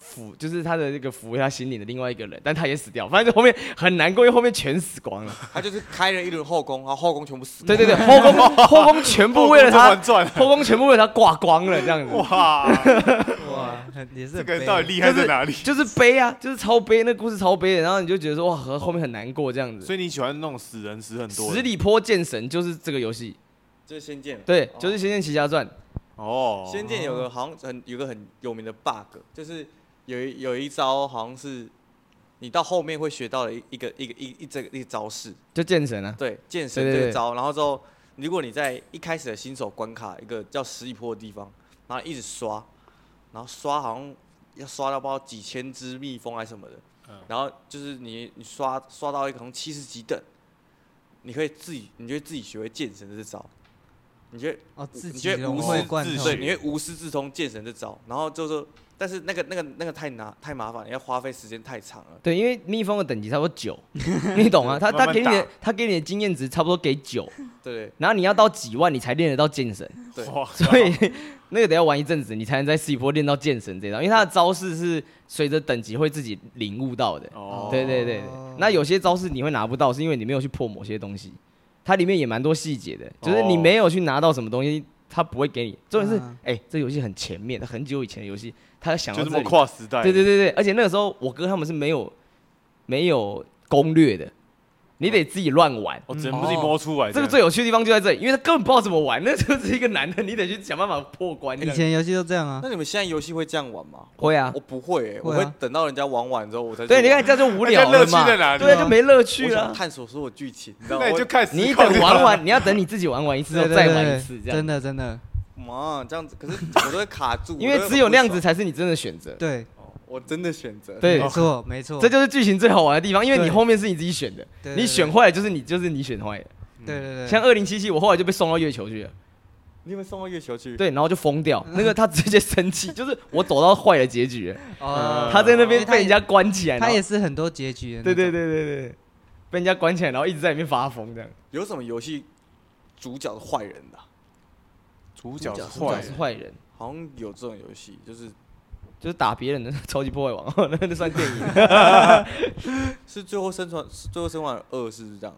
[SPEAKER 1] 抚就是他的那个抚慰他心灵的另外一个人，但他也死掉，反正就后面很难过，因为后面全死光
[SPEAKER 2] *laughs*
[SPEAKER 1] 了。
[SPEAKER 3] 他就是开了一轮后宫，然后后宫全部死。
[SPEAKER 1] 对对对，后宫后宫全部为了
[SPEAKER 2] 后宫甄
[SPEAKER 1] 他
[SPEAKER 2] 嬛，传
[SPEAKER 1] 后宫全部为了他挂光了，这样子 *laughs*
[SPEAKER 2] *laughs* 哇，
[SPEAKER 4] 哇，很也是
[SPEAKER 2] 这
[SPEAKER 4] 很
[SPEAKER 2] 个人
[SPEAKER 4] 悲
[SPEAKER 2] 到底厉害在哪里？
[SPEAKER 1] 就是悲啊，就是超悲，那故事超悲的，然后你就觉得说哇，和后面很难过这样子。
[SPEAKER 2] 所以你喜欢那种死人死很多的
[SPEAKER 1] 十里坡剑神就是这个游戏，
[SPEAKER 3] 这是仙剑。
[SPEAKER 1] 对
[SPEAKER 3] 哦，
[SPEAKER 1] 就是《仙剑奇侠传》，
[SPEAKER 2] 哦，
[SPEAKER 3] 仙剑有个好像很有个很有名的 bug，就是有一有一招好像是你到后面会学到的一一个一个一一这个一个招式，
[SPEAKER 1] 就剑神 *laughs* 啊，
[SPEAKER 3] 对，剑神
[SPEAKER 1] 对对
[SPEAKER 3] 这
[SPEAKER 1] 对
[SPEAKER 3] 个招，然后之后如果你在一开始的新手关卡一个叫十里坡的地方，然后一直刷，然后刷好像要刷到不知道几千只蜜蜂还是什么的，
[SPEAKER 2] 嗯
[SPEAKER 3] 然后就是你你刷刷到一个好像七十几等，你可以自己你就会自己学会剑神这招，你觉得？
[SPEAKER 4] 哦，自
[SPEAKER 3] 你
[SPEAKER 4] 己
[SPEAKER 3] 觉得
[SPEAKER 4] 融
[SPEAKER 3] 无
[SPEAKER 4] 会
[SPEAKER 3] 师
[SPEAKER 4] 贯
[SPEAKER 2] 自
[SPEAKER 4] 通
[SPEAKER 2] 学
[SPEAKER 3] 对，你会无师自通剑神这招，然后就是，但是那个那个那个太难太麻烦了，要花费时间太长了。
[SPEAKER 1] 对，因为蜜蜂的等级差不多
[SPEAKER 2] *laughs*
[SPEAKER 1] 九，你懂啊？他
[SPEAKER 2] 慢慢
[SPEAKER 1] 他给你的
[SPEAKER 2] 打
[SPEAKER 1] 他给你的经验值差不多给九，
[SPEAKER 3] 对
[SPEAKER 1] 然后你要到几万你才练得到剑神，
[SPEAKER 3] 对对，
[SPEAKER 2] 哇，
[SPEAKER 1] *laughs* 所以那个得要玩一阵子，你才能在十里坡练到剑神这招，因为他的招式是随着等级会自己领悟到的。
[SPEAKER 2] 哦，
[SPEAKER 1] 对对对对，那有些招式你会拿不到，是因为你没有去破某些东西，它里面也蛮多细节的，就是你
[SPEAKER 2] 哦
[SPEAKER 1] 没有去拿到什么东西，它不会给你。重点是
[SPEAKER 4] 嗯，
[SPEAKER 1] 哎、这游戏很前面，很久以前的游戏，他想到
[SPEAKER 2] 啊就
[SPEAKER 1] 这
[SPEAKER 2] 这么
[SPEAKER 1] 里，
[SPEAKER 2] 跨时代，
[SPEAKER 1] 对对对对，而且那个时候我哥他们是没有没有攻略的，你得自己乱玩。
[SPEAKER 2] 我只能自己摸出来。
[SPEAKER 1] 嗯这个最有趣的地方就在这里，因为他根本不知道怎么玩，那就是一个男的，你得去想办法破关。
[SPEAKER 4] 以前游戏都这样啊
[SPEAKER 3] 那，你们现在游戏会这样玩吗？
[SPEAKER 1] 会啊
[SPEAKER 3] 我，不会、欸，我
[SPEAKER 4] 会
[SPEAKER 3] 会
[SPEAKER 4] 啊
[SPEAKER 3] 等到人家玩完之后我才去
[SPEAKER 1] 对，
[SPEAKER 3] 玩
[SPEAKER 1] 你看这样就无聊
[SPEAKER 2] 那
[SPEAKER 1] 了
[SPEAKER 2] 这
[SPEAKER 1] 嘛
[SPEAKER 2] 乐趣在哪，里
[SPEAKER 1] 对啊，
[SPEAKER 4] 对啊
[SPEAKER 1] 就没乐
[SPEAKER 3] 我
[SPEAKER 1] 趣
[SPEAKER 3] 想
[SPEAKER 1] 啊。
[SPEAKER 3] 探索所有剧情，你知道吗？
[SPEAKER 2] 那你就看
[SPEAKER 1] 你等玩完，你要等你自己玩完一次之后
[SPEAKER 4] 对对
[SPEAKER 1] 再
[SPEAKER 4] 对
[SPEAKER 1] 玩一
[SPEAKER 4] 对
[SPEAKER 1] 次，这样
[SPEAKER 4] 真。的真的，
[SPEAKER 3] 我妈这样子，可是 *laughs* 我都会卡住，
[SPEAKER 1] 因
[SPEAKER 3] 我都
[SPEAKER 1] 为
[SPEAKER 3] 会
[SPEAKER 1] 只有
[SPEAKER 3] 很
[SPEAKER 1] 那
[SPEAKER 3] 不
[SPEAKER 1] 样子
[SPEAKER 3] 爽，
[SPEAKER 1] 才是你真的选择。
[SPEAKER 4] 对
[SPEAKER 3] 哦我真的选择。
[SPEAKER 1] 对
[SPEAKER 4] 没错没错，
[SPEAKER 1] 这就是剧情最好玩的地方，因为你
[SPEAKER 4] 对
[SPEAKER 1] 后面是你自己选的，
[SPEAKER 4] 对对
[SPEAKER 1] 你选坏了就是你就是你选坏的。
[SPEAKER 4] 对对对，
[SPEAKER 1] 像二零七七，我后来就被送到月球去了，
[SPEAKER 3] 你们送到月球去，
[SPEAKER 1] 对，然后就疯掉。那个他直接生气，就是我走到坏的结局了，
[SPEAKER 4] 哦
[SPEAKER 1] 嗯他在那边
[SPEAKER 4] 因为他也
[SPEAKER 1] 被人家关起来，
[SPEAKER 4] 他也
[SPEAKER 1] 然后
[SPEAKER 4] 是很多结局的，
[SPEAKER 1] 对对，对对对，被人家关起来，然后一直在里面发疯这样。
[SPEAKER 3] 有什么游戏主角是坏人的啊、
[SPEAKER 2] 主角是
[SPEAKER 1] 主角
[SPEAKER 2] 坏
[SPEAKER 1] 是
[SPEAKER 2] 人，
[SPEAKER 1] 坏人，
[SPEAKER 3] 好像有这种游戏，就是
[SPEAKER 1] 就是打别人的超级破坏王， *laughs* 那那算电影。
[SPEAKER 3] 是最后生存，是最后生还二是不是这样？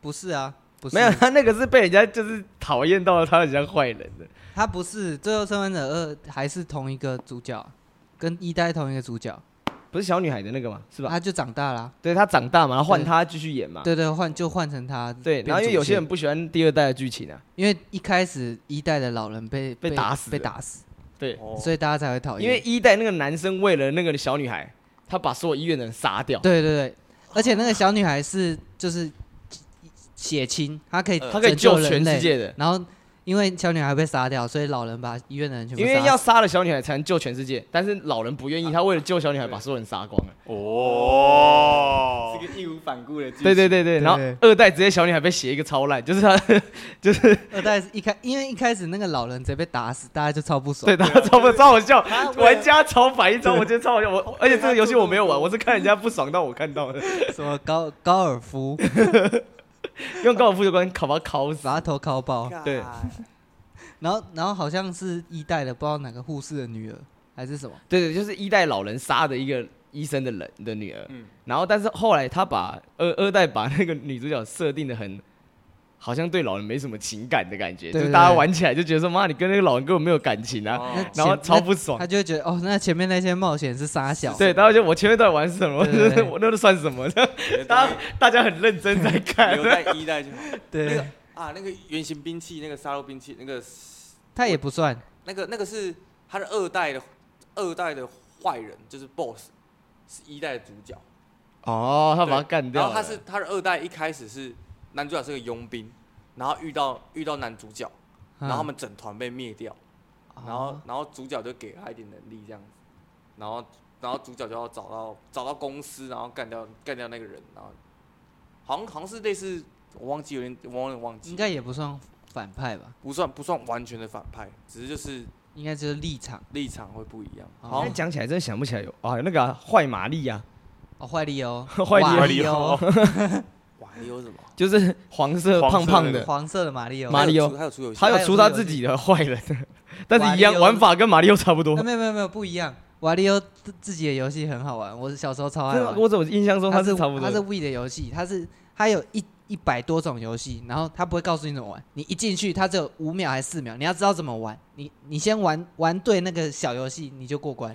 [SPEAKER 4] 不是啊，不是，
[SPEAKER 1] 没有，他那个是被人家就是讨厌到他很像坏人的。
[SPEAKER 4] 他不是《最后生还者二》还是同一个主角，跟一代同一个主角，
[SPEAKER 1] 不是小女孩的那个嘛，是吧？
[SPEAKER 4] 他就长大啦。
[SPEAKER 1] 对他长大嘛，然后换
[SPEAKER 4] 对
[SPEAKER 1] 他继续演嘛。
[SPEAKER 4] 对对，换就换成他。
[SPEAKER 1] 对，然后因为有些人，不喜欢第二代的剧情啊，
[SPEAKER 4] 因为一开始一代的老人被
[SPEAKER 1] 被打死
[SPEAKER 4] 被
[SPEAKER 1] 了
[SPEAKER 4] 打死，
[SPEAKER 1] 对，
[SPEAKER 3] 哦
[SPEAKER 4] 所以大家才会讨厌。
[SPEAKER 1] 因为一代那个男生为了那个小女孩，他把所有医院的人杀掉，
[SPEAKER 4] 对对对，而且那个小女孩是就是血亲，她可以
[SPEAKER 3] 呃
[SPEAKER 1] 他可以
[SPEAKER 4] 拯救
[SPEAKER 1] 救
[SPEAKER 4] 人
[SPEAKER 1] 全
[SPEAKER 4] 类
[SPEAKER 1] 世。界的，
[SPEAKER 4] 然后因为小女孩被杀掉，所以老人把医院的人全部
[SPEAKER 1] 因为
[SPEAKER 4] 杀
[SPEAKER 1] 要
[SPEAKER 4] 死啊
[SPEAKER 1] 杀了小女孩才能救全世界，但是老人不愿意，他为了救小女孩把所有人杀光了。
[SPEAKER 2] 哦，
[SPEAKER 3] 个义无反顾的剧情。
[SPEAKER 1] 对对对对，然后
[SPEAKER 4] 对
[SPEAKER 1] 二代直接小女孩被写一个超烂， *laughs* 就是他就是
[SPEAKER 4] 二代是一开，因为一开始那个老人直接被打死，大家就超不爽。
[SPEAKER 1] 对他超不超好笑
[SPEAKER 3] 他，为了
[SPEAKER 1] 玩家超反一 *laughs* 张，我觉得超好笑。我而且这个游戏我没有玩，
[SPEAKER 3] 他
[SPEAKER 1] 我是看人家不爽到我看 *laughs* 到的，
[SPEAKER 4] 什么高高尔夫
[SPEAKER 1] 用高尔夫球杆烤把他烤死。
[SPEAKER 4] 把他头烤爆，
[SPEAKER 1] 对
[SPEAKER 4] *laughs* 然后然后好像是一代的，不知道哪个护士的女儿还是什么，
[SPEAKER 1] 对对，就是一代老人杀的一个医生的人的女儿。
[SPEAKER 3] 嗯
[SPEAKER 1] 然后但是后来他把二二代把那个女主角设定的很，好像对老人没什么情感的感觉，
[SPEAKER 4] 对
[SPEAKER 1] 就
[SPEAKER 4] 对
[SPEAKER 1] 大家
[SPEAKER 4] 对
[SPEAKER 1] 玩起来就觉得说妈，你跟那个老人根本没有感情啊，
[SPEAKER 3] 哦
[SPEAKER 4] 那
[SPEAKER 1] 然后
[SPEAKER 4] 前
[SPEAKER 1] 超
[SPEAKER 4] 那
[SPEAKER 1] 不爽
[SPEAKER 4] 他。就会觉得哦，那前面那些冒险是傻小，
[SPEAKER 1] *laughs* 对，然后就我前面到底玩什么？
[SPEAKER 4] 对对对
[SPEAKER 1] *laughs* 我那都算什么？大家大家很认真在看
[SPEAKER 3] 留。在一代就
[SPEAKER 1] *laughs*
[SPEAKER 3] 好那
[SPEAKER 4] 对
[SPEAKER 3] 个，啊，那个圆形兵器，那个杀戮兵器，那个
[SPEAKER 4] 他也不算，
[SPEAKER 3] 那个那个是他的二代的二代的坏人，就是 BOSS，是一代的主角。
[SPEAKER 1] 哦，他把他
[SPEAKER 3] 对
[SPEAKER 1] 干掉
[SPEAKER 3] 然后
[SPEAKER 1] 了。
[SPEAKER 3] 他是他的二代一开始是男主角是个佣兵，然后遇到遇到男主角，然后他
[SPEAKER 4] 嗯
[SPEAKER 3] 们整团被灭掉，
[SPEAKER 1] 啊
[SPEAKER 3] 然后然后主角就给他一点能力这样子，然后然后主角就要找到找到公司，然后干掉干掉那个人，然后好像好像是类似我忘记有点我有点忘记，
[SPEAKER 4] 应该也不算反派吧，
[SPEAKER 3] 不算不算完全的反派，只是就是
[SPEAKER 4] 应该就是立场
[SPEAKER 3] 立场会不一样。
[SPEAKER 4] 哦
[SPEAKER 3] 好
[SPEAKER 1] 现在，讲起来真的想不起来有啊，那个啊坏玛丽啊，
[SPEAKER 4] 哦，坏
[SPEAKER 1] *laughs*
[SPEAKER 4] 理由，
[SPEAKER 1] 坏理由
[SPEAKER 4] 瓦理欧，
[SPEAKER 1] 哦
[SPEAKER 4] *laughs*
[SPEAKER 3] 哇，你有什么？
[SPEAKER 1] 就是黄色
[SPEAKER 2] 黄色
[SPEAKER 1] 胖胖
[SPEAKER 2] 那
[SPEAKER 1] 的，
[SPEAKER 4] 黄色的马里欧，
[SPEAKER 1] 马里奥
[SPEAKER 3] 还有出游戏
[SPEAKER 1] 他
[SPEAKER 4] 还
[SPEAKER 1] 有
[SPEAKER 4] 有
[SPEAKER 1] 出
[SPEAKER 4] 出
[SPEAKER 1] 他
[SPEAKER 4] 游
[SPEAKER 1] 自
[SPEAKER 4] 戏
[SPEAKER 1] 己的坏人，但是一样
[SPEAKER 4] 瓦力欧
[SPEAKER 1] 玩法跟马里奥差不多
[SPEAKER 4] 啊。没有没有没有不一样，瓦里欧自自己的游戏很好玩，我小时候超爱
[SPEAKER 1] 真的
[SPEAKER 4] 玩
[SPEAKER 1] 吗，啊我怎么印象中
[SPEAKER 4] 它
[SPEAKER 1] 他
[SPEAKER 4] 是
[SPEAKER 1] 是差不多
[SPEAKER 4] 它是
[SPEAKER 1] 的？
[SPEAKER 4] We 的游戏，它是它有一一百多种游戏，然后它不会告诉你怎么玩，你一进去它只有五秒还是四秒，你要知道怎么玩，你你先玩玩对那个小游戏你就过关。
[SPEAKER 1] *laughs*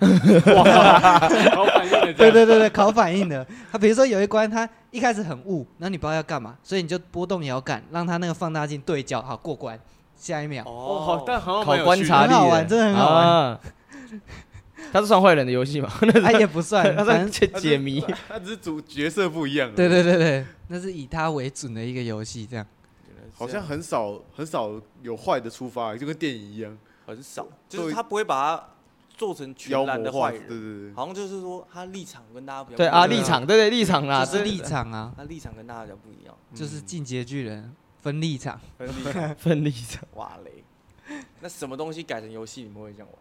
[SPEAKER 2] 好反应的
[SPEAKER 4] 对对对对，考反应的。它比如说有一关它一开始很雾，然后你不知道要干嘛，所以你就波动摇杆让它那个放大镜对焦，好过关。下一秒，
[SPEAKER 2] *laughs* 哦，好，但好像
[SPEAKER 1] 考
[SPEAKER 2] 蛮有
[SPEAKER 1] 观
[SPEAKER 2] 趣的
[SPEAKER 1] 察力
[SPEAKER 4] 很好玩真的很好玩
[SPEAKER 1] 啊。他是算坏人的游戏吗？那
[SPEAKER 4] 它、也
[SPEAKER 1] *laughs*
[SPEAKER 4] 不算，
[SPEAKER 1] 他
[SPEAKER 4] 反
[SPEAKER 1] 算
[SPEAKER 4] 正
[SPEAKER 1] 解
[SPEAKER 2] 它是
[SPEAKER 1] 解谜。
[SPEAKER 2] 他只是主角色不一样而已。
[SPEAKER 4] 对对对对，那是以它为准的一个游戏，这样。
[SPEAKER 2] 好像很少很少有坏的出发，就跟电影一样，
[SPEAKER 3] 很少，就是他不会把它做成全
[SPEAKER 2] 妖
[SPEAKER 3] 然的
[SPEAKER 2] 魔
[SPEAKER 3] 坏
[SPEAKER 2] 化。对对
[SPEAKER 3] 人，
[SPEAKER 2] 对，
[SPEAKER 3] 好像就是说他立场跟大家比较
[SPEAKER 1] 对
[SPEAKER 3] 不一
[SPEAKER 1] 啊，
[SPEAKER 3] 样
[SPEAKER 1] 立，场，对对立场啦，
[SPEAKER 4] 就是
[SPEAKER 1] 这嗯
[SPEAKER 4] 立场啊，
[SPEAKER 3] 他立场跟大家比较不一样，
[SPEAKER 4] 就是进阶巨人分立场。
[SPEAKER 3] 很立
[SPEAKER 2] *laughs*
[SPEAKER 3] 场。
[SPEAKER 1] 分立
[SPEAKER 3] *laughs*
[SPEAKER 1] 场。
[SPEAKER 3] 哇嘞，那什么东西改成游戏你们会这样玩？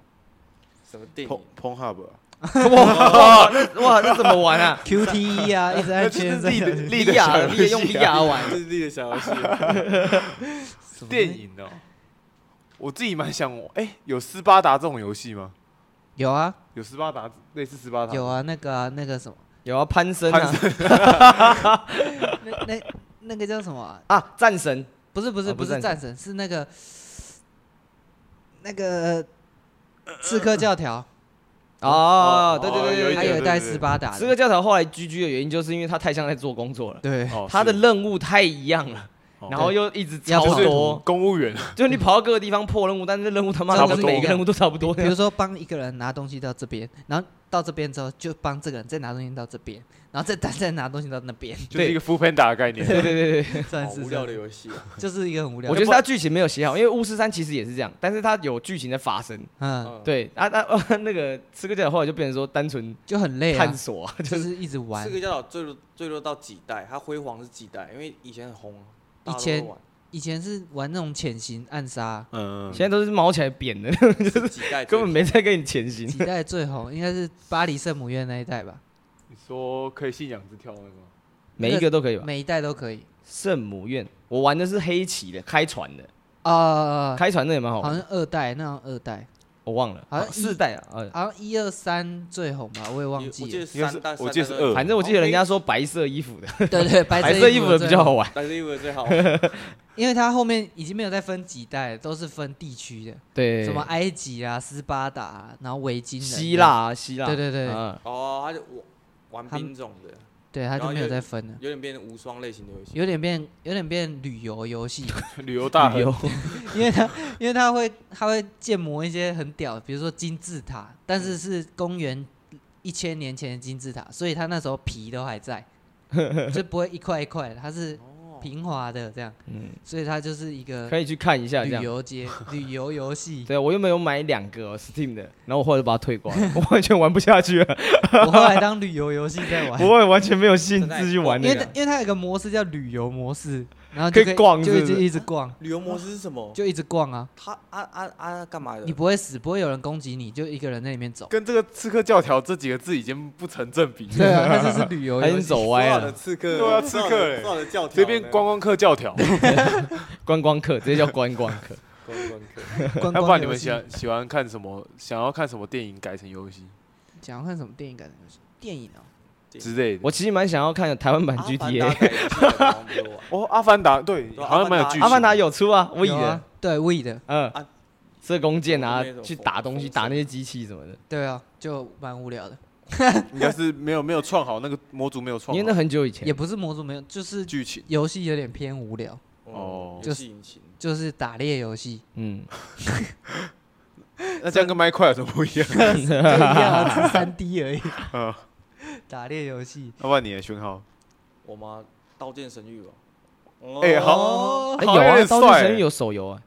[SPEAKER 3] 什么
[SPEAKER 1] *laughs*
[SPEAKER 3] 电
[SPEAKER 2] 碰
[SPEAKER 3] 影？
[SPEAKER 2] 碰 hub，啊
[SPEAKER 1] 哇，那哇那怎么玩
[SPEAKER 4] *laughs*
[SPEAKER 1] 啊？
[SPEAKER 4] QTE 啊，一直
[SPEAKER 2] 这
[SPEAKER 4] 在圈
[SPEAKER 2] 是
[SPEAKER 4] 在
[SPEAKER 1] *laughs*
[SPEAKER 2] 立的
[SPEAKER 4] 想
[SPEAKER 2] 立的
[SPEAKER 1] VR
[SPEAKER 2] 小
[SPEAKER 1] 你也用
[SPEAKER 2] 游
[SPEAKER 1] 啊
[SPEAKER 2] 戏
[SPEAKER 3] 啊
[SPEAKER 1] VR 玩，
[SPEAKER 3] 这是自己的小
[SPEAKER 1] *laughs*
[SPEAKER 3] 游戏，
[SPEAKER 4] 什么
[SPEAKER 2] 电影哦，我自己蛮想，哎，有斯巴达这种游戏吗？
[SPEAKER 4] 有啊
[SPEAKER 2] 有斯巴达类似斯巴达？
[SPEAKER 4] 有啊，那个啊那个什么，
[SPEAKER 1] 有啊攀升啊
[SPEAKER 4] 那那那个叫什么啊？
[SPEAKER 1] 啊战神
[SPEAKER 4] 不是不是
[SPEAKER 1] 哦不
[SPEAKER 4] 不
[SPEAKER 1] 是
[SPEAKER 4] 是
[SPEAKER 1] 战
[SPEAKER 4] 战神，是那个那个刺客教条
[SPEAKER 1] 哦，
[SPEAKER 2] 哦
[SPEAKER 1] 对对对
[SPEAKER 2] 有
[SPEAKER 1] 对
[SPEAKER 2] 一
[SPEAKER 4] 他
[SPEAKER 2] 点
[SPEAKER 1] 对
[SPEAKER 4] 有
[SPEAKER 1] 对，
[SPEAKER 4] 带斯巴达
[SPEAKER 1] 十个
[SPEAKER 4] 的，
[SPEAKER 1] 教条后来居居的原因，就是因为他太像在做工作了，
[SPEAKER 4] 对，
[SPEAKER 2] 哦
[SPEAKER 1] 他的
[SPEAKER 2] 是
[SPEAKER 1] 任务太一样了，
[SPEAKER 2] 哦
[SPEAKER 1] 然后又一直
[SPEAKER 4] 要
[SPEAKER 1] 超
[SPEAKER 4] 跑
[SPEAKER 1] 多，
[SPEAKER 2] 公务员，
[SPEAKER 1] 就是你跑到各个地方破任务，但是任务他妈
[SPEAKER 4] 差不
[SPEAKER 1] 的每
[SPEAKER 4] 多
[SPEAKER 1] 个任务都差不
[SPEAKER 4] *laughs*
[SPEAKER 1] 多。
[SPEAKER 4] *laughs* 比如说帮一个人拿东西到这边，然后到这边之后就帮这个人再拿东西到这边，然后再再再拿东西到那边，
[SPEAKER 2] 就是一个 full panda 的概念。
[SPEAKER 1] 对对对对对，
[SPEAKER 4] 算
[SPEAKER 3] 好
[SPEAKER 4] 是
[SPEAKER 3] 无聊的，游戏啊。
[SPEAKER 4] 就是一个很无
[SPEAKER 1] *laughs*
[SPEAKER 4] 聊
[SPEAKER 1] 我
[SPEAKER 4] 的。
[SPEAKER 1] 觉得他剧情没有写好，因为巫师三其实也是这样，但是他有剧情的发生。
[SPEAKER 4] 嗯，
[SPEAKER 3] 嗯，
[SPEAKER 1] 对啊 *laughs* 啊，啊那个吃个教条后来就变成说单纯
[SPEAKER 4] 就很累啊
[SPEAKER 1] 探，索啊，
[SPEAKER 4] 就
[SPEAKER 1] 就是
[SPEAKER 4] 是一直玩
[SPEAKER 3] 这。个教导最多最多到几代，它辉煌是几代？因为以前很红，大家
[SPEAKER 4] 以
[SPEAKER 3] 都
[SPEAKER 4] 前
[SPEAKER 3] 会玩
[SPEAKER 4] 以前是玩那种潜行暗杀，
[SPEAKER 2] 嗯，
[SPEAKER 1] *laughs* 现在都是毛起来扁的， *laughs*
[SPEAKER 3] 几代
[SPEAKER 1] 根本没在跟你前行。
[SPEAKER 4] 几代最红应该是巴黎圣母院那一代吧，
[SPEAKER 2] 你说可以信仰之跳那个吗？ *laughs*
[SPEAKER 1] 每一个都可以吧？
[SPEAKER 4] 每一代都可以。
[SPEAKER 1] 圣母院，我玩的是黑旗的，开船的，
[SPEAKER 4] 啊，
[SPEAKER 1] 开船的也蛮哦好
[SPEAKER 4] 好
[SPEAKER 1] 玩的，
[SPEAKER 4] 像二代那种二代，
[SPEAKER 1] 我忘了，
[SPEAKER 4] 好像一
[SPEAKER 1] 四代啊，呃
[SPEAKER 4] 好像一二三最红吧，我也忘
[SPEAKER 3] 我记
[SPEAKER 4] 记了。
[SPEAKER 3] 得
[SPEAKER 2] 应该是
[SPEAKER 3] 三代，
[SPEAKER 2] 我记得是二
[SPEAKER 1] 反正我记得人家说白色衣服的，
[SPEAKER 4] *laughs* 对对，白
[SPEAKER 1] 白色衣服的
[SPEAKER 4] 最
[SPEAKER 1] 比较好玩。
[SPEAKER 3] 但是因为 *laughs* 最好，
[SPEAKER 4] 因为它后面已经没有再分几代了，都是分地区的，
[SPEAKER 1] 对，
[SPEAKER 4] 什么埃及啊、斯巴达、啊，然后维京人啊
[SPEAKER 1] 希腊，啊，希腊，
[SPEAKER 4] 对对对
[SPEAKER 1] 嗯
[SPEAKER 3] 哦，他就玩玩
[SPEAKER 4] 他们
[SPEAKER 3] 兵种的，
[SPEAKER 4] 对，它
[SPEAKER 3] 然
[SPEAKER 4] 就
[SPEAKER 3] 后
[SPEAKER 4] 没有
[SPEAKER 3] 就
[SPEAKER 4] 再分了，
[SPEAKER 3] 有点变成无双类型的游戏。
[SPEAKER 4] 有点变有点变旅游游戏，
[SPEAKER 2] 旅游大
[SPEAKER 1] 旅
[SPEAKER 2] 亨
[SPEAKER 1] 游， *laughs*
[SPEAKER 4] 因为它因为它会它会建模一些很屌的，比如说金字塔，但
[SPEAKER 1] 嗯
[SPEAKER 4] 是是公元一千年前的金字塔，所以它那时候皮都
[SPEAKER 1] *laughs*
[SPEAKER 4] 还在，就不会一块一块的，它是
[SPEAKER 3] 哦
[SPEAKER 4] 平滑的这样，
[SPEAKER 1] 嗯，
[SPEAKER 4] 所以它就是一个
[SPEAKER 1] 可以去看一下这
[SPEAKER 4] 旅
[SPEAKER 1] 样。*laughs*
[SPEAKER 4] 游街旅游游戏。
[SPEAKER 1] 对，我原本有买两个哦 Steam 的，然后我后来就把它退光了， *laughs* 我完全玩不下去了，
[SPEAKER 4] 我后来当旅游游戏在玩，
[SPEAKER 1] 我也完全没有兴致去玩
[SPEAKER 4] 因为
[SPEAKER 1] 那
[SPEAKER 4] 它
[SPEAKER 1] 个。
[SPEAKER 4] 因为它有个模式叫旅游模式，然后就
[SPEAKER 1] 可以逛
[SPEAKER 4] 就一
[SPEAKER 1] 是不
[SPEAKER 4] 直
[SPEAKER 1] 是
[SPEAKER 4] 一直逛，
[SPEAKER 3] 旅游模式是什么？
[SPEAKER 4] 就一直逛啊，
[SPEAKER 3] 他啊啊啊干嘛的？
[SPEAKER 4] 你不会死，不会有人攻击你，就一个人在里面走。
[SPEAKER 2] 跟这个刺客教条这几个字已经不成正比。
[SPEAKER 4] 对 *laughs* 啊，那就是旅游
[SPEAKER 1] 他已
[SPEAKER 4] 游
[SPEAKER 1] 经
[SPEAKER 4] 戏。
[SPEAKER 1] 走
[SPEAKER 3] 多
[SPEAKER 1] 歪
[SPEAKER 3] 少
[SPEAKER 1] 了
[SPEAKER 3] 的，刺客，
[SPEAKER 2] 对啊刺客
[SPEAKER 3] 多少的
[SPEAKER 2] 欸
[SPEAKER 3] 多少的教条呢，
[SPEAKER 2] 随便观光客教条，
[SPEAKER 1] 观光客，直接叫观光
[SPEAKER 4] *laughs*
[SPEAKER 1] 客。
[SPEAKER 3] 观光客。
[SPEAKER 4] 观
[SPEAKER 2] 要不然
[SPEAKER 4] 光
[SPEAKER 2] 你
[SPEAKER 4] 游
[SPEAKER 2] 们喜
[SPEAKER 4] 戏。
[SPEAKER 2] 欢喜欢看什么？想要看什么电影改成游戏
[SPEAKER 4] 想要看什么电影感的游戏？电影哦，
[SPEAKER 2] 之类的？
[SPEAKER 1] 我其实蛮想要看台湾版
[SPEAKER 3] 阿凡达
[SPEAKER 1] GTA，
[SPEAKER 3] 改游戏好像不会玩
[SPEAKER 2] 哦，阿凡达对，
[SPEAKER 3] 对啊
[SPEAKER 2] 好像蛮有
[SPEAKER 3] 阿凡达
[SPEAKER 2] 剧情。
[SPEAKER 1] 阿凡达有出啊，我以
[SPEAKER 4] 有
[SPEAKER 1] 的
[SPEAKER 4] 啊，，对 We 的，
[SPEAKER 1] 嗯
[SPEAKER 3] 啊，
[SPEAKER 1] 射弓箭啊
[SPEAKER 3] 我们那，种
[SPEAKER 1] 去
[SPEAKER 3] 风
[SPEAKER 1] 打东西，
[SPEAKER 3] 风
[SPEAKER 1] 打那
[SPEAKER 3] 神
[SPEAKER 1] 些机器什么的，
[SPEAKER 4] 对啊，就蛮无聊的，
[SPEAKER 2] 应该是没有没有创好那个模组没有创
[SPEAKER 3] 啊
[SPEAKER 1] 因为
[SPEAKER 2] 好
[SPEAKER 1] 那很久以前
[SPEAKER 4] 也。不是模组没有，就是
[SPEAKER 2] 剧情。
[SPEAKER 4] 游戏有点偏无聊，
[SPEAKER 2] *laughs* 哦
[SPEAKER 3] 游戏嗯引擎。
[SPEAKER 4] 就是打猎游戏，
[SPEAKER 1] 嗯，
[SPEAKER 2] 那这样跟麦块有什么不 *laughs* 一样？
[SPEAKER 4] 就一
[SPEAKER 1] 哎
[SPEAKER 4] 样啊，只是三 D 而已。
[SPEAKER 2] 嗯，
[SPEAKER 4] 打猎游戏，
[SPEAKER 2] 要不然你的讯号？
[SPEAKER 3] 我妈《刀剑神域》吧。
[SPEAKER 2] 哎好
[SPEAKER 4] 哦
[SPEAKER 1] 哎有
[SPEAKER 2] 好像有
[SPEAKER 1] 啊，
[SPEAKER 2] 点
[SPEAKER 1] 刀剑
[SPEAKER 2] 帅
[SPEAKER 1] 神域
[SPEAKER 2] 欸
[SPEAKER 1] 有手游啊。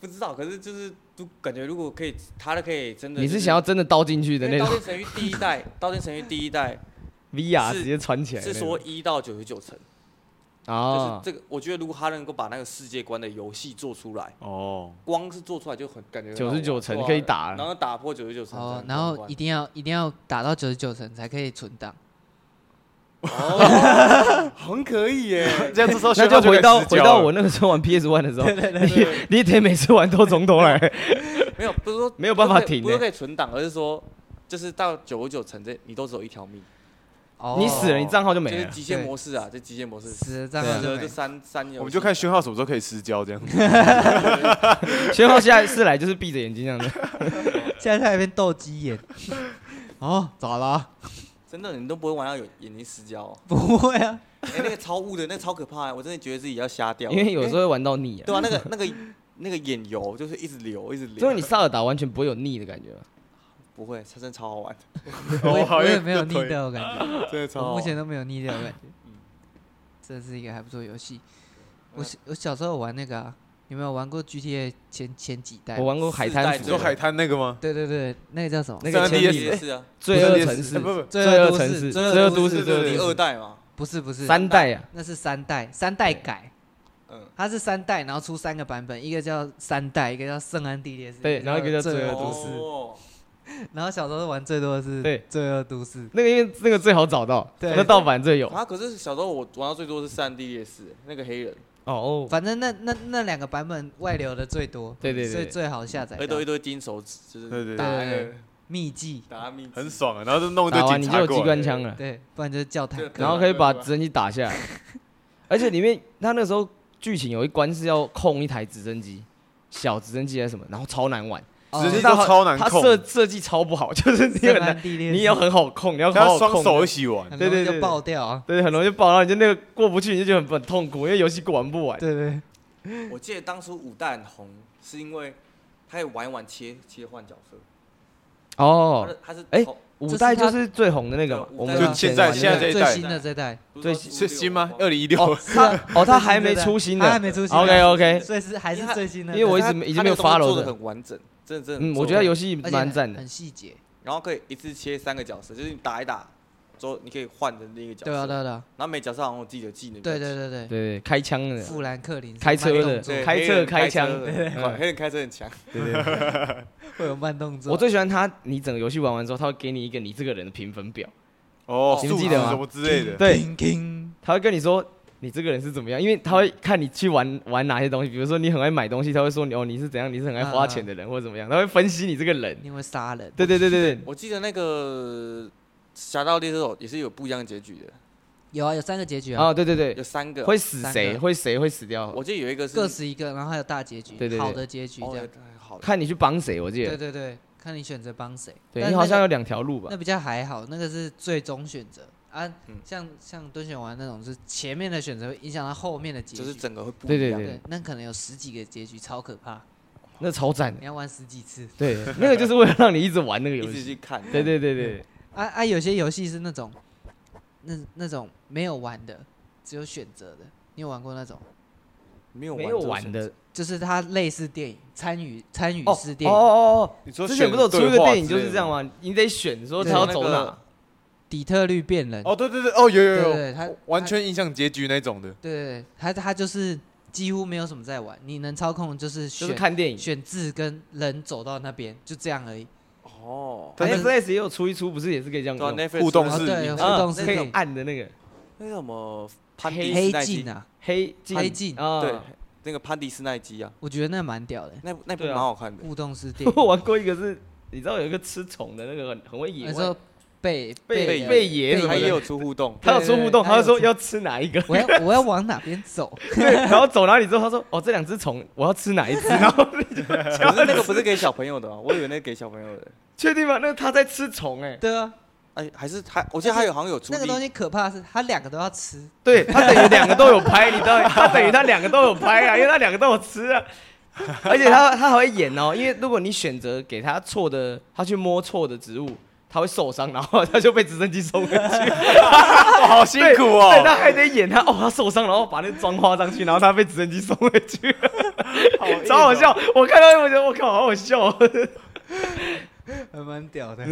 [SPEAKER 3] 不知道，可是就是就感觉如果可以，他的可以真的就。
[SPEAKER 1] 你是想要真的刀进去的
[SPEAKER 3] 因
[SPEAKER 1] 那
[SPEAKER 3] 为《刀
[SPEAKER 1] 种
[SPEAKER 3] 剑神域》第一代，《刀剑神域》第一代
[SPEAKER 1] VR
[SPEAKER 3] 是
[SPEAKER 1] 直接穿起来的
[SPEAKER 3] 是
[SPEAKER 1] 那种？
[SPEAKER 3] 说一到九十九层，就是
[SPEAKER 1] 啊，
[SPEAKER 3] 这个，我觉得如果他能够把那个世界观的游戏做出来，
[SPEAKER 2] 哦，
[SPEAKER 3] 光是做出来就很感觉很好玩
[SPEAKER 1] 99层
[SPEAKER 3] 对啊
[SPEAKER 1] 可以打了
[SPEAKER 3] 然后打破九十九层
[SPEAKER 4] 哦，然后一定要一定要打到九十九层才可以存档，
[SPEAKER 3] 哦，好像可以耶，
[SPEAKER 2] *laughs* 这样这时候
[SPEAKER 1] 那
[SPEAKER 2] 讯号
[SPEAKER 1] 就
[SPEAKER 2] 就可以
[SPEAKER 1] 回到
[SPEAKER 2] 失焦
[SPEAKER 1] 回到
[SPEAKER 2] 了
[SPEAKER 1] 我那个时候玩 PS One 的时候，你你得每次玩都从头来。
[SPEAKER 3] *laughs* 没有不是说
[SPEAKER 1] 没有办法
[SPEAKER 3] 不是
[SPEAKER 1] 停欸
[SPEAKER 3] 不是
[SPEAKER 1] 耶
[SPEAKER 3] 可以存档，而是说就是到九十九层这你都只有一条命，
[SPEAKER 4] 哦，
[SPEAKER 1] *laughs* 你死了，你账号就
[SPEAKER 3] 就
[SPEAKER 1] 没
[SPEAKER 3] 是
[SPEAKER 1] 了。
[SPEAKER 3] 极限
[SPEAKER 4] 对
[SPEAKER 3] 模式啊，这极限模式。
[SPEAKER 4] 死了这
[SPEAKER 1] 对
[SPEAKER 4] 样
[SPEAKER 1] 啊
[SPEAKER 4] 就
[SPEAKER 3] 就
[SPEAKER 4] 没
[SPEAKER 3] 就三三，
[SPEAKER 2] 我们就看讯号什么时候可以失焦，这样 *laughs*
[SPEAKER 1] 先后下一次来就是闭着眼睛这
[SPEAKER 3] *laughs*
[SPEAKER 1] 样子。
[SPEAKER 4] 现在在那边斗鸡眼。哦，咋了？
[SPEAKER 3] 真的，你都不会玩到有眼睛死角、哦。
[SPEAKER 4] 不会啊，
[SPEAKER 3] 哎、那个超雾的，那个超可怕、欸我真的觉得自己要瞎掉。
[SPEAKER 1] 因为有时候会玩到腻啊。
[SPEAKER 3] 对啊，那个那个那个眼油就是一直流，一直流。
[SPEAKER 1] 因为你萨尔达完全不会有腻的感觉嘛。啊
[SPEAKER 3] 不会，它真的超好玩。
[SPEAKER 4] 我也
[SPEAKER 2] 好
[SPEAKER 4] 我也
[SPEAKER 2] 像
[SPEAKER 4] 没有
[SPEAKER 2] 这
[SPEAKER 4] 逆
[SPEAKER 2] 腿
[SPEAKER 4] 掉的感觉。
[SPEAKER 2] 真的超好
[SPEAKER 4] 我目
[SPEAKER 2] 玩。
[SPEAKER 4] 前都没有逆掉的感觉。这是一个还不错游戏。我小我小时候有玩那个、啊，有没有玩过 GTA 前前几代
[SPEAKER 1] 我？玩过海滩
[SPEAKER 3] 四代
[SPEAKER 2] 你
[SPEAKER 1] 服
[SPEAKER 3] 之
[SPEAKER 2] 说
[SPEAKER 3] 后，
[SPEAKER 2] 海滩那个吗？
[SPEAKER 4] 对对对，那个叫什么？
[SPEAKER 1] 那个
[SPEAKER 2] 三 DS
[SPEAKER 1] 前
[SPEAKER 3] 也是啊，
[SPEAKER 1] 罪恶城
[SPEAKER 2] 哎
[SPEAKER 1] 市，
[SPEAKER 2] 不不，
[SPEAKER 1] 罪恶
[SPEAKER 4] 都
[SPEAKER 1] 城
[SPEAKER 4] 市
[SPEAKER 1] 市，罪
[SPEAKER 4] 罪恶
[SPEAKER 1] 恶
[SPEAKER 4] 都
[SPEAKER 1] 都
[SPEAKER 4] 市
[SPEAKER 1] 市，罪
[SPEAKER 2] 对对
[SPEAKER 1] 恶
[SPEAKER 2] 对
[SPEAKER 3] 第
[SPEAKER 1] 都
[SPEAKER 3] 二
[SPEAKER 1] 市，
[SPEAKER 3] 代嘛，
[SPEAKER 4] 不是不是，
[SPEAKER 1] 三代啊，
[SPEAKER 4] 那是三代，三代改，
[SPEAKER 3] 嗯，
[SPEAKER 4] 它是三代，然后出三个版本，一个叫三代，一个叫圣安地列斯，
[SPEAKER 1] 对然后一个叫
[SPEAKER 4] 罪
[SPEAKER 1] 罪恶
[SPEAKER 4] 恶都
[SPEAKER 1] 都
[SPEAKER 4] 市。
[SPEAKER 3] 哦
[SPEAKER 4] 然后小时候玩最多的是
[SPEAKER 1] 对
[SPEAKER 4] 罪恶都市，
[SPEAKER 1] 那个因为那个最好找到，
[SPEAKER 4] 对
[SPEAKER 1] 那盗版最有。
[SPEAKER 3] 啊，可是小时候我玩到最多是三 D 夜市，那个黑人，
[SPEAKER 1] 哦，
[SPEAKER 4] 反正那那那两个版本外流的最多，
[SPEAKER 1] 对对对
[SPEAKER 4] 所以最好下载
[SPEAKER 3] 而且
[SPEAKER 4] 到
[SPEAKER 3] 都一堆金手指，就是
[SPEAKER 2] 对对
[SPEAKER 3] 打那
[SPEAKER 4] 对
[SPEAKER 3] 个
[SPEAKER 4] 对秘籍，
[SPEAKER 3] 打密，
[SPEAKER 2] 很。爽啊！然后就弄一堆
[SPEAKER 1] 打完你
[SPEAKER 2] 警
[SPEAKER 1] 就
[SPEAKER 2] 察
[SPEAKER 1] 有机
[SPEAKER 2] 过来，
[SPEAKER 1] 关枪了，
[SPEAKER 4] 对，不然就是教堂
[SPEAKER 3] 对。
[SPEAKER 1] 然后可以把直升机打下来。 *laughs* 而且里面他那时候剧情有一关是要控一台直升机，小直升机还是什么，然后超难玩。
[SPEAKER 4] 哦
[SPEAKER 2] 直
[SPEAKER 1] 就
[SPEAKER 2] 接
[SPEAKER 1] 是
[SPEAKER 2] 都
[SPEAKER 1] 他
[SPEAKER 2] 超难
[SPEAKER 1] 他
[SPEAKER 2] 控，
[SPEAKER 1] 设设计超不好， *laughs* 就是你很
[SPEAKER 4] 天
[SPEAKER 1] 难，
[SPEAKER 4] 南地裂，
[SPEAKER 1] 你也要很好控，你要
[SPEAKER 2] 他
[SPEAKER 1] 好好
[SPEAKER 2] 双
[SPEAKER 1] 控，
[SPEAKER 2] 手一起玩，
[SPEAKER 4] 很
[SPEAKER 1] 对
[SPEAKER 4] 容易
[SPEAKER 1] 对
[SPEAKER 4] 就
[SPEAKER 1] 对
[SPEAKER 4] 爆掉啊！
[SPEAKER 1] 对，很容易就爆，然后你就那个过不去，你就觉得很很痛苦，因为游戏玩不完。
[SPEAKER 4] 对对，
[SPEAKER 6] 我记得当初五代很红，是因为他也玩一玩切切换角色，他
[SPEAKER 1] 哦，
[SPEAKER 6] 是他是
[SPEAKER 1] 哎
[SPEAKER 6] 从
[SPEAKER 1] 五代
[SPEAKER 4] 这
[SPEAKER 1] 就是是最红的那个嘛，
[SPEAKER 6] 对
[SPEAKER 1] 我
[SPEAKER 6] 五代
[SPEAKER 1] 们
[SPEAKER 4] 对啊
[SPEAKER 2] 就现在
[SPEAKER 4] 对
[SPEAKER 1] 哦
[SPEAKER 2] 现在这一
[SPEAKER 4] 最
[SPEAKER 2] 代
[SPEAKER 4] 新的这一代，
[SPEAKER 6] 不
[SPEAKER 1] 最
[SPEAKER 6] 说
[SPEAKER 1] 新
[SPEAKER 2] 是新吗？二
[SPEAKER 6] 零
[SPEAKER 2] 零一六，
[SPEAKER 1] 哦他哦他还没出新
[SPEAKER 4] *laughs* 他还
[SPEAKER 1] 的，
[SPEAKER 4] 没出新的
[SPEAKER 1] OK OK，
[SPEAKER 4] 所以是还是
[SPEAKER 6] 因为他
[SPEAKER 4] 最新的，
[SPEAKER 1] 因为我一直
[SPEAKER 6] 他
[SPEAKER 1] 没已经
[SPEAKER 6] 他
[SPEAKER 1] 没有
[SPEAKER 6] 那个东西
[SPEAKER 1] follow
[SPEAKER 6] 做的
[SPEAKER 1] 的
[SPEAKER 6] 很完整，真的真的。
[SPEAKER 1] 嗯，我觉得游戏
[SPEAKER 4] 而且
[SPEAKER 1] 蛮赞
[SPEAKER 4] 很
[SPEAKER 1] 的
[SPEAKER 4] 很，细节。
[SPEAKER 6] 然后可以一次切三个角色，就是你打一打之后，你可以换成另一个角色。
[SPEAKER 4] 对啊对啊对啊，
[SPEAKER 6] 然后每角色好像有自己的技能。
[SPEAKER 4] 对对对对，
[SPEAKER 1] 对，开枪的，
[SPEAKER 4] 富兰克林
[SPEAKER 1] 开车
[SPEAKER 4] 慢
[SPEAKER 1] 的
[SPEAKER 4] 动作
[SPEAKER 6] 对，
[SPEAKER 1] 开
[SPEAKER 6] 黑
[SPEAKER 1] 车
[SPEAKER 6] 人
[SPEAKER 1] 开
[SPEAKER 6] 开
[SPEAKER 1] 枪
[SPEAKER 6] 车的
[SPEAKER 1] 嗯
[SPEAKER 6] 黑人开车很强。
[SPEAKER 1] 对对对。
[SPEAKER 4] 会有慢动作。
[SPEAKER 1] 我最喜欢他，你整个游戏玩完之后，他会给你一个你这个人的评分表，
[SPEAKER 2] *laughs* 哦，
[SPEAKER 1] 你
[SPEAKER 2] 数
[SPEAKER 1] 们
[SPEAKER 2] 字
[SPEAKER 1] 记得吗
[SPEAKER 2] 什么之类的，
[SPEAKER 1] 对
[SPEAKER 4] 叮叮
[SPEAKER 1] 他会跟你说你这个人是怎么样，因为他会看你去玩玩哪些东西，比如说你很爱买东西，他会说你哦你是怎样，你是很爱花钱的人、或者怎么样，他会分析你这个人。
[SPEAKER 4] 你会杀人，
[SPEAKER 1] 对对对对对，
[SPEAKER 6] 我记得那个《侠盗猎车手》也是有不一样的结局的，
[SPEAKER 4] 有啊，有三个结局啊，
[SPEAKER 1] 啊对对对
[SPEAKER 6] 有，三个。
[SPEAKER 1] 会死
[SPEAKER 4] 三
[SPEAKER 1] 谁
[SPEAKER 4] 个
[SPEAKER 1] 会谁会死掉，
[SPEAKER 6] 我记得有一个是
[SPEAKER 4] 各死一个，然后还有大结局，
[SPEAKER 1] 对对对
[SPEAKER 4] 好的结局
[SPEAKER 6] 哦
[SPEAKER 4] 这样。，
[SPEAKER 6] 好的。
[SPEAKER 1] 看你去帮谁，我记
[SPEAKER 4] 对
[SPEAKER 1] 得，
[SPEAKER 4] 对对，看你选择帮谁。
[SPEAKER 1] 对
[SPEAKER 4] 但
[SPEAKER 1] 你好
[SPEAKER 4] 那个
[SPEAKER 1] 像有两条路吧
[SPEAKER 4] 那，比较还好，那个是最终选择啊
[SPEAKER 6] 嗯，
[SPEAKER 4] 像像蹲选完那种是前面的选择会影响到后面的结局，
[SPEAKER 6] 就是整个会不
[SPEAKER 1] 对
[SPEAKER 6] 一
[SPEAKER 1] 对
[SPEAKER 6] 样。
[SPEAKER 1] 对
[SPEAKER 4] 对，那可能有十几个结局，超可怕，
[SPEAKER 1] 那超赞
[SPEAKER 4] *laughs*
[SPEAKER 1] 的，
[SPEAKER 4] 你要玩十几次。
[SPEAKER 1] 对，那个就是为了让你一直玩那个游
[SPEAKER 6] 一直去
[SPEAKER 1] 戏，
[SPEAKER 6] 看。
[SPEAKER 1] 对对对对，
[SPEAKER 4] 啊啊，有些游戏是那种，那那种没有玩的，只有选择的，你有玩过那种？
[SPEAKER 6] 没有
[SPEAKER 1] 没有玩的
[SPEAKER 4] 就是它类似电影，参与参与
[SPEAKER 1] 哦
[SPEAKER 4] 式
[SPEAKER 1] 哦
[SPEAKER 4] 电影，
[SPEAKER 1] 哦
[SPEAKER 2] 你
[SPEAKER 1] 哦，
[SPEAKER 2] 说
[SPEAKER 1] 之前不是有出一
[SPEAKER 2] 选
[SPEAKER 1] 个
[SPEAKER 2] 对话
[SPEAKER 1] 电影
[SPEAKER 2] 之
[SPEAKER 1] 就
[SPEAKER 2] 类
[SPEAKER 1] 是
[SPEAKER 2] 的
[SPEAKER 1] 这样吗？你得选说
[SPEAKER 4] 对
[SPEAKER 1] 他要走哪，
[SPEAKER 4] 底特律变人，
[SPEAKER 2] 哦，对对对，哦，有有
[SPEAKER 4] 对
[SPEAKER 2] 有，
[SPEAKER 4] 对对，它
[SPEAKER 2] 完
[SPEAKER 4] 它
[SPEAKER 2] 全影响结局那种
[SPEAKER 1] *laughs*
[SPEAKER 2] 的。
[SPEAKER 4] 对对对，它它就是几乎没有什么在玩，你能操控的就是
[SPEAKER 1] 就
[SPEAKER 4] 选
[SPEAKER 1] 是看电影。
[SPEAKER 4] 选字跟人走到那边，就这样而已。
[SPEAKER 6] 哦，
[SPEAKER 2] 但是
[SPEAKER 1] Netflix 也有出一出，不是也是可以这样
[SPEAKER 6] 对啊
[SPEAKER 1] 用？
[SPEAKER 6] ，Netflix
[SPEAKER 2] 互动
[SPEAKER 4] 啊
[SPEAKER 2] 式
[SPEAKER 4] 对，
[SPEAKER 2] 影
[SPEAKER 4] 互
[SPEAKER 2] 片
[SPEAKER 1] 啊
[SPEAKER 4] 动式
[SPEAKER 1] 那
[SPEAKER 4] 电
[SPEAKER 1] 种
[SPEAKER 4] 影，
[SPEAKER 1] 暗的那个
[SPEAKER 6] 那个什么潘迪斯
[SPEAKER 4] 黑
[SPEAKER 6] 奈基
[SPEAKER 4] 镜，啊，嗯
[SPEAKER 1] 黑镜，
[SPEAKER 4] 黑镜
[SPEAKER 1] 啊，
[SPEAKER 6] 对，那个潘迪斯奈基啊，
[SPEAKER 4] 我觉得那蛮屌的，
[SPEAKER 3] 嗯
[SPEAKER 6] 那部那部
[SPEAKER 1] 对啊
[SPEAKER 6] 蛮好看的。
[SPEAKER 4] 互动式电
[SPEAKER 1] *laughs* 我
[SPEAKER 4] 影。
[SPEAKER 1] 玩过一个是，你知道有一个吃虫的那个很很会野
[SPEAKER 4] 那时
[SPEAKER 1] 外
[SPEAKER 4] 候被
[SPEAKER 1] 贝
[SPEAKER 4] 被
[SPEAKER 1] 贝爷
[SPEAKER 4] 被
[SPEAKER 1] 什么
[SPEAKER 6] 他也
[SPEAKER 1] 的，
[SPEAKER 6] 有出互
[SPEAKER 1] *laughs*
[SPEAKER 6] 动，
[SPEAKER 1] 他有出互动，
[SPEAKER 4] 对对对
[SPEAKER 1] 他就说
[SPEAKER 4] 他有
[SPEAKER 1] 要吃哪一个，
[SPEAKER 4] 我要我要往哪边走？
[SPEAKER 1] *laughs* 对，然后走哪里之后，他说哦这两只虫我要吃哪一 *laughs* 只，然后
[SPEAKER 6] 可是那个不是给小朋友的啊吗？我以为那个给小朋友的。
[SPEAKER 1] 确定吗？那他在吃虫哎，
[SPEAKER 4] 对啊，
[SPEAKER 6] 哎，还是他，我记得他有好像有出
[SPEAKER 4] 那个
[SPEAKER 6] 力
[SPEAKER 4] 东西可怕的是它两个都要吃，
[SPEAKER 1] 对他等于两个都有拍，你知道，他等于他两个都有拍 *laughs* 啊，因为他两个都有吃啊。而且他他还会演哦，因为如果你选择给他错的，他去摸错的植物，他会受伤，然后他就被直升机收 *laughs* 回去。
[SPEAKER 2] 哇，哦好辛苦
[SPEAKER 1] 对，他
[SPEAKER 2] 哦，
[SPEAKER 1] 还得演他哦，他受伤，然后把那妆画上去，然后他被直升机送回去，
[SPEAKER 2] 硬哦
[SPEAKER 1] 超好笑。我看到我觉得我靠，好好笑 *laughs* 哦，
[SPEAKER 4] 还蛮屌的。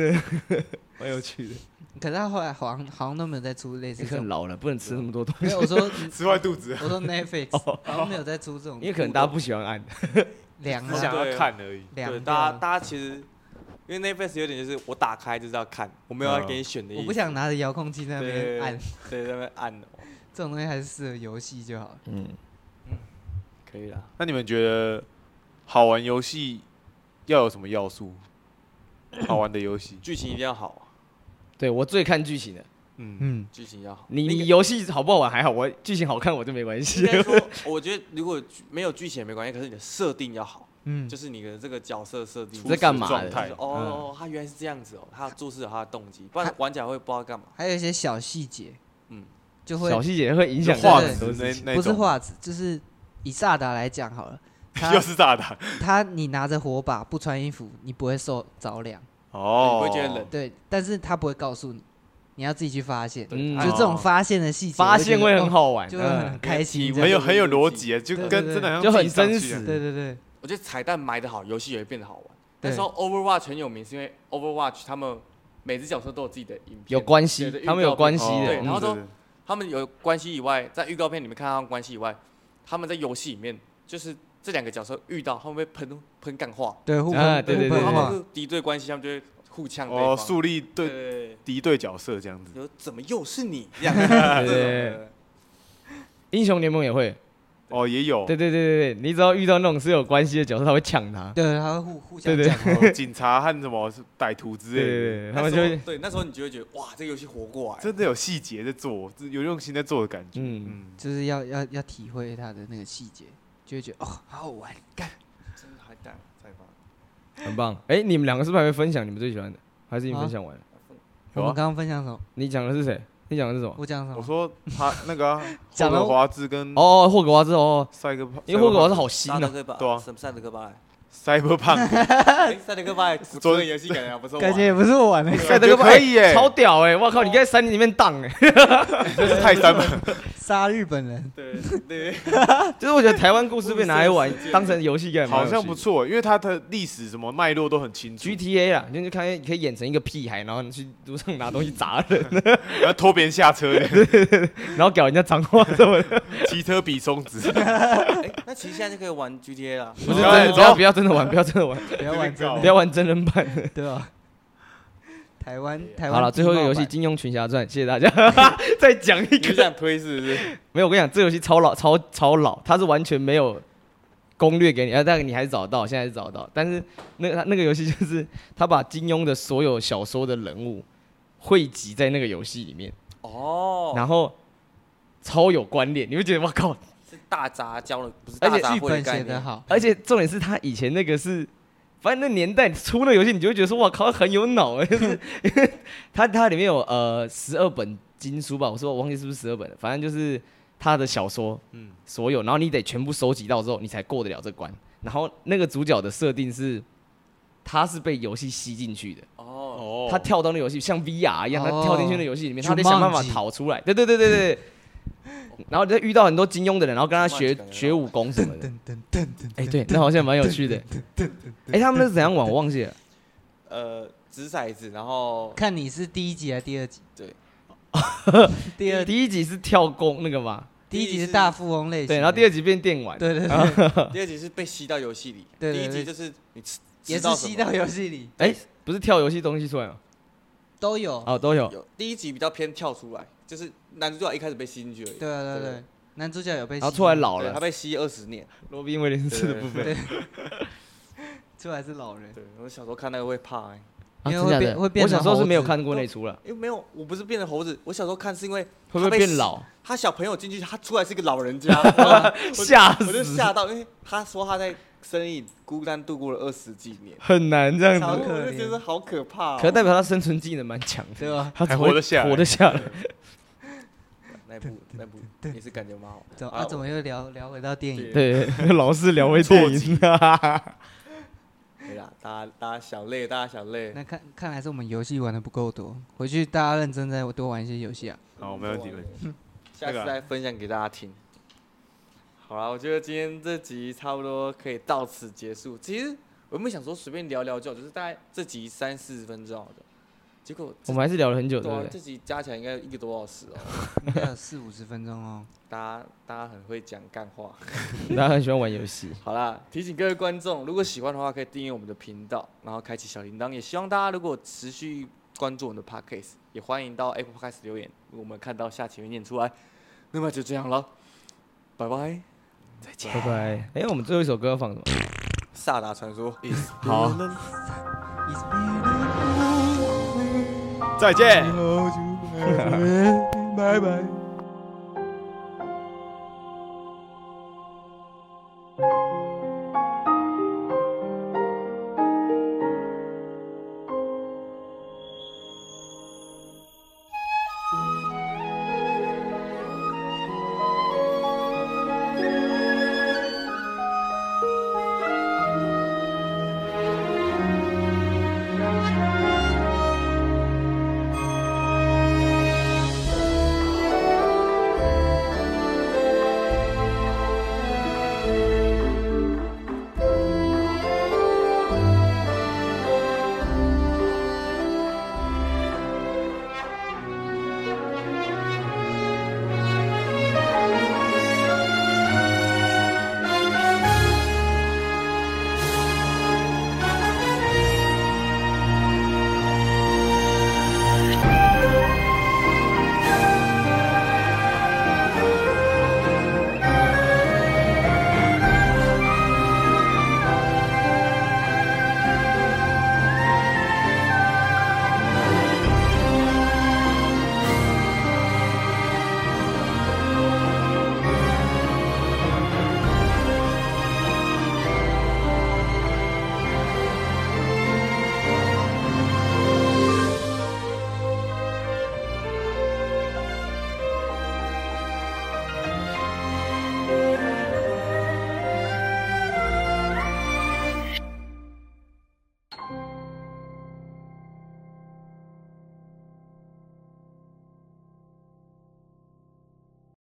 [SPEAKER 1] 蛮有趣的。
[SPEAKER 4] 可是他后来好像好像都没有再出类似
[SPEAKER 1] 你
[SPEAKER 4] 这
[SPEAKER 1] 可能
[SPEAKER 4] 种。
[SPEAKER 1] 老了，不能吃那么多东
[SPEAKER 4] 没有，我说
[SPEAKER 2] 吃坏肚子，
[SPEAKER 4] 我说 Netflix 好像没有再出这种互动，
[SPEAKER 1] 西，因为可能大家不喜欢按。
[SPEAKER 4] 凉
[SPEAKER 2] 只
[SPEAKER 4] 啊
[SPEAKER 2] 想要看而已。
[SPEAKER 4] 凉
[SPEAKER 3] 对，
[SPEAKER 4] 掉
[SPEAKER 3] 大家
[SPEAKER 4] 了。
[SPEAKER 3] 大家其实因为 Netflix 有点就是我打开就是要看，我没有要给你选的意思。
[SPEAKER 4] 我不想拿着遥控器在那边
[SPEAKER 3] 对
[SPEAKER 4] 按，
[SPEAKER 3] 对在那边按哦，
[SPEAKER 4] 这种东西还是适合游戏就好了。
[SPEAKER 1] 嗯，
[SPEAKER 3] 可以啦。，
[SPEAKER 2] 那你们觉得好玩游戏要有什么要素？好玩的游戏
[SPEAKER 3] 剧情一定要好，
[SPEAKER 1] 对我最看剧情的，
[SPEAKER 2] 嗯，
[SPEAKER 4] 嗯，
[SPEAKER 3] 剧情要好。
[SPEAKER 1] 你
[SPEAKER 3] 那个
[SPEAKER 1] 你游戏好不好玩还好，我剧情好看我就没关
[SPEAKER 3] 应
[SPEAKER 1] 系。
[SPEAKER 3] 该说，我觉得如果剧没有剧情也没关系，可是你的设定要好，
[SPEAKER 4] 嗯
[SPEAKER 3] 就是你的这个角色设定
[SPEAKER 1] 你在干
[SPEAKER 2] 嘛
[SPEAKER 3] 就是
[SPEAKER 2] 的状态
[SPEAKER 3] 哦，他原来是这样子哦，他做事有他的动机，不然玩起来会不知道干嘛。
[SPEAKER 4] 还有一些小细节，嗯
[SPEAKER 3] 嗯，
[SPEAKER 4] 就会
[SPEAKER 1] 小细节会影响
[SPEAKER 4] 画
[SPEAKER 1] 很
[SPEAKER 4] 质
[SPEAKER 1] 多事
[SPEAKER 2] 那
[SPEAKER 1] 情。
[SPEAKER 2] 那
[SPEAKER 4] 不是
[SPEAKER 2] 种 *laughs*
[SPEAKER 4] 画质，就是以萨达来讲好了，
[SPEAKER 2] 又
[SPEAKER 4] 他
[SPEAKER 2] 是炸弹
[SPEAKER 4] 他你拿着火把不穿衣服，你不会受着凉，
[SPEAKER 2] 哦，
[SPEAKER 3] 你不会觉得冷
[SPEAKER 4] 对，但是他不会告诉你，你要自己去发现，就
[SPEAKER 1] 嗯
[SPEAKER 4] 是这种发现的细节，
[SPEAKER 1] 发现会很
[SPEAKER 4] 好，
[SPEAKER 1] 好玩，
[SPEAKER 4] 哦就会很
[SPEAKER 1] 嗯
[SPEAKER 4] 开心这
[SPEAKER 2] 很
[SPEAKER 4] 样，
[SPEAKER 2] 有很有逻辑啊，就
[SPEAKER 4] 对
[SPEAKER 2] 跟
[SPEAKER 4] 对对
[SPEAKER 2] 真的好像
[SPEAKER 1] 就很
[SPEAKER 2] 自己上去
[SPEAKER 1] 真
[SPEAKER 2] 的
[SPEAKER 1] 实
[SPEAKER 4] 对对对，
[SPEAKER 3] 我觉得彩蛋埋的好，游戏也会变得好玩。
[SPEAKER 4] 对
[SPEAKER 3] 那时候 Overwatch 很有名，是因为 Overwatch 他们每只角色都有自己的影片，
[SPEAKER 1] 有关系
[SPEAKER 3] 对对，
[SPEAKER 1] 他们有关系
[SPEAKER 2] 哦
[SPEAKER 1] 的
[SPEAKER 3] 对，然
[SPEAKER 1] 嗯
[SPEAKER 3] 后都他们有关系以外，在预告片里面看到他们关系以外，他们在游戏里面就是这两个角色遇到，他们会喷喷干话，
[SPEAKER 4] 对互
[SPEAKER 1] 啊
[SPEAKER 4] 喷
[SPEAKER 1] 对
[SPEAKER 4] 互
[SPEAKER 1] 对
[SPEAKER 4] 喷
[SPEAKER 1] 对
[SPEAKER 3] 然后
[SPEAKER 4] 话
[SPEAKER 3] 就，是敌对关系，他们就会互呛对
[SPEAKER 2] 哦，
[SPEAKER 3] 方。
[SPEAKER 2] 树立
[SPEAKER 3] 对
[SPEAKER 2] 对
[SPEAKER 3] 对对，
[SPEAKER 2] 敌对角色这样子，
[SPEAKER 3] 有怎么又
[SPEAKER 1] *laughs*
[SPEAKER 3] 是你这样？这种的
[SPEAKER 1] 英雄联盟也会，
[SPEAKER 2] 哦，也有
[SPEAKER 1] 对对对对对，你只要遇到那种是有关系的角色，他会抢他，
[SPEAKER 4] 对，他会互互
[SPEAKER 1] 对
[SPEAKER 4] 相
[SPEAKER 1] 对
[SPEAKER 4] 讲话，
[SPEAKER 2] 哦警察和什么歹徒之
[SPEAKER 1] 对对
[SPEAKER 2] 类的，
[SPEAKER 1] 对，
[SPEAKER 3] 那
[SPEAKER 1] 他们
[SPEAKER 3] 时
[SPEAKER 1] 就
[SPEAKER 3] 候
[SPEAKER 1] 会
[SPEAKER 3] 对那时候你就会觉得哇，这个游戏活过来了。
[SPEAKER 2] 真的有细节在做，有用心在做的感觉。
[SPEAKER 1] 嗯，
[SPEAKER 2] 嗯，
[SPEAKER 4] 就是要要要体
[SPEAKER 1] 啊
[SPEAKER 4] 会他的那个细节，就会觉得哦，好好玩，干。
[SPEAKER 3] 真的还蛋再发。
[SPEAKER 1] 很棒。哎、你们两个是不是还会分享你们最喜欢的？还是已经
[SPEAKER 4] 啊
[SPEAKER 1] 分享完了？
[SPEAKER 4] 我们刚刚分享什么？
[SPEAKER 1] 你讲的是谁？你讲的是什么？
[SPEAKER 4] 我讲什
[SPEAKER 2] 我
[SPEAKER 4] 么？
[SPEAKER 2] 说他那个啊霍
[SPEAKER 4] 讲了
[SPEAKER 2] 格华兹跟
[SPEAKER 1] 哦，霍格华兹哦，
[SPEAKER 2] 赛格帕，
[SPEAKER 1] 因为霍格华兹好新
[SPEAKER 3] 萨德
[SPEAKER 1] 哦，
[SPEAKER 3] 克巴，
[SPEAKER 2] 对啊
[SPEAKER 3] 什么赛德克
[SPEAKER 1] *laughs*
[SPEAKER 3] 巴莱？
[SPEAKER 2] Cyberpunk，
[SPEAKER 3] 哎赛德克巴莱，
[SPEAKER 2] 昨
[SPEAKER 3] *laughs* 昨天游戏感觉还不错玩，
[SPEAKER 4] 感觉也不是我玩的，啊
[SPEAKER 1] 在这个
[SPEAKER 2] 可以耶
[SPEAKER 1] 超屌哎！
[SPEAKER 4] 哦
[SPEAKER 1] 我靠，你在山里面荡哎，
[SPEAKER 2] 这是泰山吧？
[SPEAKER 4] 杀日本人。
[SPEAKER 3] 对对，
[SPEAKER 1] *laughs* 就是我觉得台湾故事被拿来
[SPEAKER 2] *laughs*
[SPEAKER 1] 玩，当成游戏感，
[SPEAKER 2] *laughs* 好像不。错，因为它的历史什么脉络都很清楚，
[SPEAKER 1] GTA 啦，啊你就看你可以演成一个屁孩，然后你去路上拿东西砸 *laughs* 人，
[SPEAKER 2] 然后拖别人下
[SPEAKER 1] *laughs*
[SPEAKER 2] 车，
[SPEAKER 1] 然后搞人家脏话什么的，
[SPEAKER 2] 骑车比
[SPEAKER 1] *laughs*
[SPEAKER 2] 松子，
[SPEAKER 3] 哎，那其实现在就可以玩 GTA 了。
[SPEAKER 1] 不是
[SPEAKER 2] 哦
[SPEAKER 1] 真的，
[SPEAKER 2] 走
[SPEAKER 1] 不要不要真的玩，不要真的玩，
[SPEAKER 4] 不要玩这
[SPEAKER 2] 这边搞
[SPEAKER 1] 不要玩真人版。
[SPEAKER 4] 对吧？台湾台湾
[SPEAKER 1] 好了，最后一个游戏《金庸群侠传》，谢谢大家。 *laughs* 再讲一
[SPEAKER 3] *laughs* 你是
[SPEAKER 1] 个， *laughs*
[SPEAKER 3] 想推是不是？
[SPEAKER 1] 没有，我跟你讲，这游戏超老，超超老，它是完全没有攻略给你，啊，但你还是找得到，现在还是找得到。但是那个它那个游戏就是他把金庸的所有小说的人物汇集在那个游戏里面，
[SPEAKER 3] 哦，
[SPEAKER 1] 然后超有关联，你会觉得哇靠！
[SPEAKER 3] 是大杂交的，不是
[SPEAKER 1] 而
[SPEAKER 3] 大
[SPEAKER 1] 且
[SPEAKER 3] 杂
[SPEAKER 4] 剧
[SPEAKER 3] 烩的
[SPEAKER 4] 本
[SPEAKER 3] 概
[SPEAKER 4] 写得
[SPEAKER 3] 念。
[SPEAKER 4] 好，
[SPEAKER 1] 而且重点是他以前那个是。反正那年代出那个游戏，你就会觉得说，哇靠，很有脑哎！就是因为它它里面有呃十二本经书吧，我说我忘记是不是十二本了，反正就是他的小说，
[SPEAKER 2] 嗯，
[SPEAKER 1] 所有，然后你得全部收集到之后，你才过得了这关。然后那个主角的设定是，他是被游戏吸进去的，
[SPEAKER 3] 哦，
[SPEAKER 2] 哦
[SPEAKER 1] 他跳到那游戏像 VR 一样，他
[SPEAKER 4] 哦
[SPEAKER 1] 跳进去那游戏里面，他得想办法逃出来。对对对对对。然后就遇到很多金庸的人，然后跟他学
[SPEAKER 4] *laughs*
[SPEAKER 3] Jumanji 感觉
[SPEAKER 1] 学武功什么的。
[SPEAKER 4] 噔噔噔噔，
[SPEAKER 1] 哎，对，那好像蛮有趣的。哎，他们那是怎样玩？我忘记了。
[SPEAKER 3] 呃，掷骰子，然后
[SPEAKER 4] 看你是第一集还是第
[SPEAKER 1] *laughs*
[SPEAKER 4] 二集？
[SPEAKER 3] 对，
[SPEAKER 4] 第二
[SPEAKER 1] 第一集是跳弓那个嘛，
[SPEAKER 4] 第一集是大富翁类型的，
[SPEAKER 1] 对，然后第二集变电玩。
[SPEAKER 4] 对对对，
[SPEAKER 3] 第二集是被吸到游戏里，
[SPEAKER 4] 对对
[SPEAKER 3] 第一集
[SPEAKER 4] 对
[SPEAKER 3] 就是你吃
[SPEAKER 4] 也
[SPEAKER 3] 吃
[SPEAKER 4] 是
[SPEAKER 3] 到什
[SPEAKER 4] 吸
[SPEAKER 3] 么
[SPEAKER 4] 到游戏里
[SPEAKER 1] 哎，不是跳游戏东西出来吗？
[SPEAKER 4] 都有。
[SPEAKER 1] 哦，都有。
[SPEAKER 3] 有第一集比较偏跳出来，就是男主角一开始被吸进去而已，
[SPEAKER 4] 对啊对啊对啊，男主角有被
[SPEAKER 1] 然
[SPEAKER 4] 吸
[SPEAKER 1] 后出来
[SPEAKER 4] 进
[SPEAKER 1] 老
[SPEAKER 3] 对他
[SPEAKER 1] 了，
[SPEAKER 3] 被吸二十年，
[SPEAKER 1] 罗宾威廉斯的
[SPEAKER 3] 对
[SPEAKER 1] 部
[SPEAKER 4] 对
[SPEAKER 1] 分。
[SPEAKER 4] 出来是老人，
[SPEAKER 3] 对我小时候看那个会怕、欸，
[SPEAKER 1] 啊
[SPEAKER 4] 因
[SPEAKER 1] 真
[SPEAKER 4] 为
[SPEAKER 1] 假
[SPEAKER 4] 会变
[SPEAKER 1] 的
[SPEAKER 4] 会变
[SPEAKER 1] 我小时候
[SPEAKER 4] 成
[SPEAKER 1] 是没有
[SPEAKER 4] 猴子
[SPEAKER 1] 看过那出了，
[SPEAKER 3] 因为没有，我不是变成猴子，我小时候看是因为
[SPEAKER 1] 会不会
[SPEAKER 3] 他被
[SPEAKER 1] 变
[SPEAKER 4] *laughs*
[SPEAKER 1] 老？
[SPEAKER 3] 他小朋友进去，他出来是个老人家，然后我
[SPEAKER 1] 吓
[SPEAKER 3] 我就
[SPEAKER 1] 死！
[SPEAKER 3] 吓到，因为他说他在生意孤单度过了二十几年，
[SPEAKER 1] 很难这样
[SPEAKER 3] 然后
[SPEAKER 1] 子，
[SPEAKER 4] 可
[SPEAKER 3] 我就觉
[SPEAKER 4] 怜
[SPEAKER 3] 得好可怕、哦。
[SPEAKER 1] 可代表他生存技能蛮强的，
[SPEAKER 4] 对吧？
[SPEAKER 1] 他
[SPEAKER 2] 还
[SPEAKER 1] 只会
[SPEAKER 2] 活得下来
[SPEAKER 1] 活得下来。
[SPEAKER 3] 那一部那一部也是感觉蛮好。
[SPEAKER 4] 怎么
[SPEAKER 3] 啊
[SPEAKER 4] 啊？
[SPEAKER 3] 我
[SPEAKER 4] 怎么又聊聊回到电影？
[SPEAKER 1] 对， *laughs* 老是聊回电影， *laughs*
[SPEAKER 3] 对啦，大家大家小累，大家小累。
[SPEAKER 4] 那看看来是我们游戏玩的不够多，回去大家认真再多玩一些游戏
[SPEAKER 1] *laughs*
[SPEAKER 4] 啊。
[SPEAKER 2] 好，没问题，没问题。
[SPEAKER 3] 下
[SPEAKER 1] 啊
[SPEAKER 3] 次再分享给大家听。好啦，我觉得今天这集差不多可以到此结束。其实我们想说随便聊聊就好，就是大概这集三四十分钟好的，结果
[SPEAKER 1] 我们还是聊了很久，
[SPEAKER 3] 对
[SPEAKER 1] 对
[SPEAKER 3] 啊
[SPEAKER 1] 不，
[SPEAKER 3] 这
[SPEAKER 1] 对？
[SPEAKER 3] 集加起来应该有一个多小时哦。
[SPEAKER 4] 应该有四五十分钟哦。
[SPEAKER 3] 大家大家很会讲干话。
[SPEAKER 1] 大家很喜欢玩游戏，
[SPEAKER 3] 好啦，提醒各位观众，如果喜欢的话，可以订阅我们的频道，然后开启小铃铛。也希望大家如果持续关注我们的 podcast，也欢迎到 Apple Podcast 留言，我们看到下期会念出来。那么就这样了，拜拜。啊
[SPEAKER 1] 拜拜。哎，我们最后一首歌要放什么？
[SPEAKER 3] 萨达传说 is
[SPEAKER 1] 好，哎
[SPEAKER 4] It's been
[SPEAKER 2] 再
[SPEAKER 1] *laughs*
[SPEAKER 2] 见。
[SPEAKER 4] 好久没拜拜。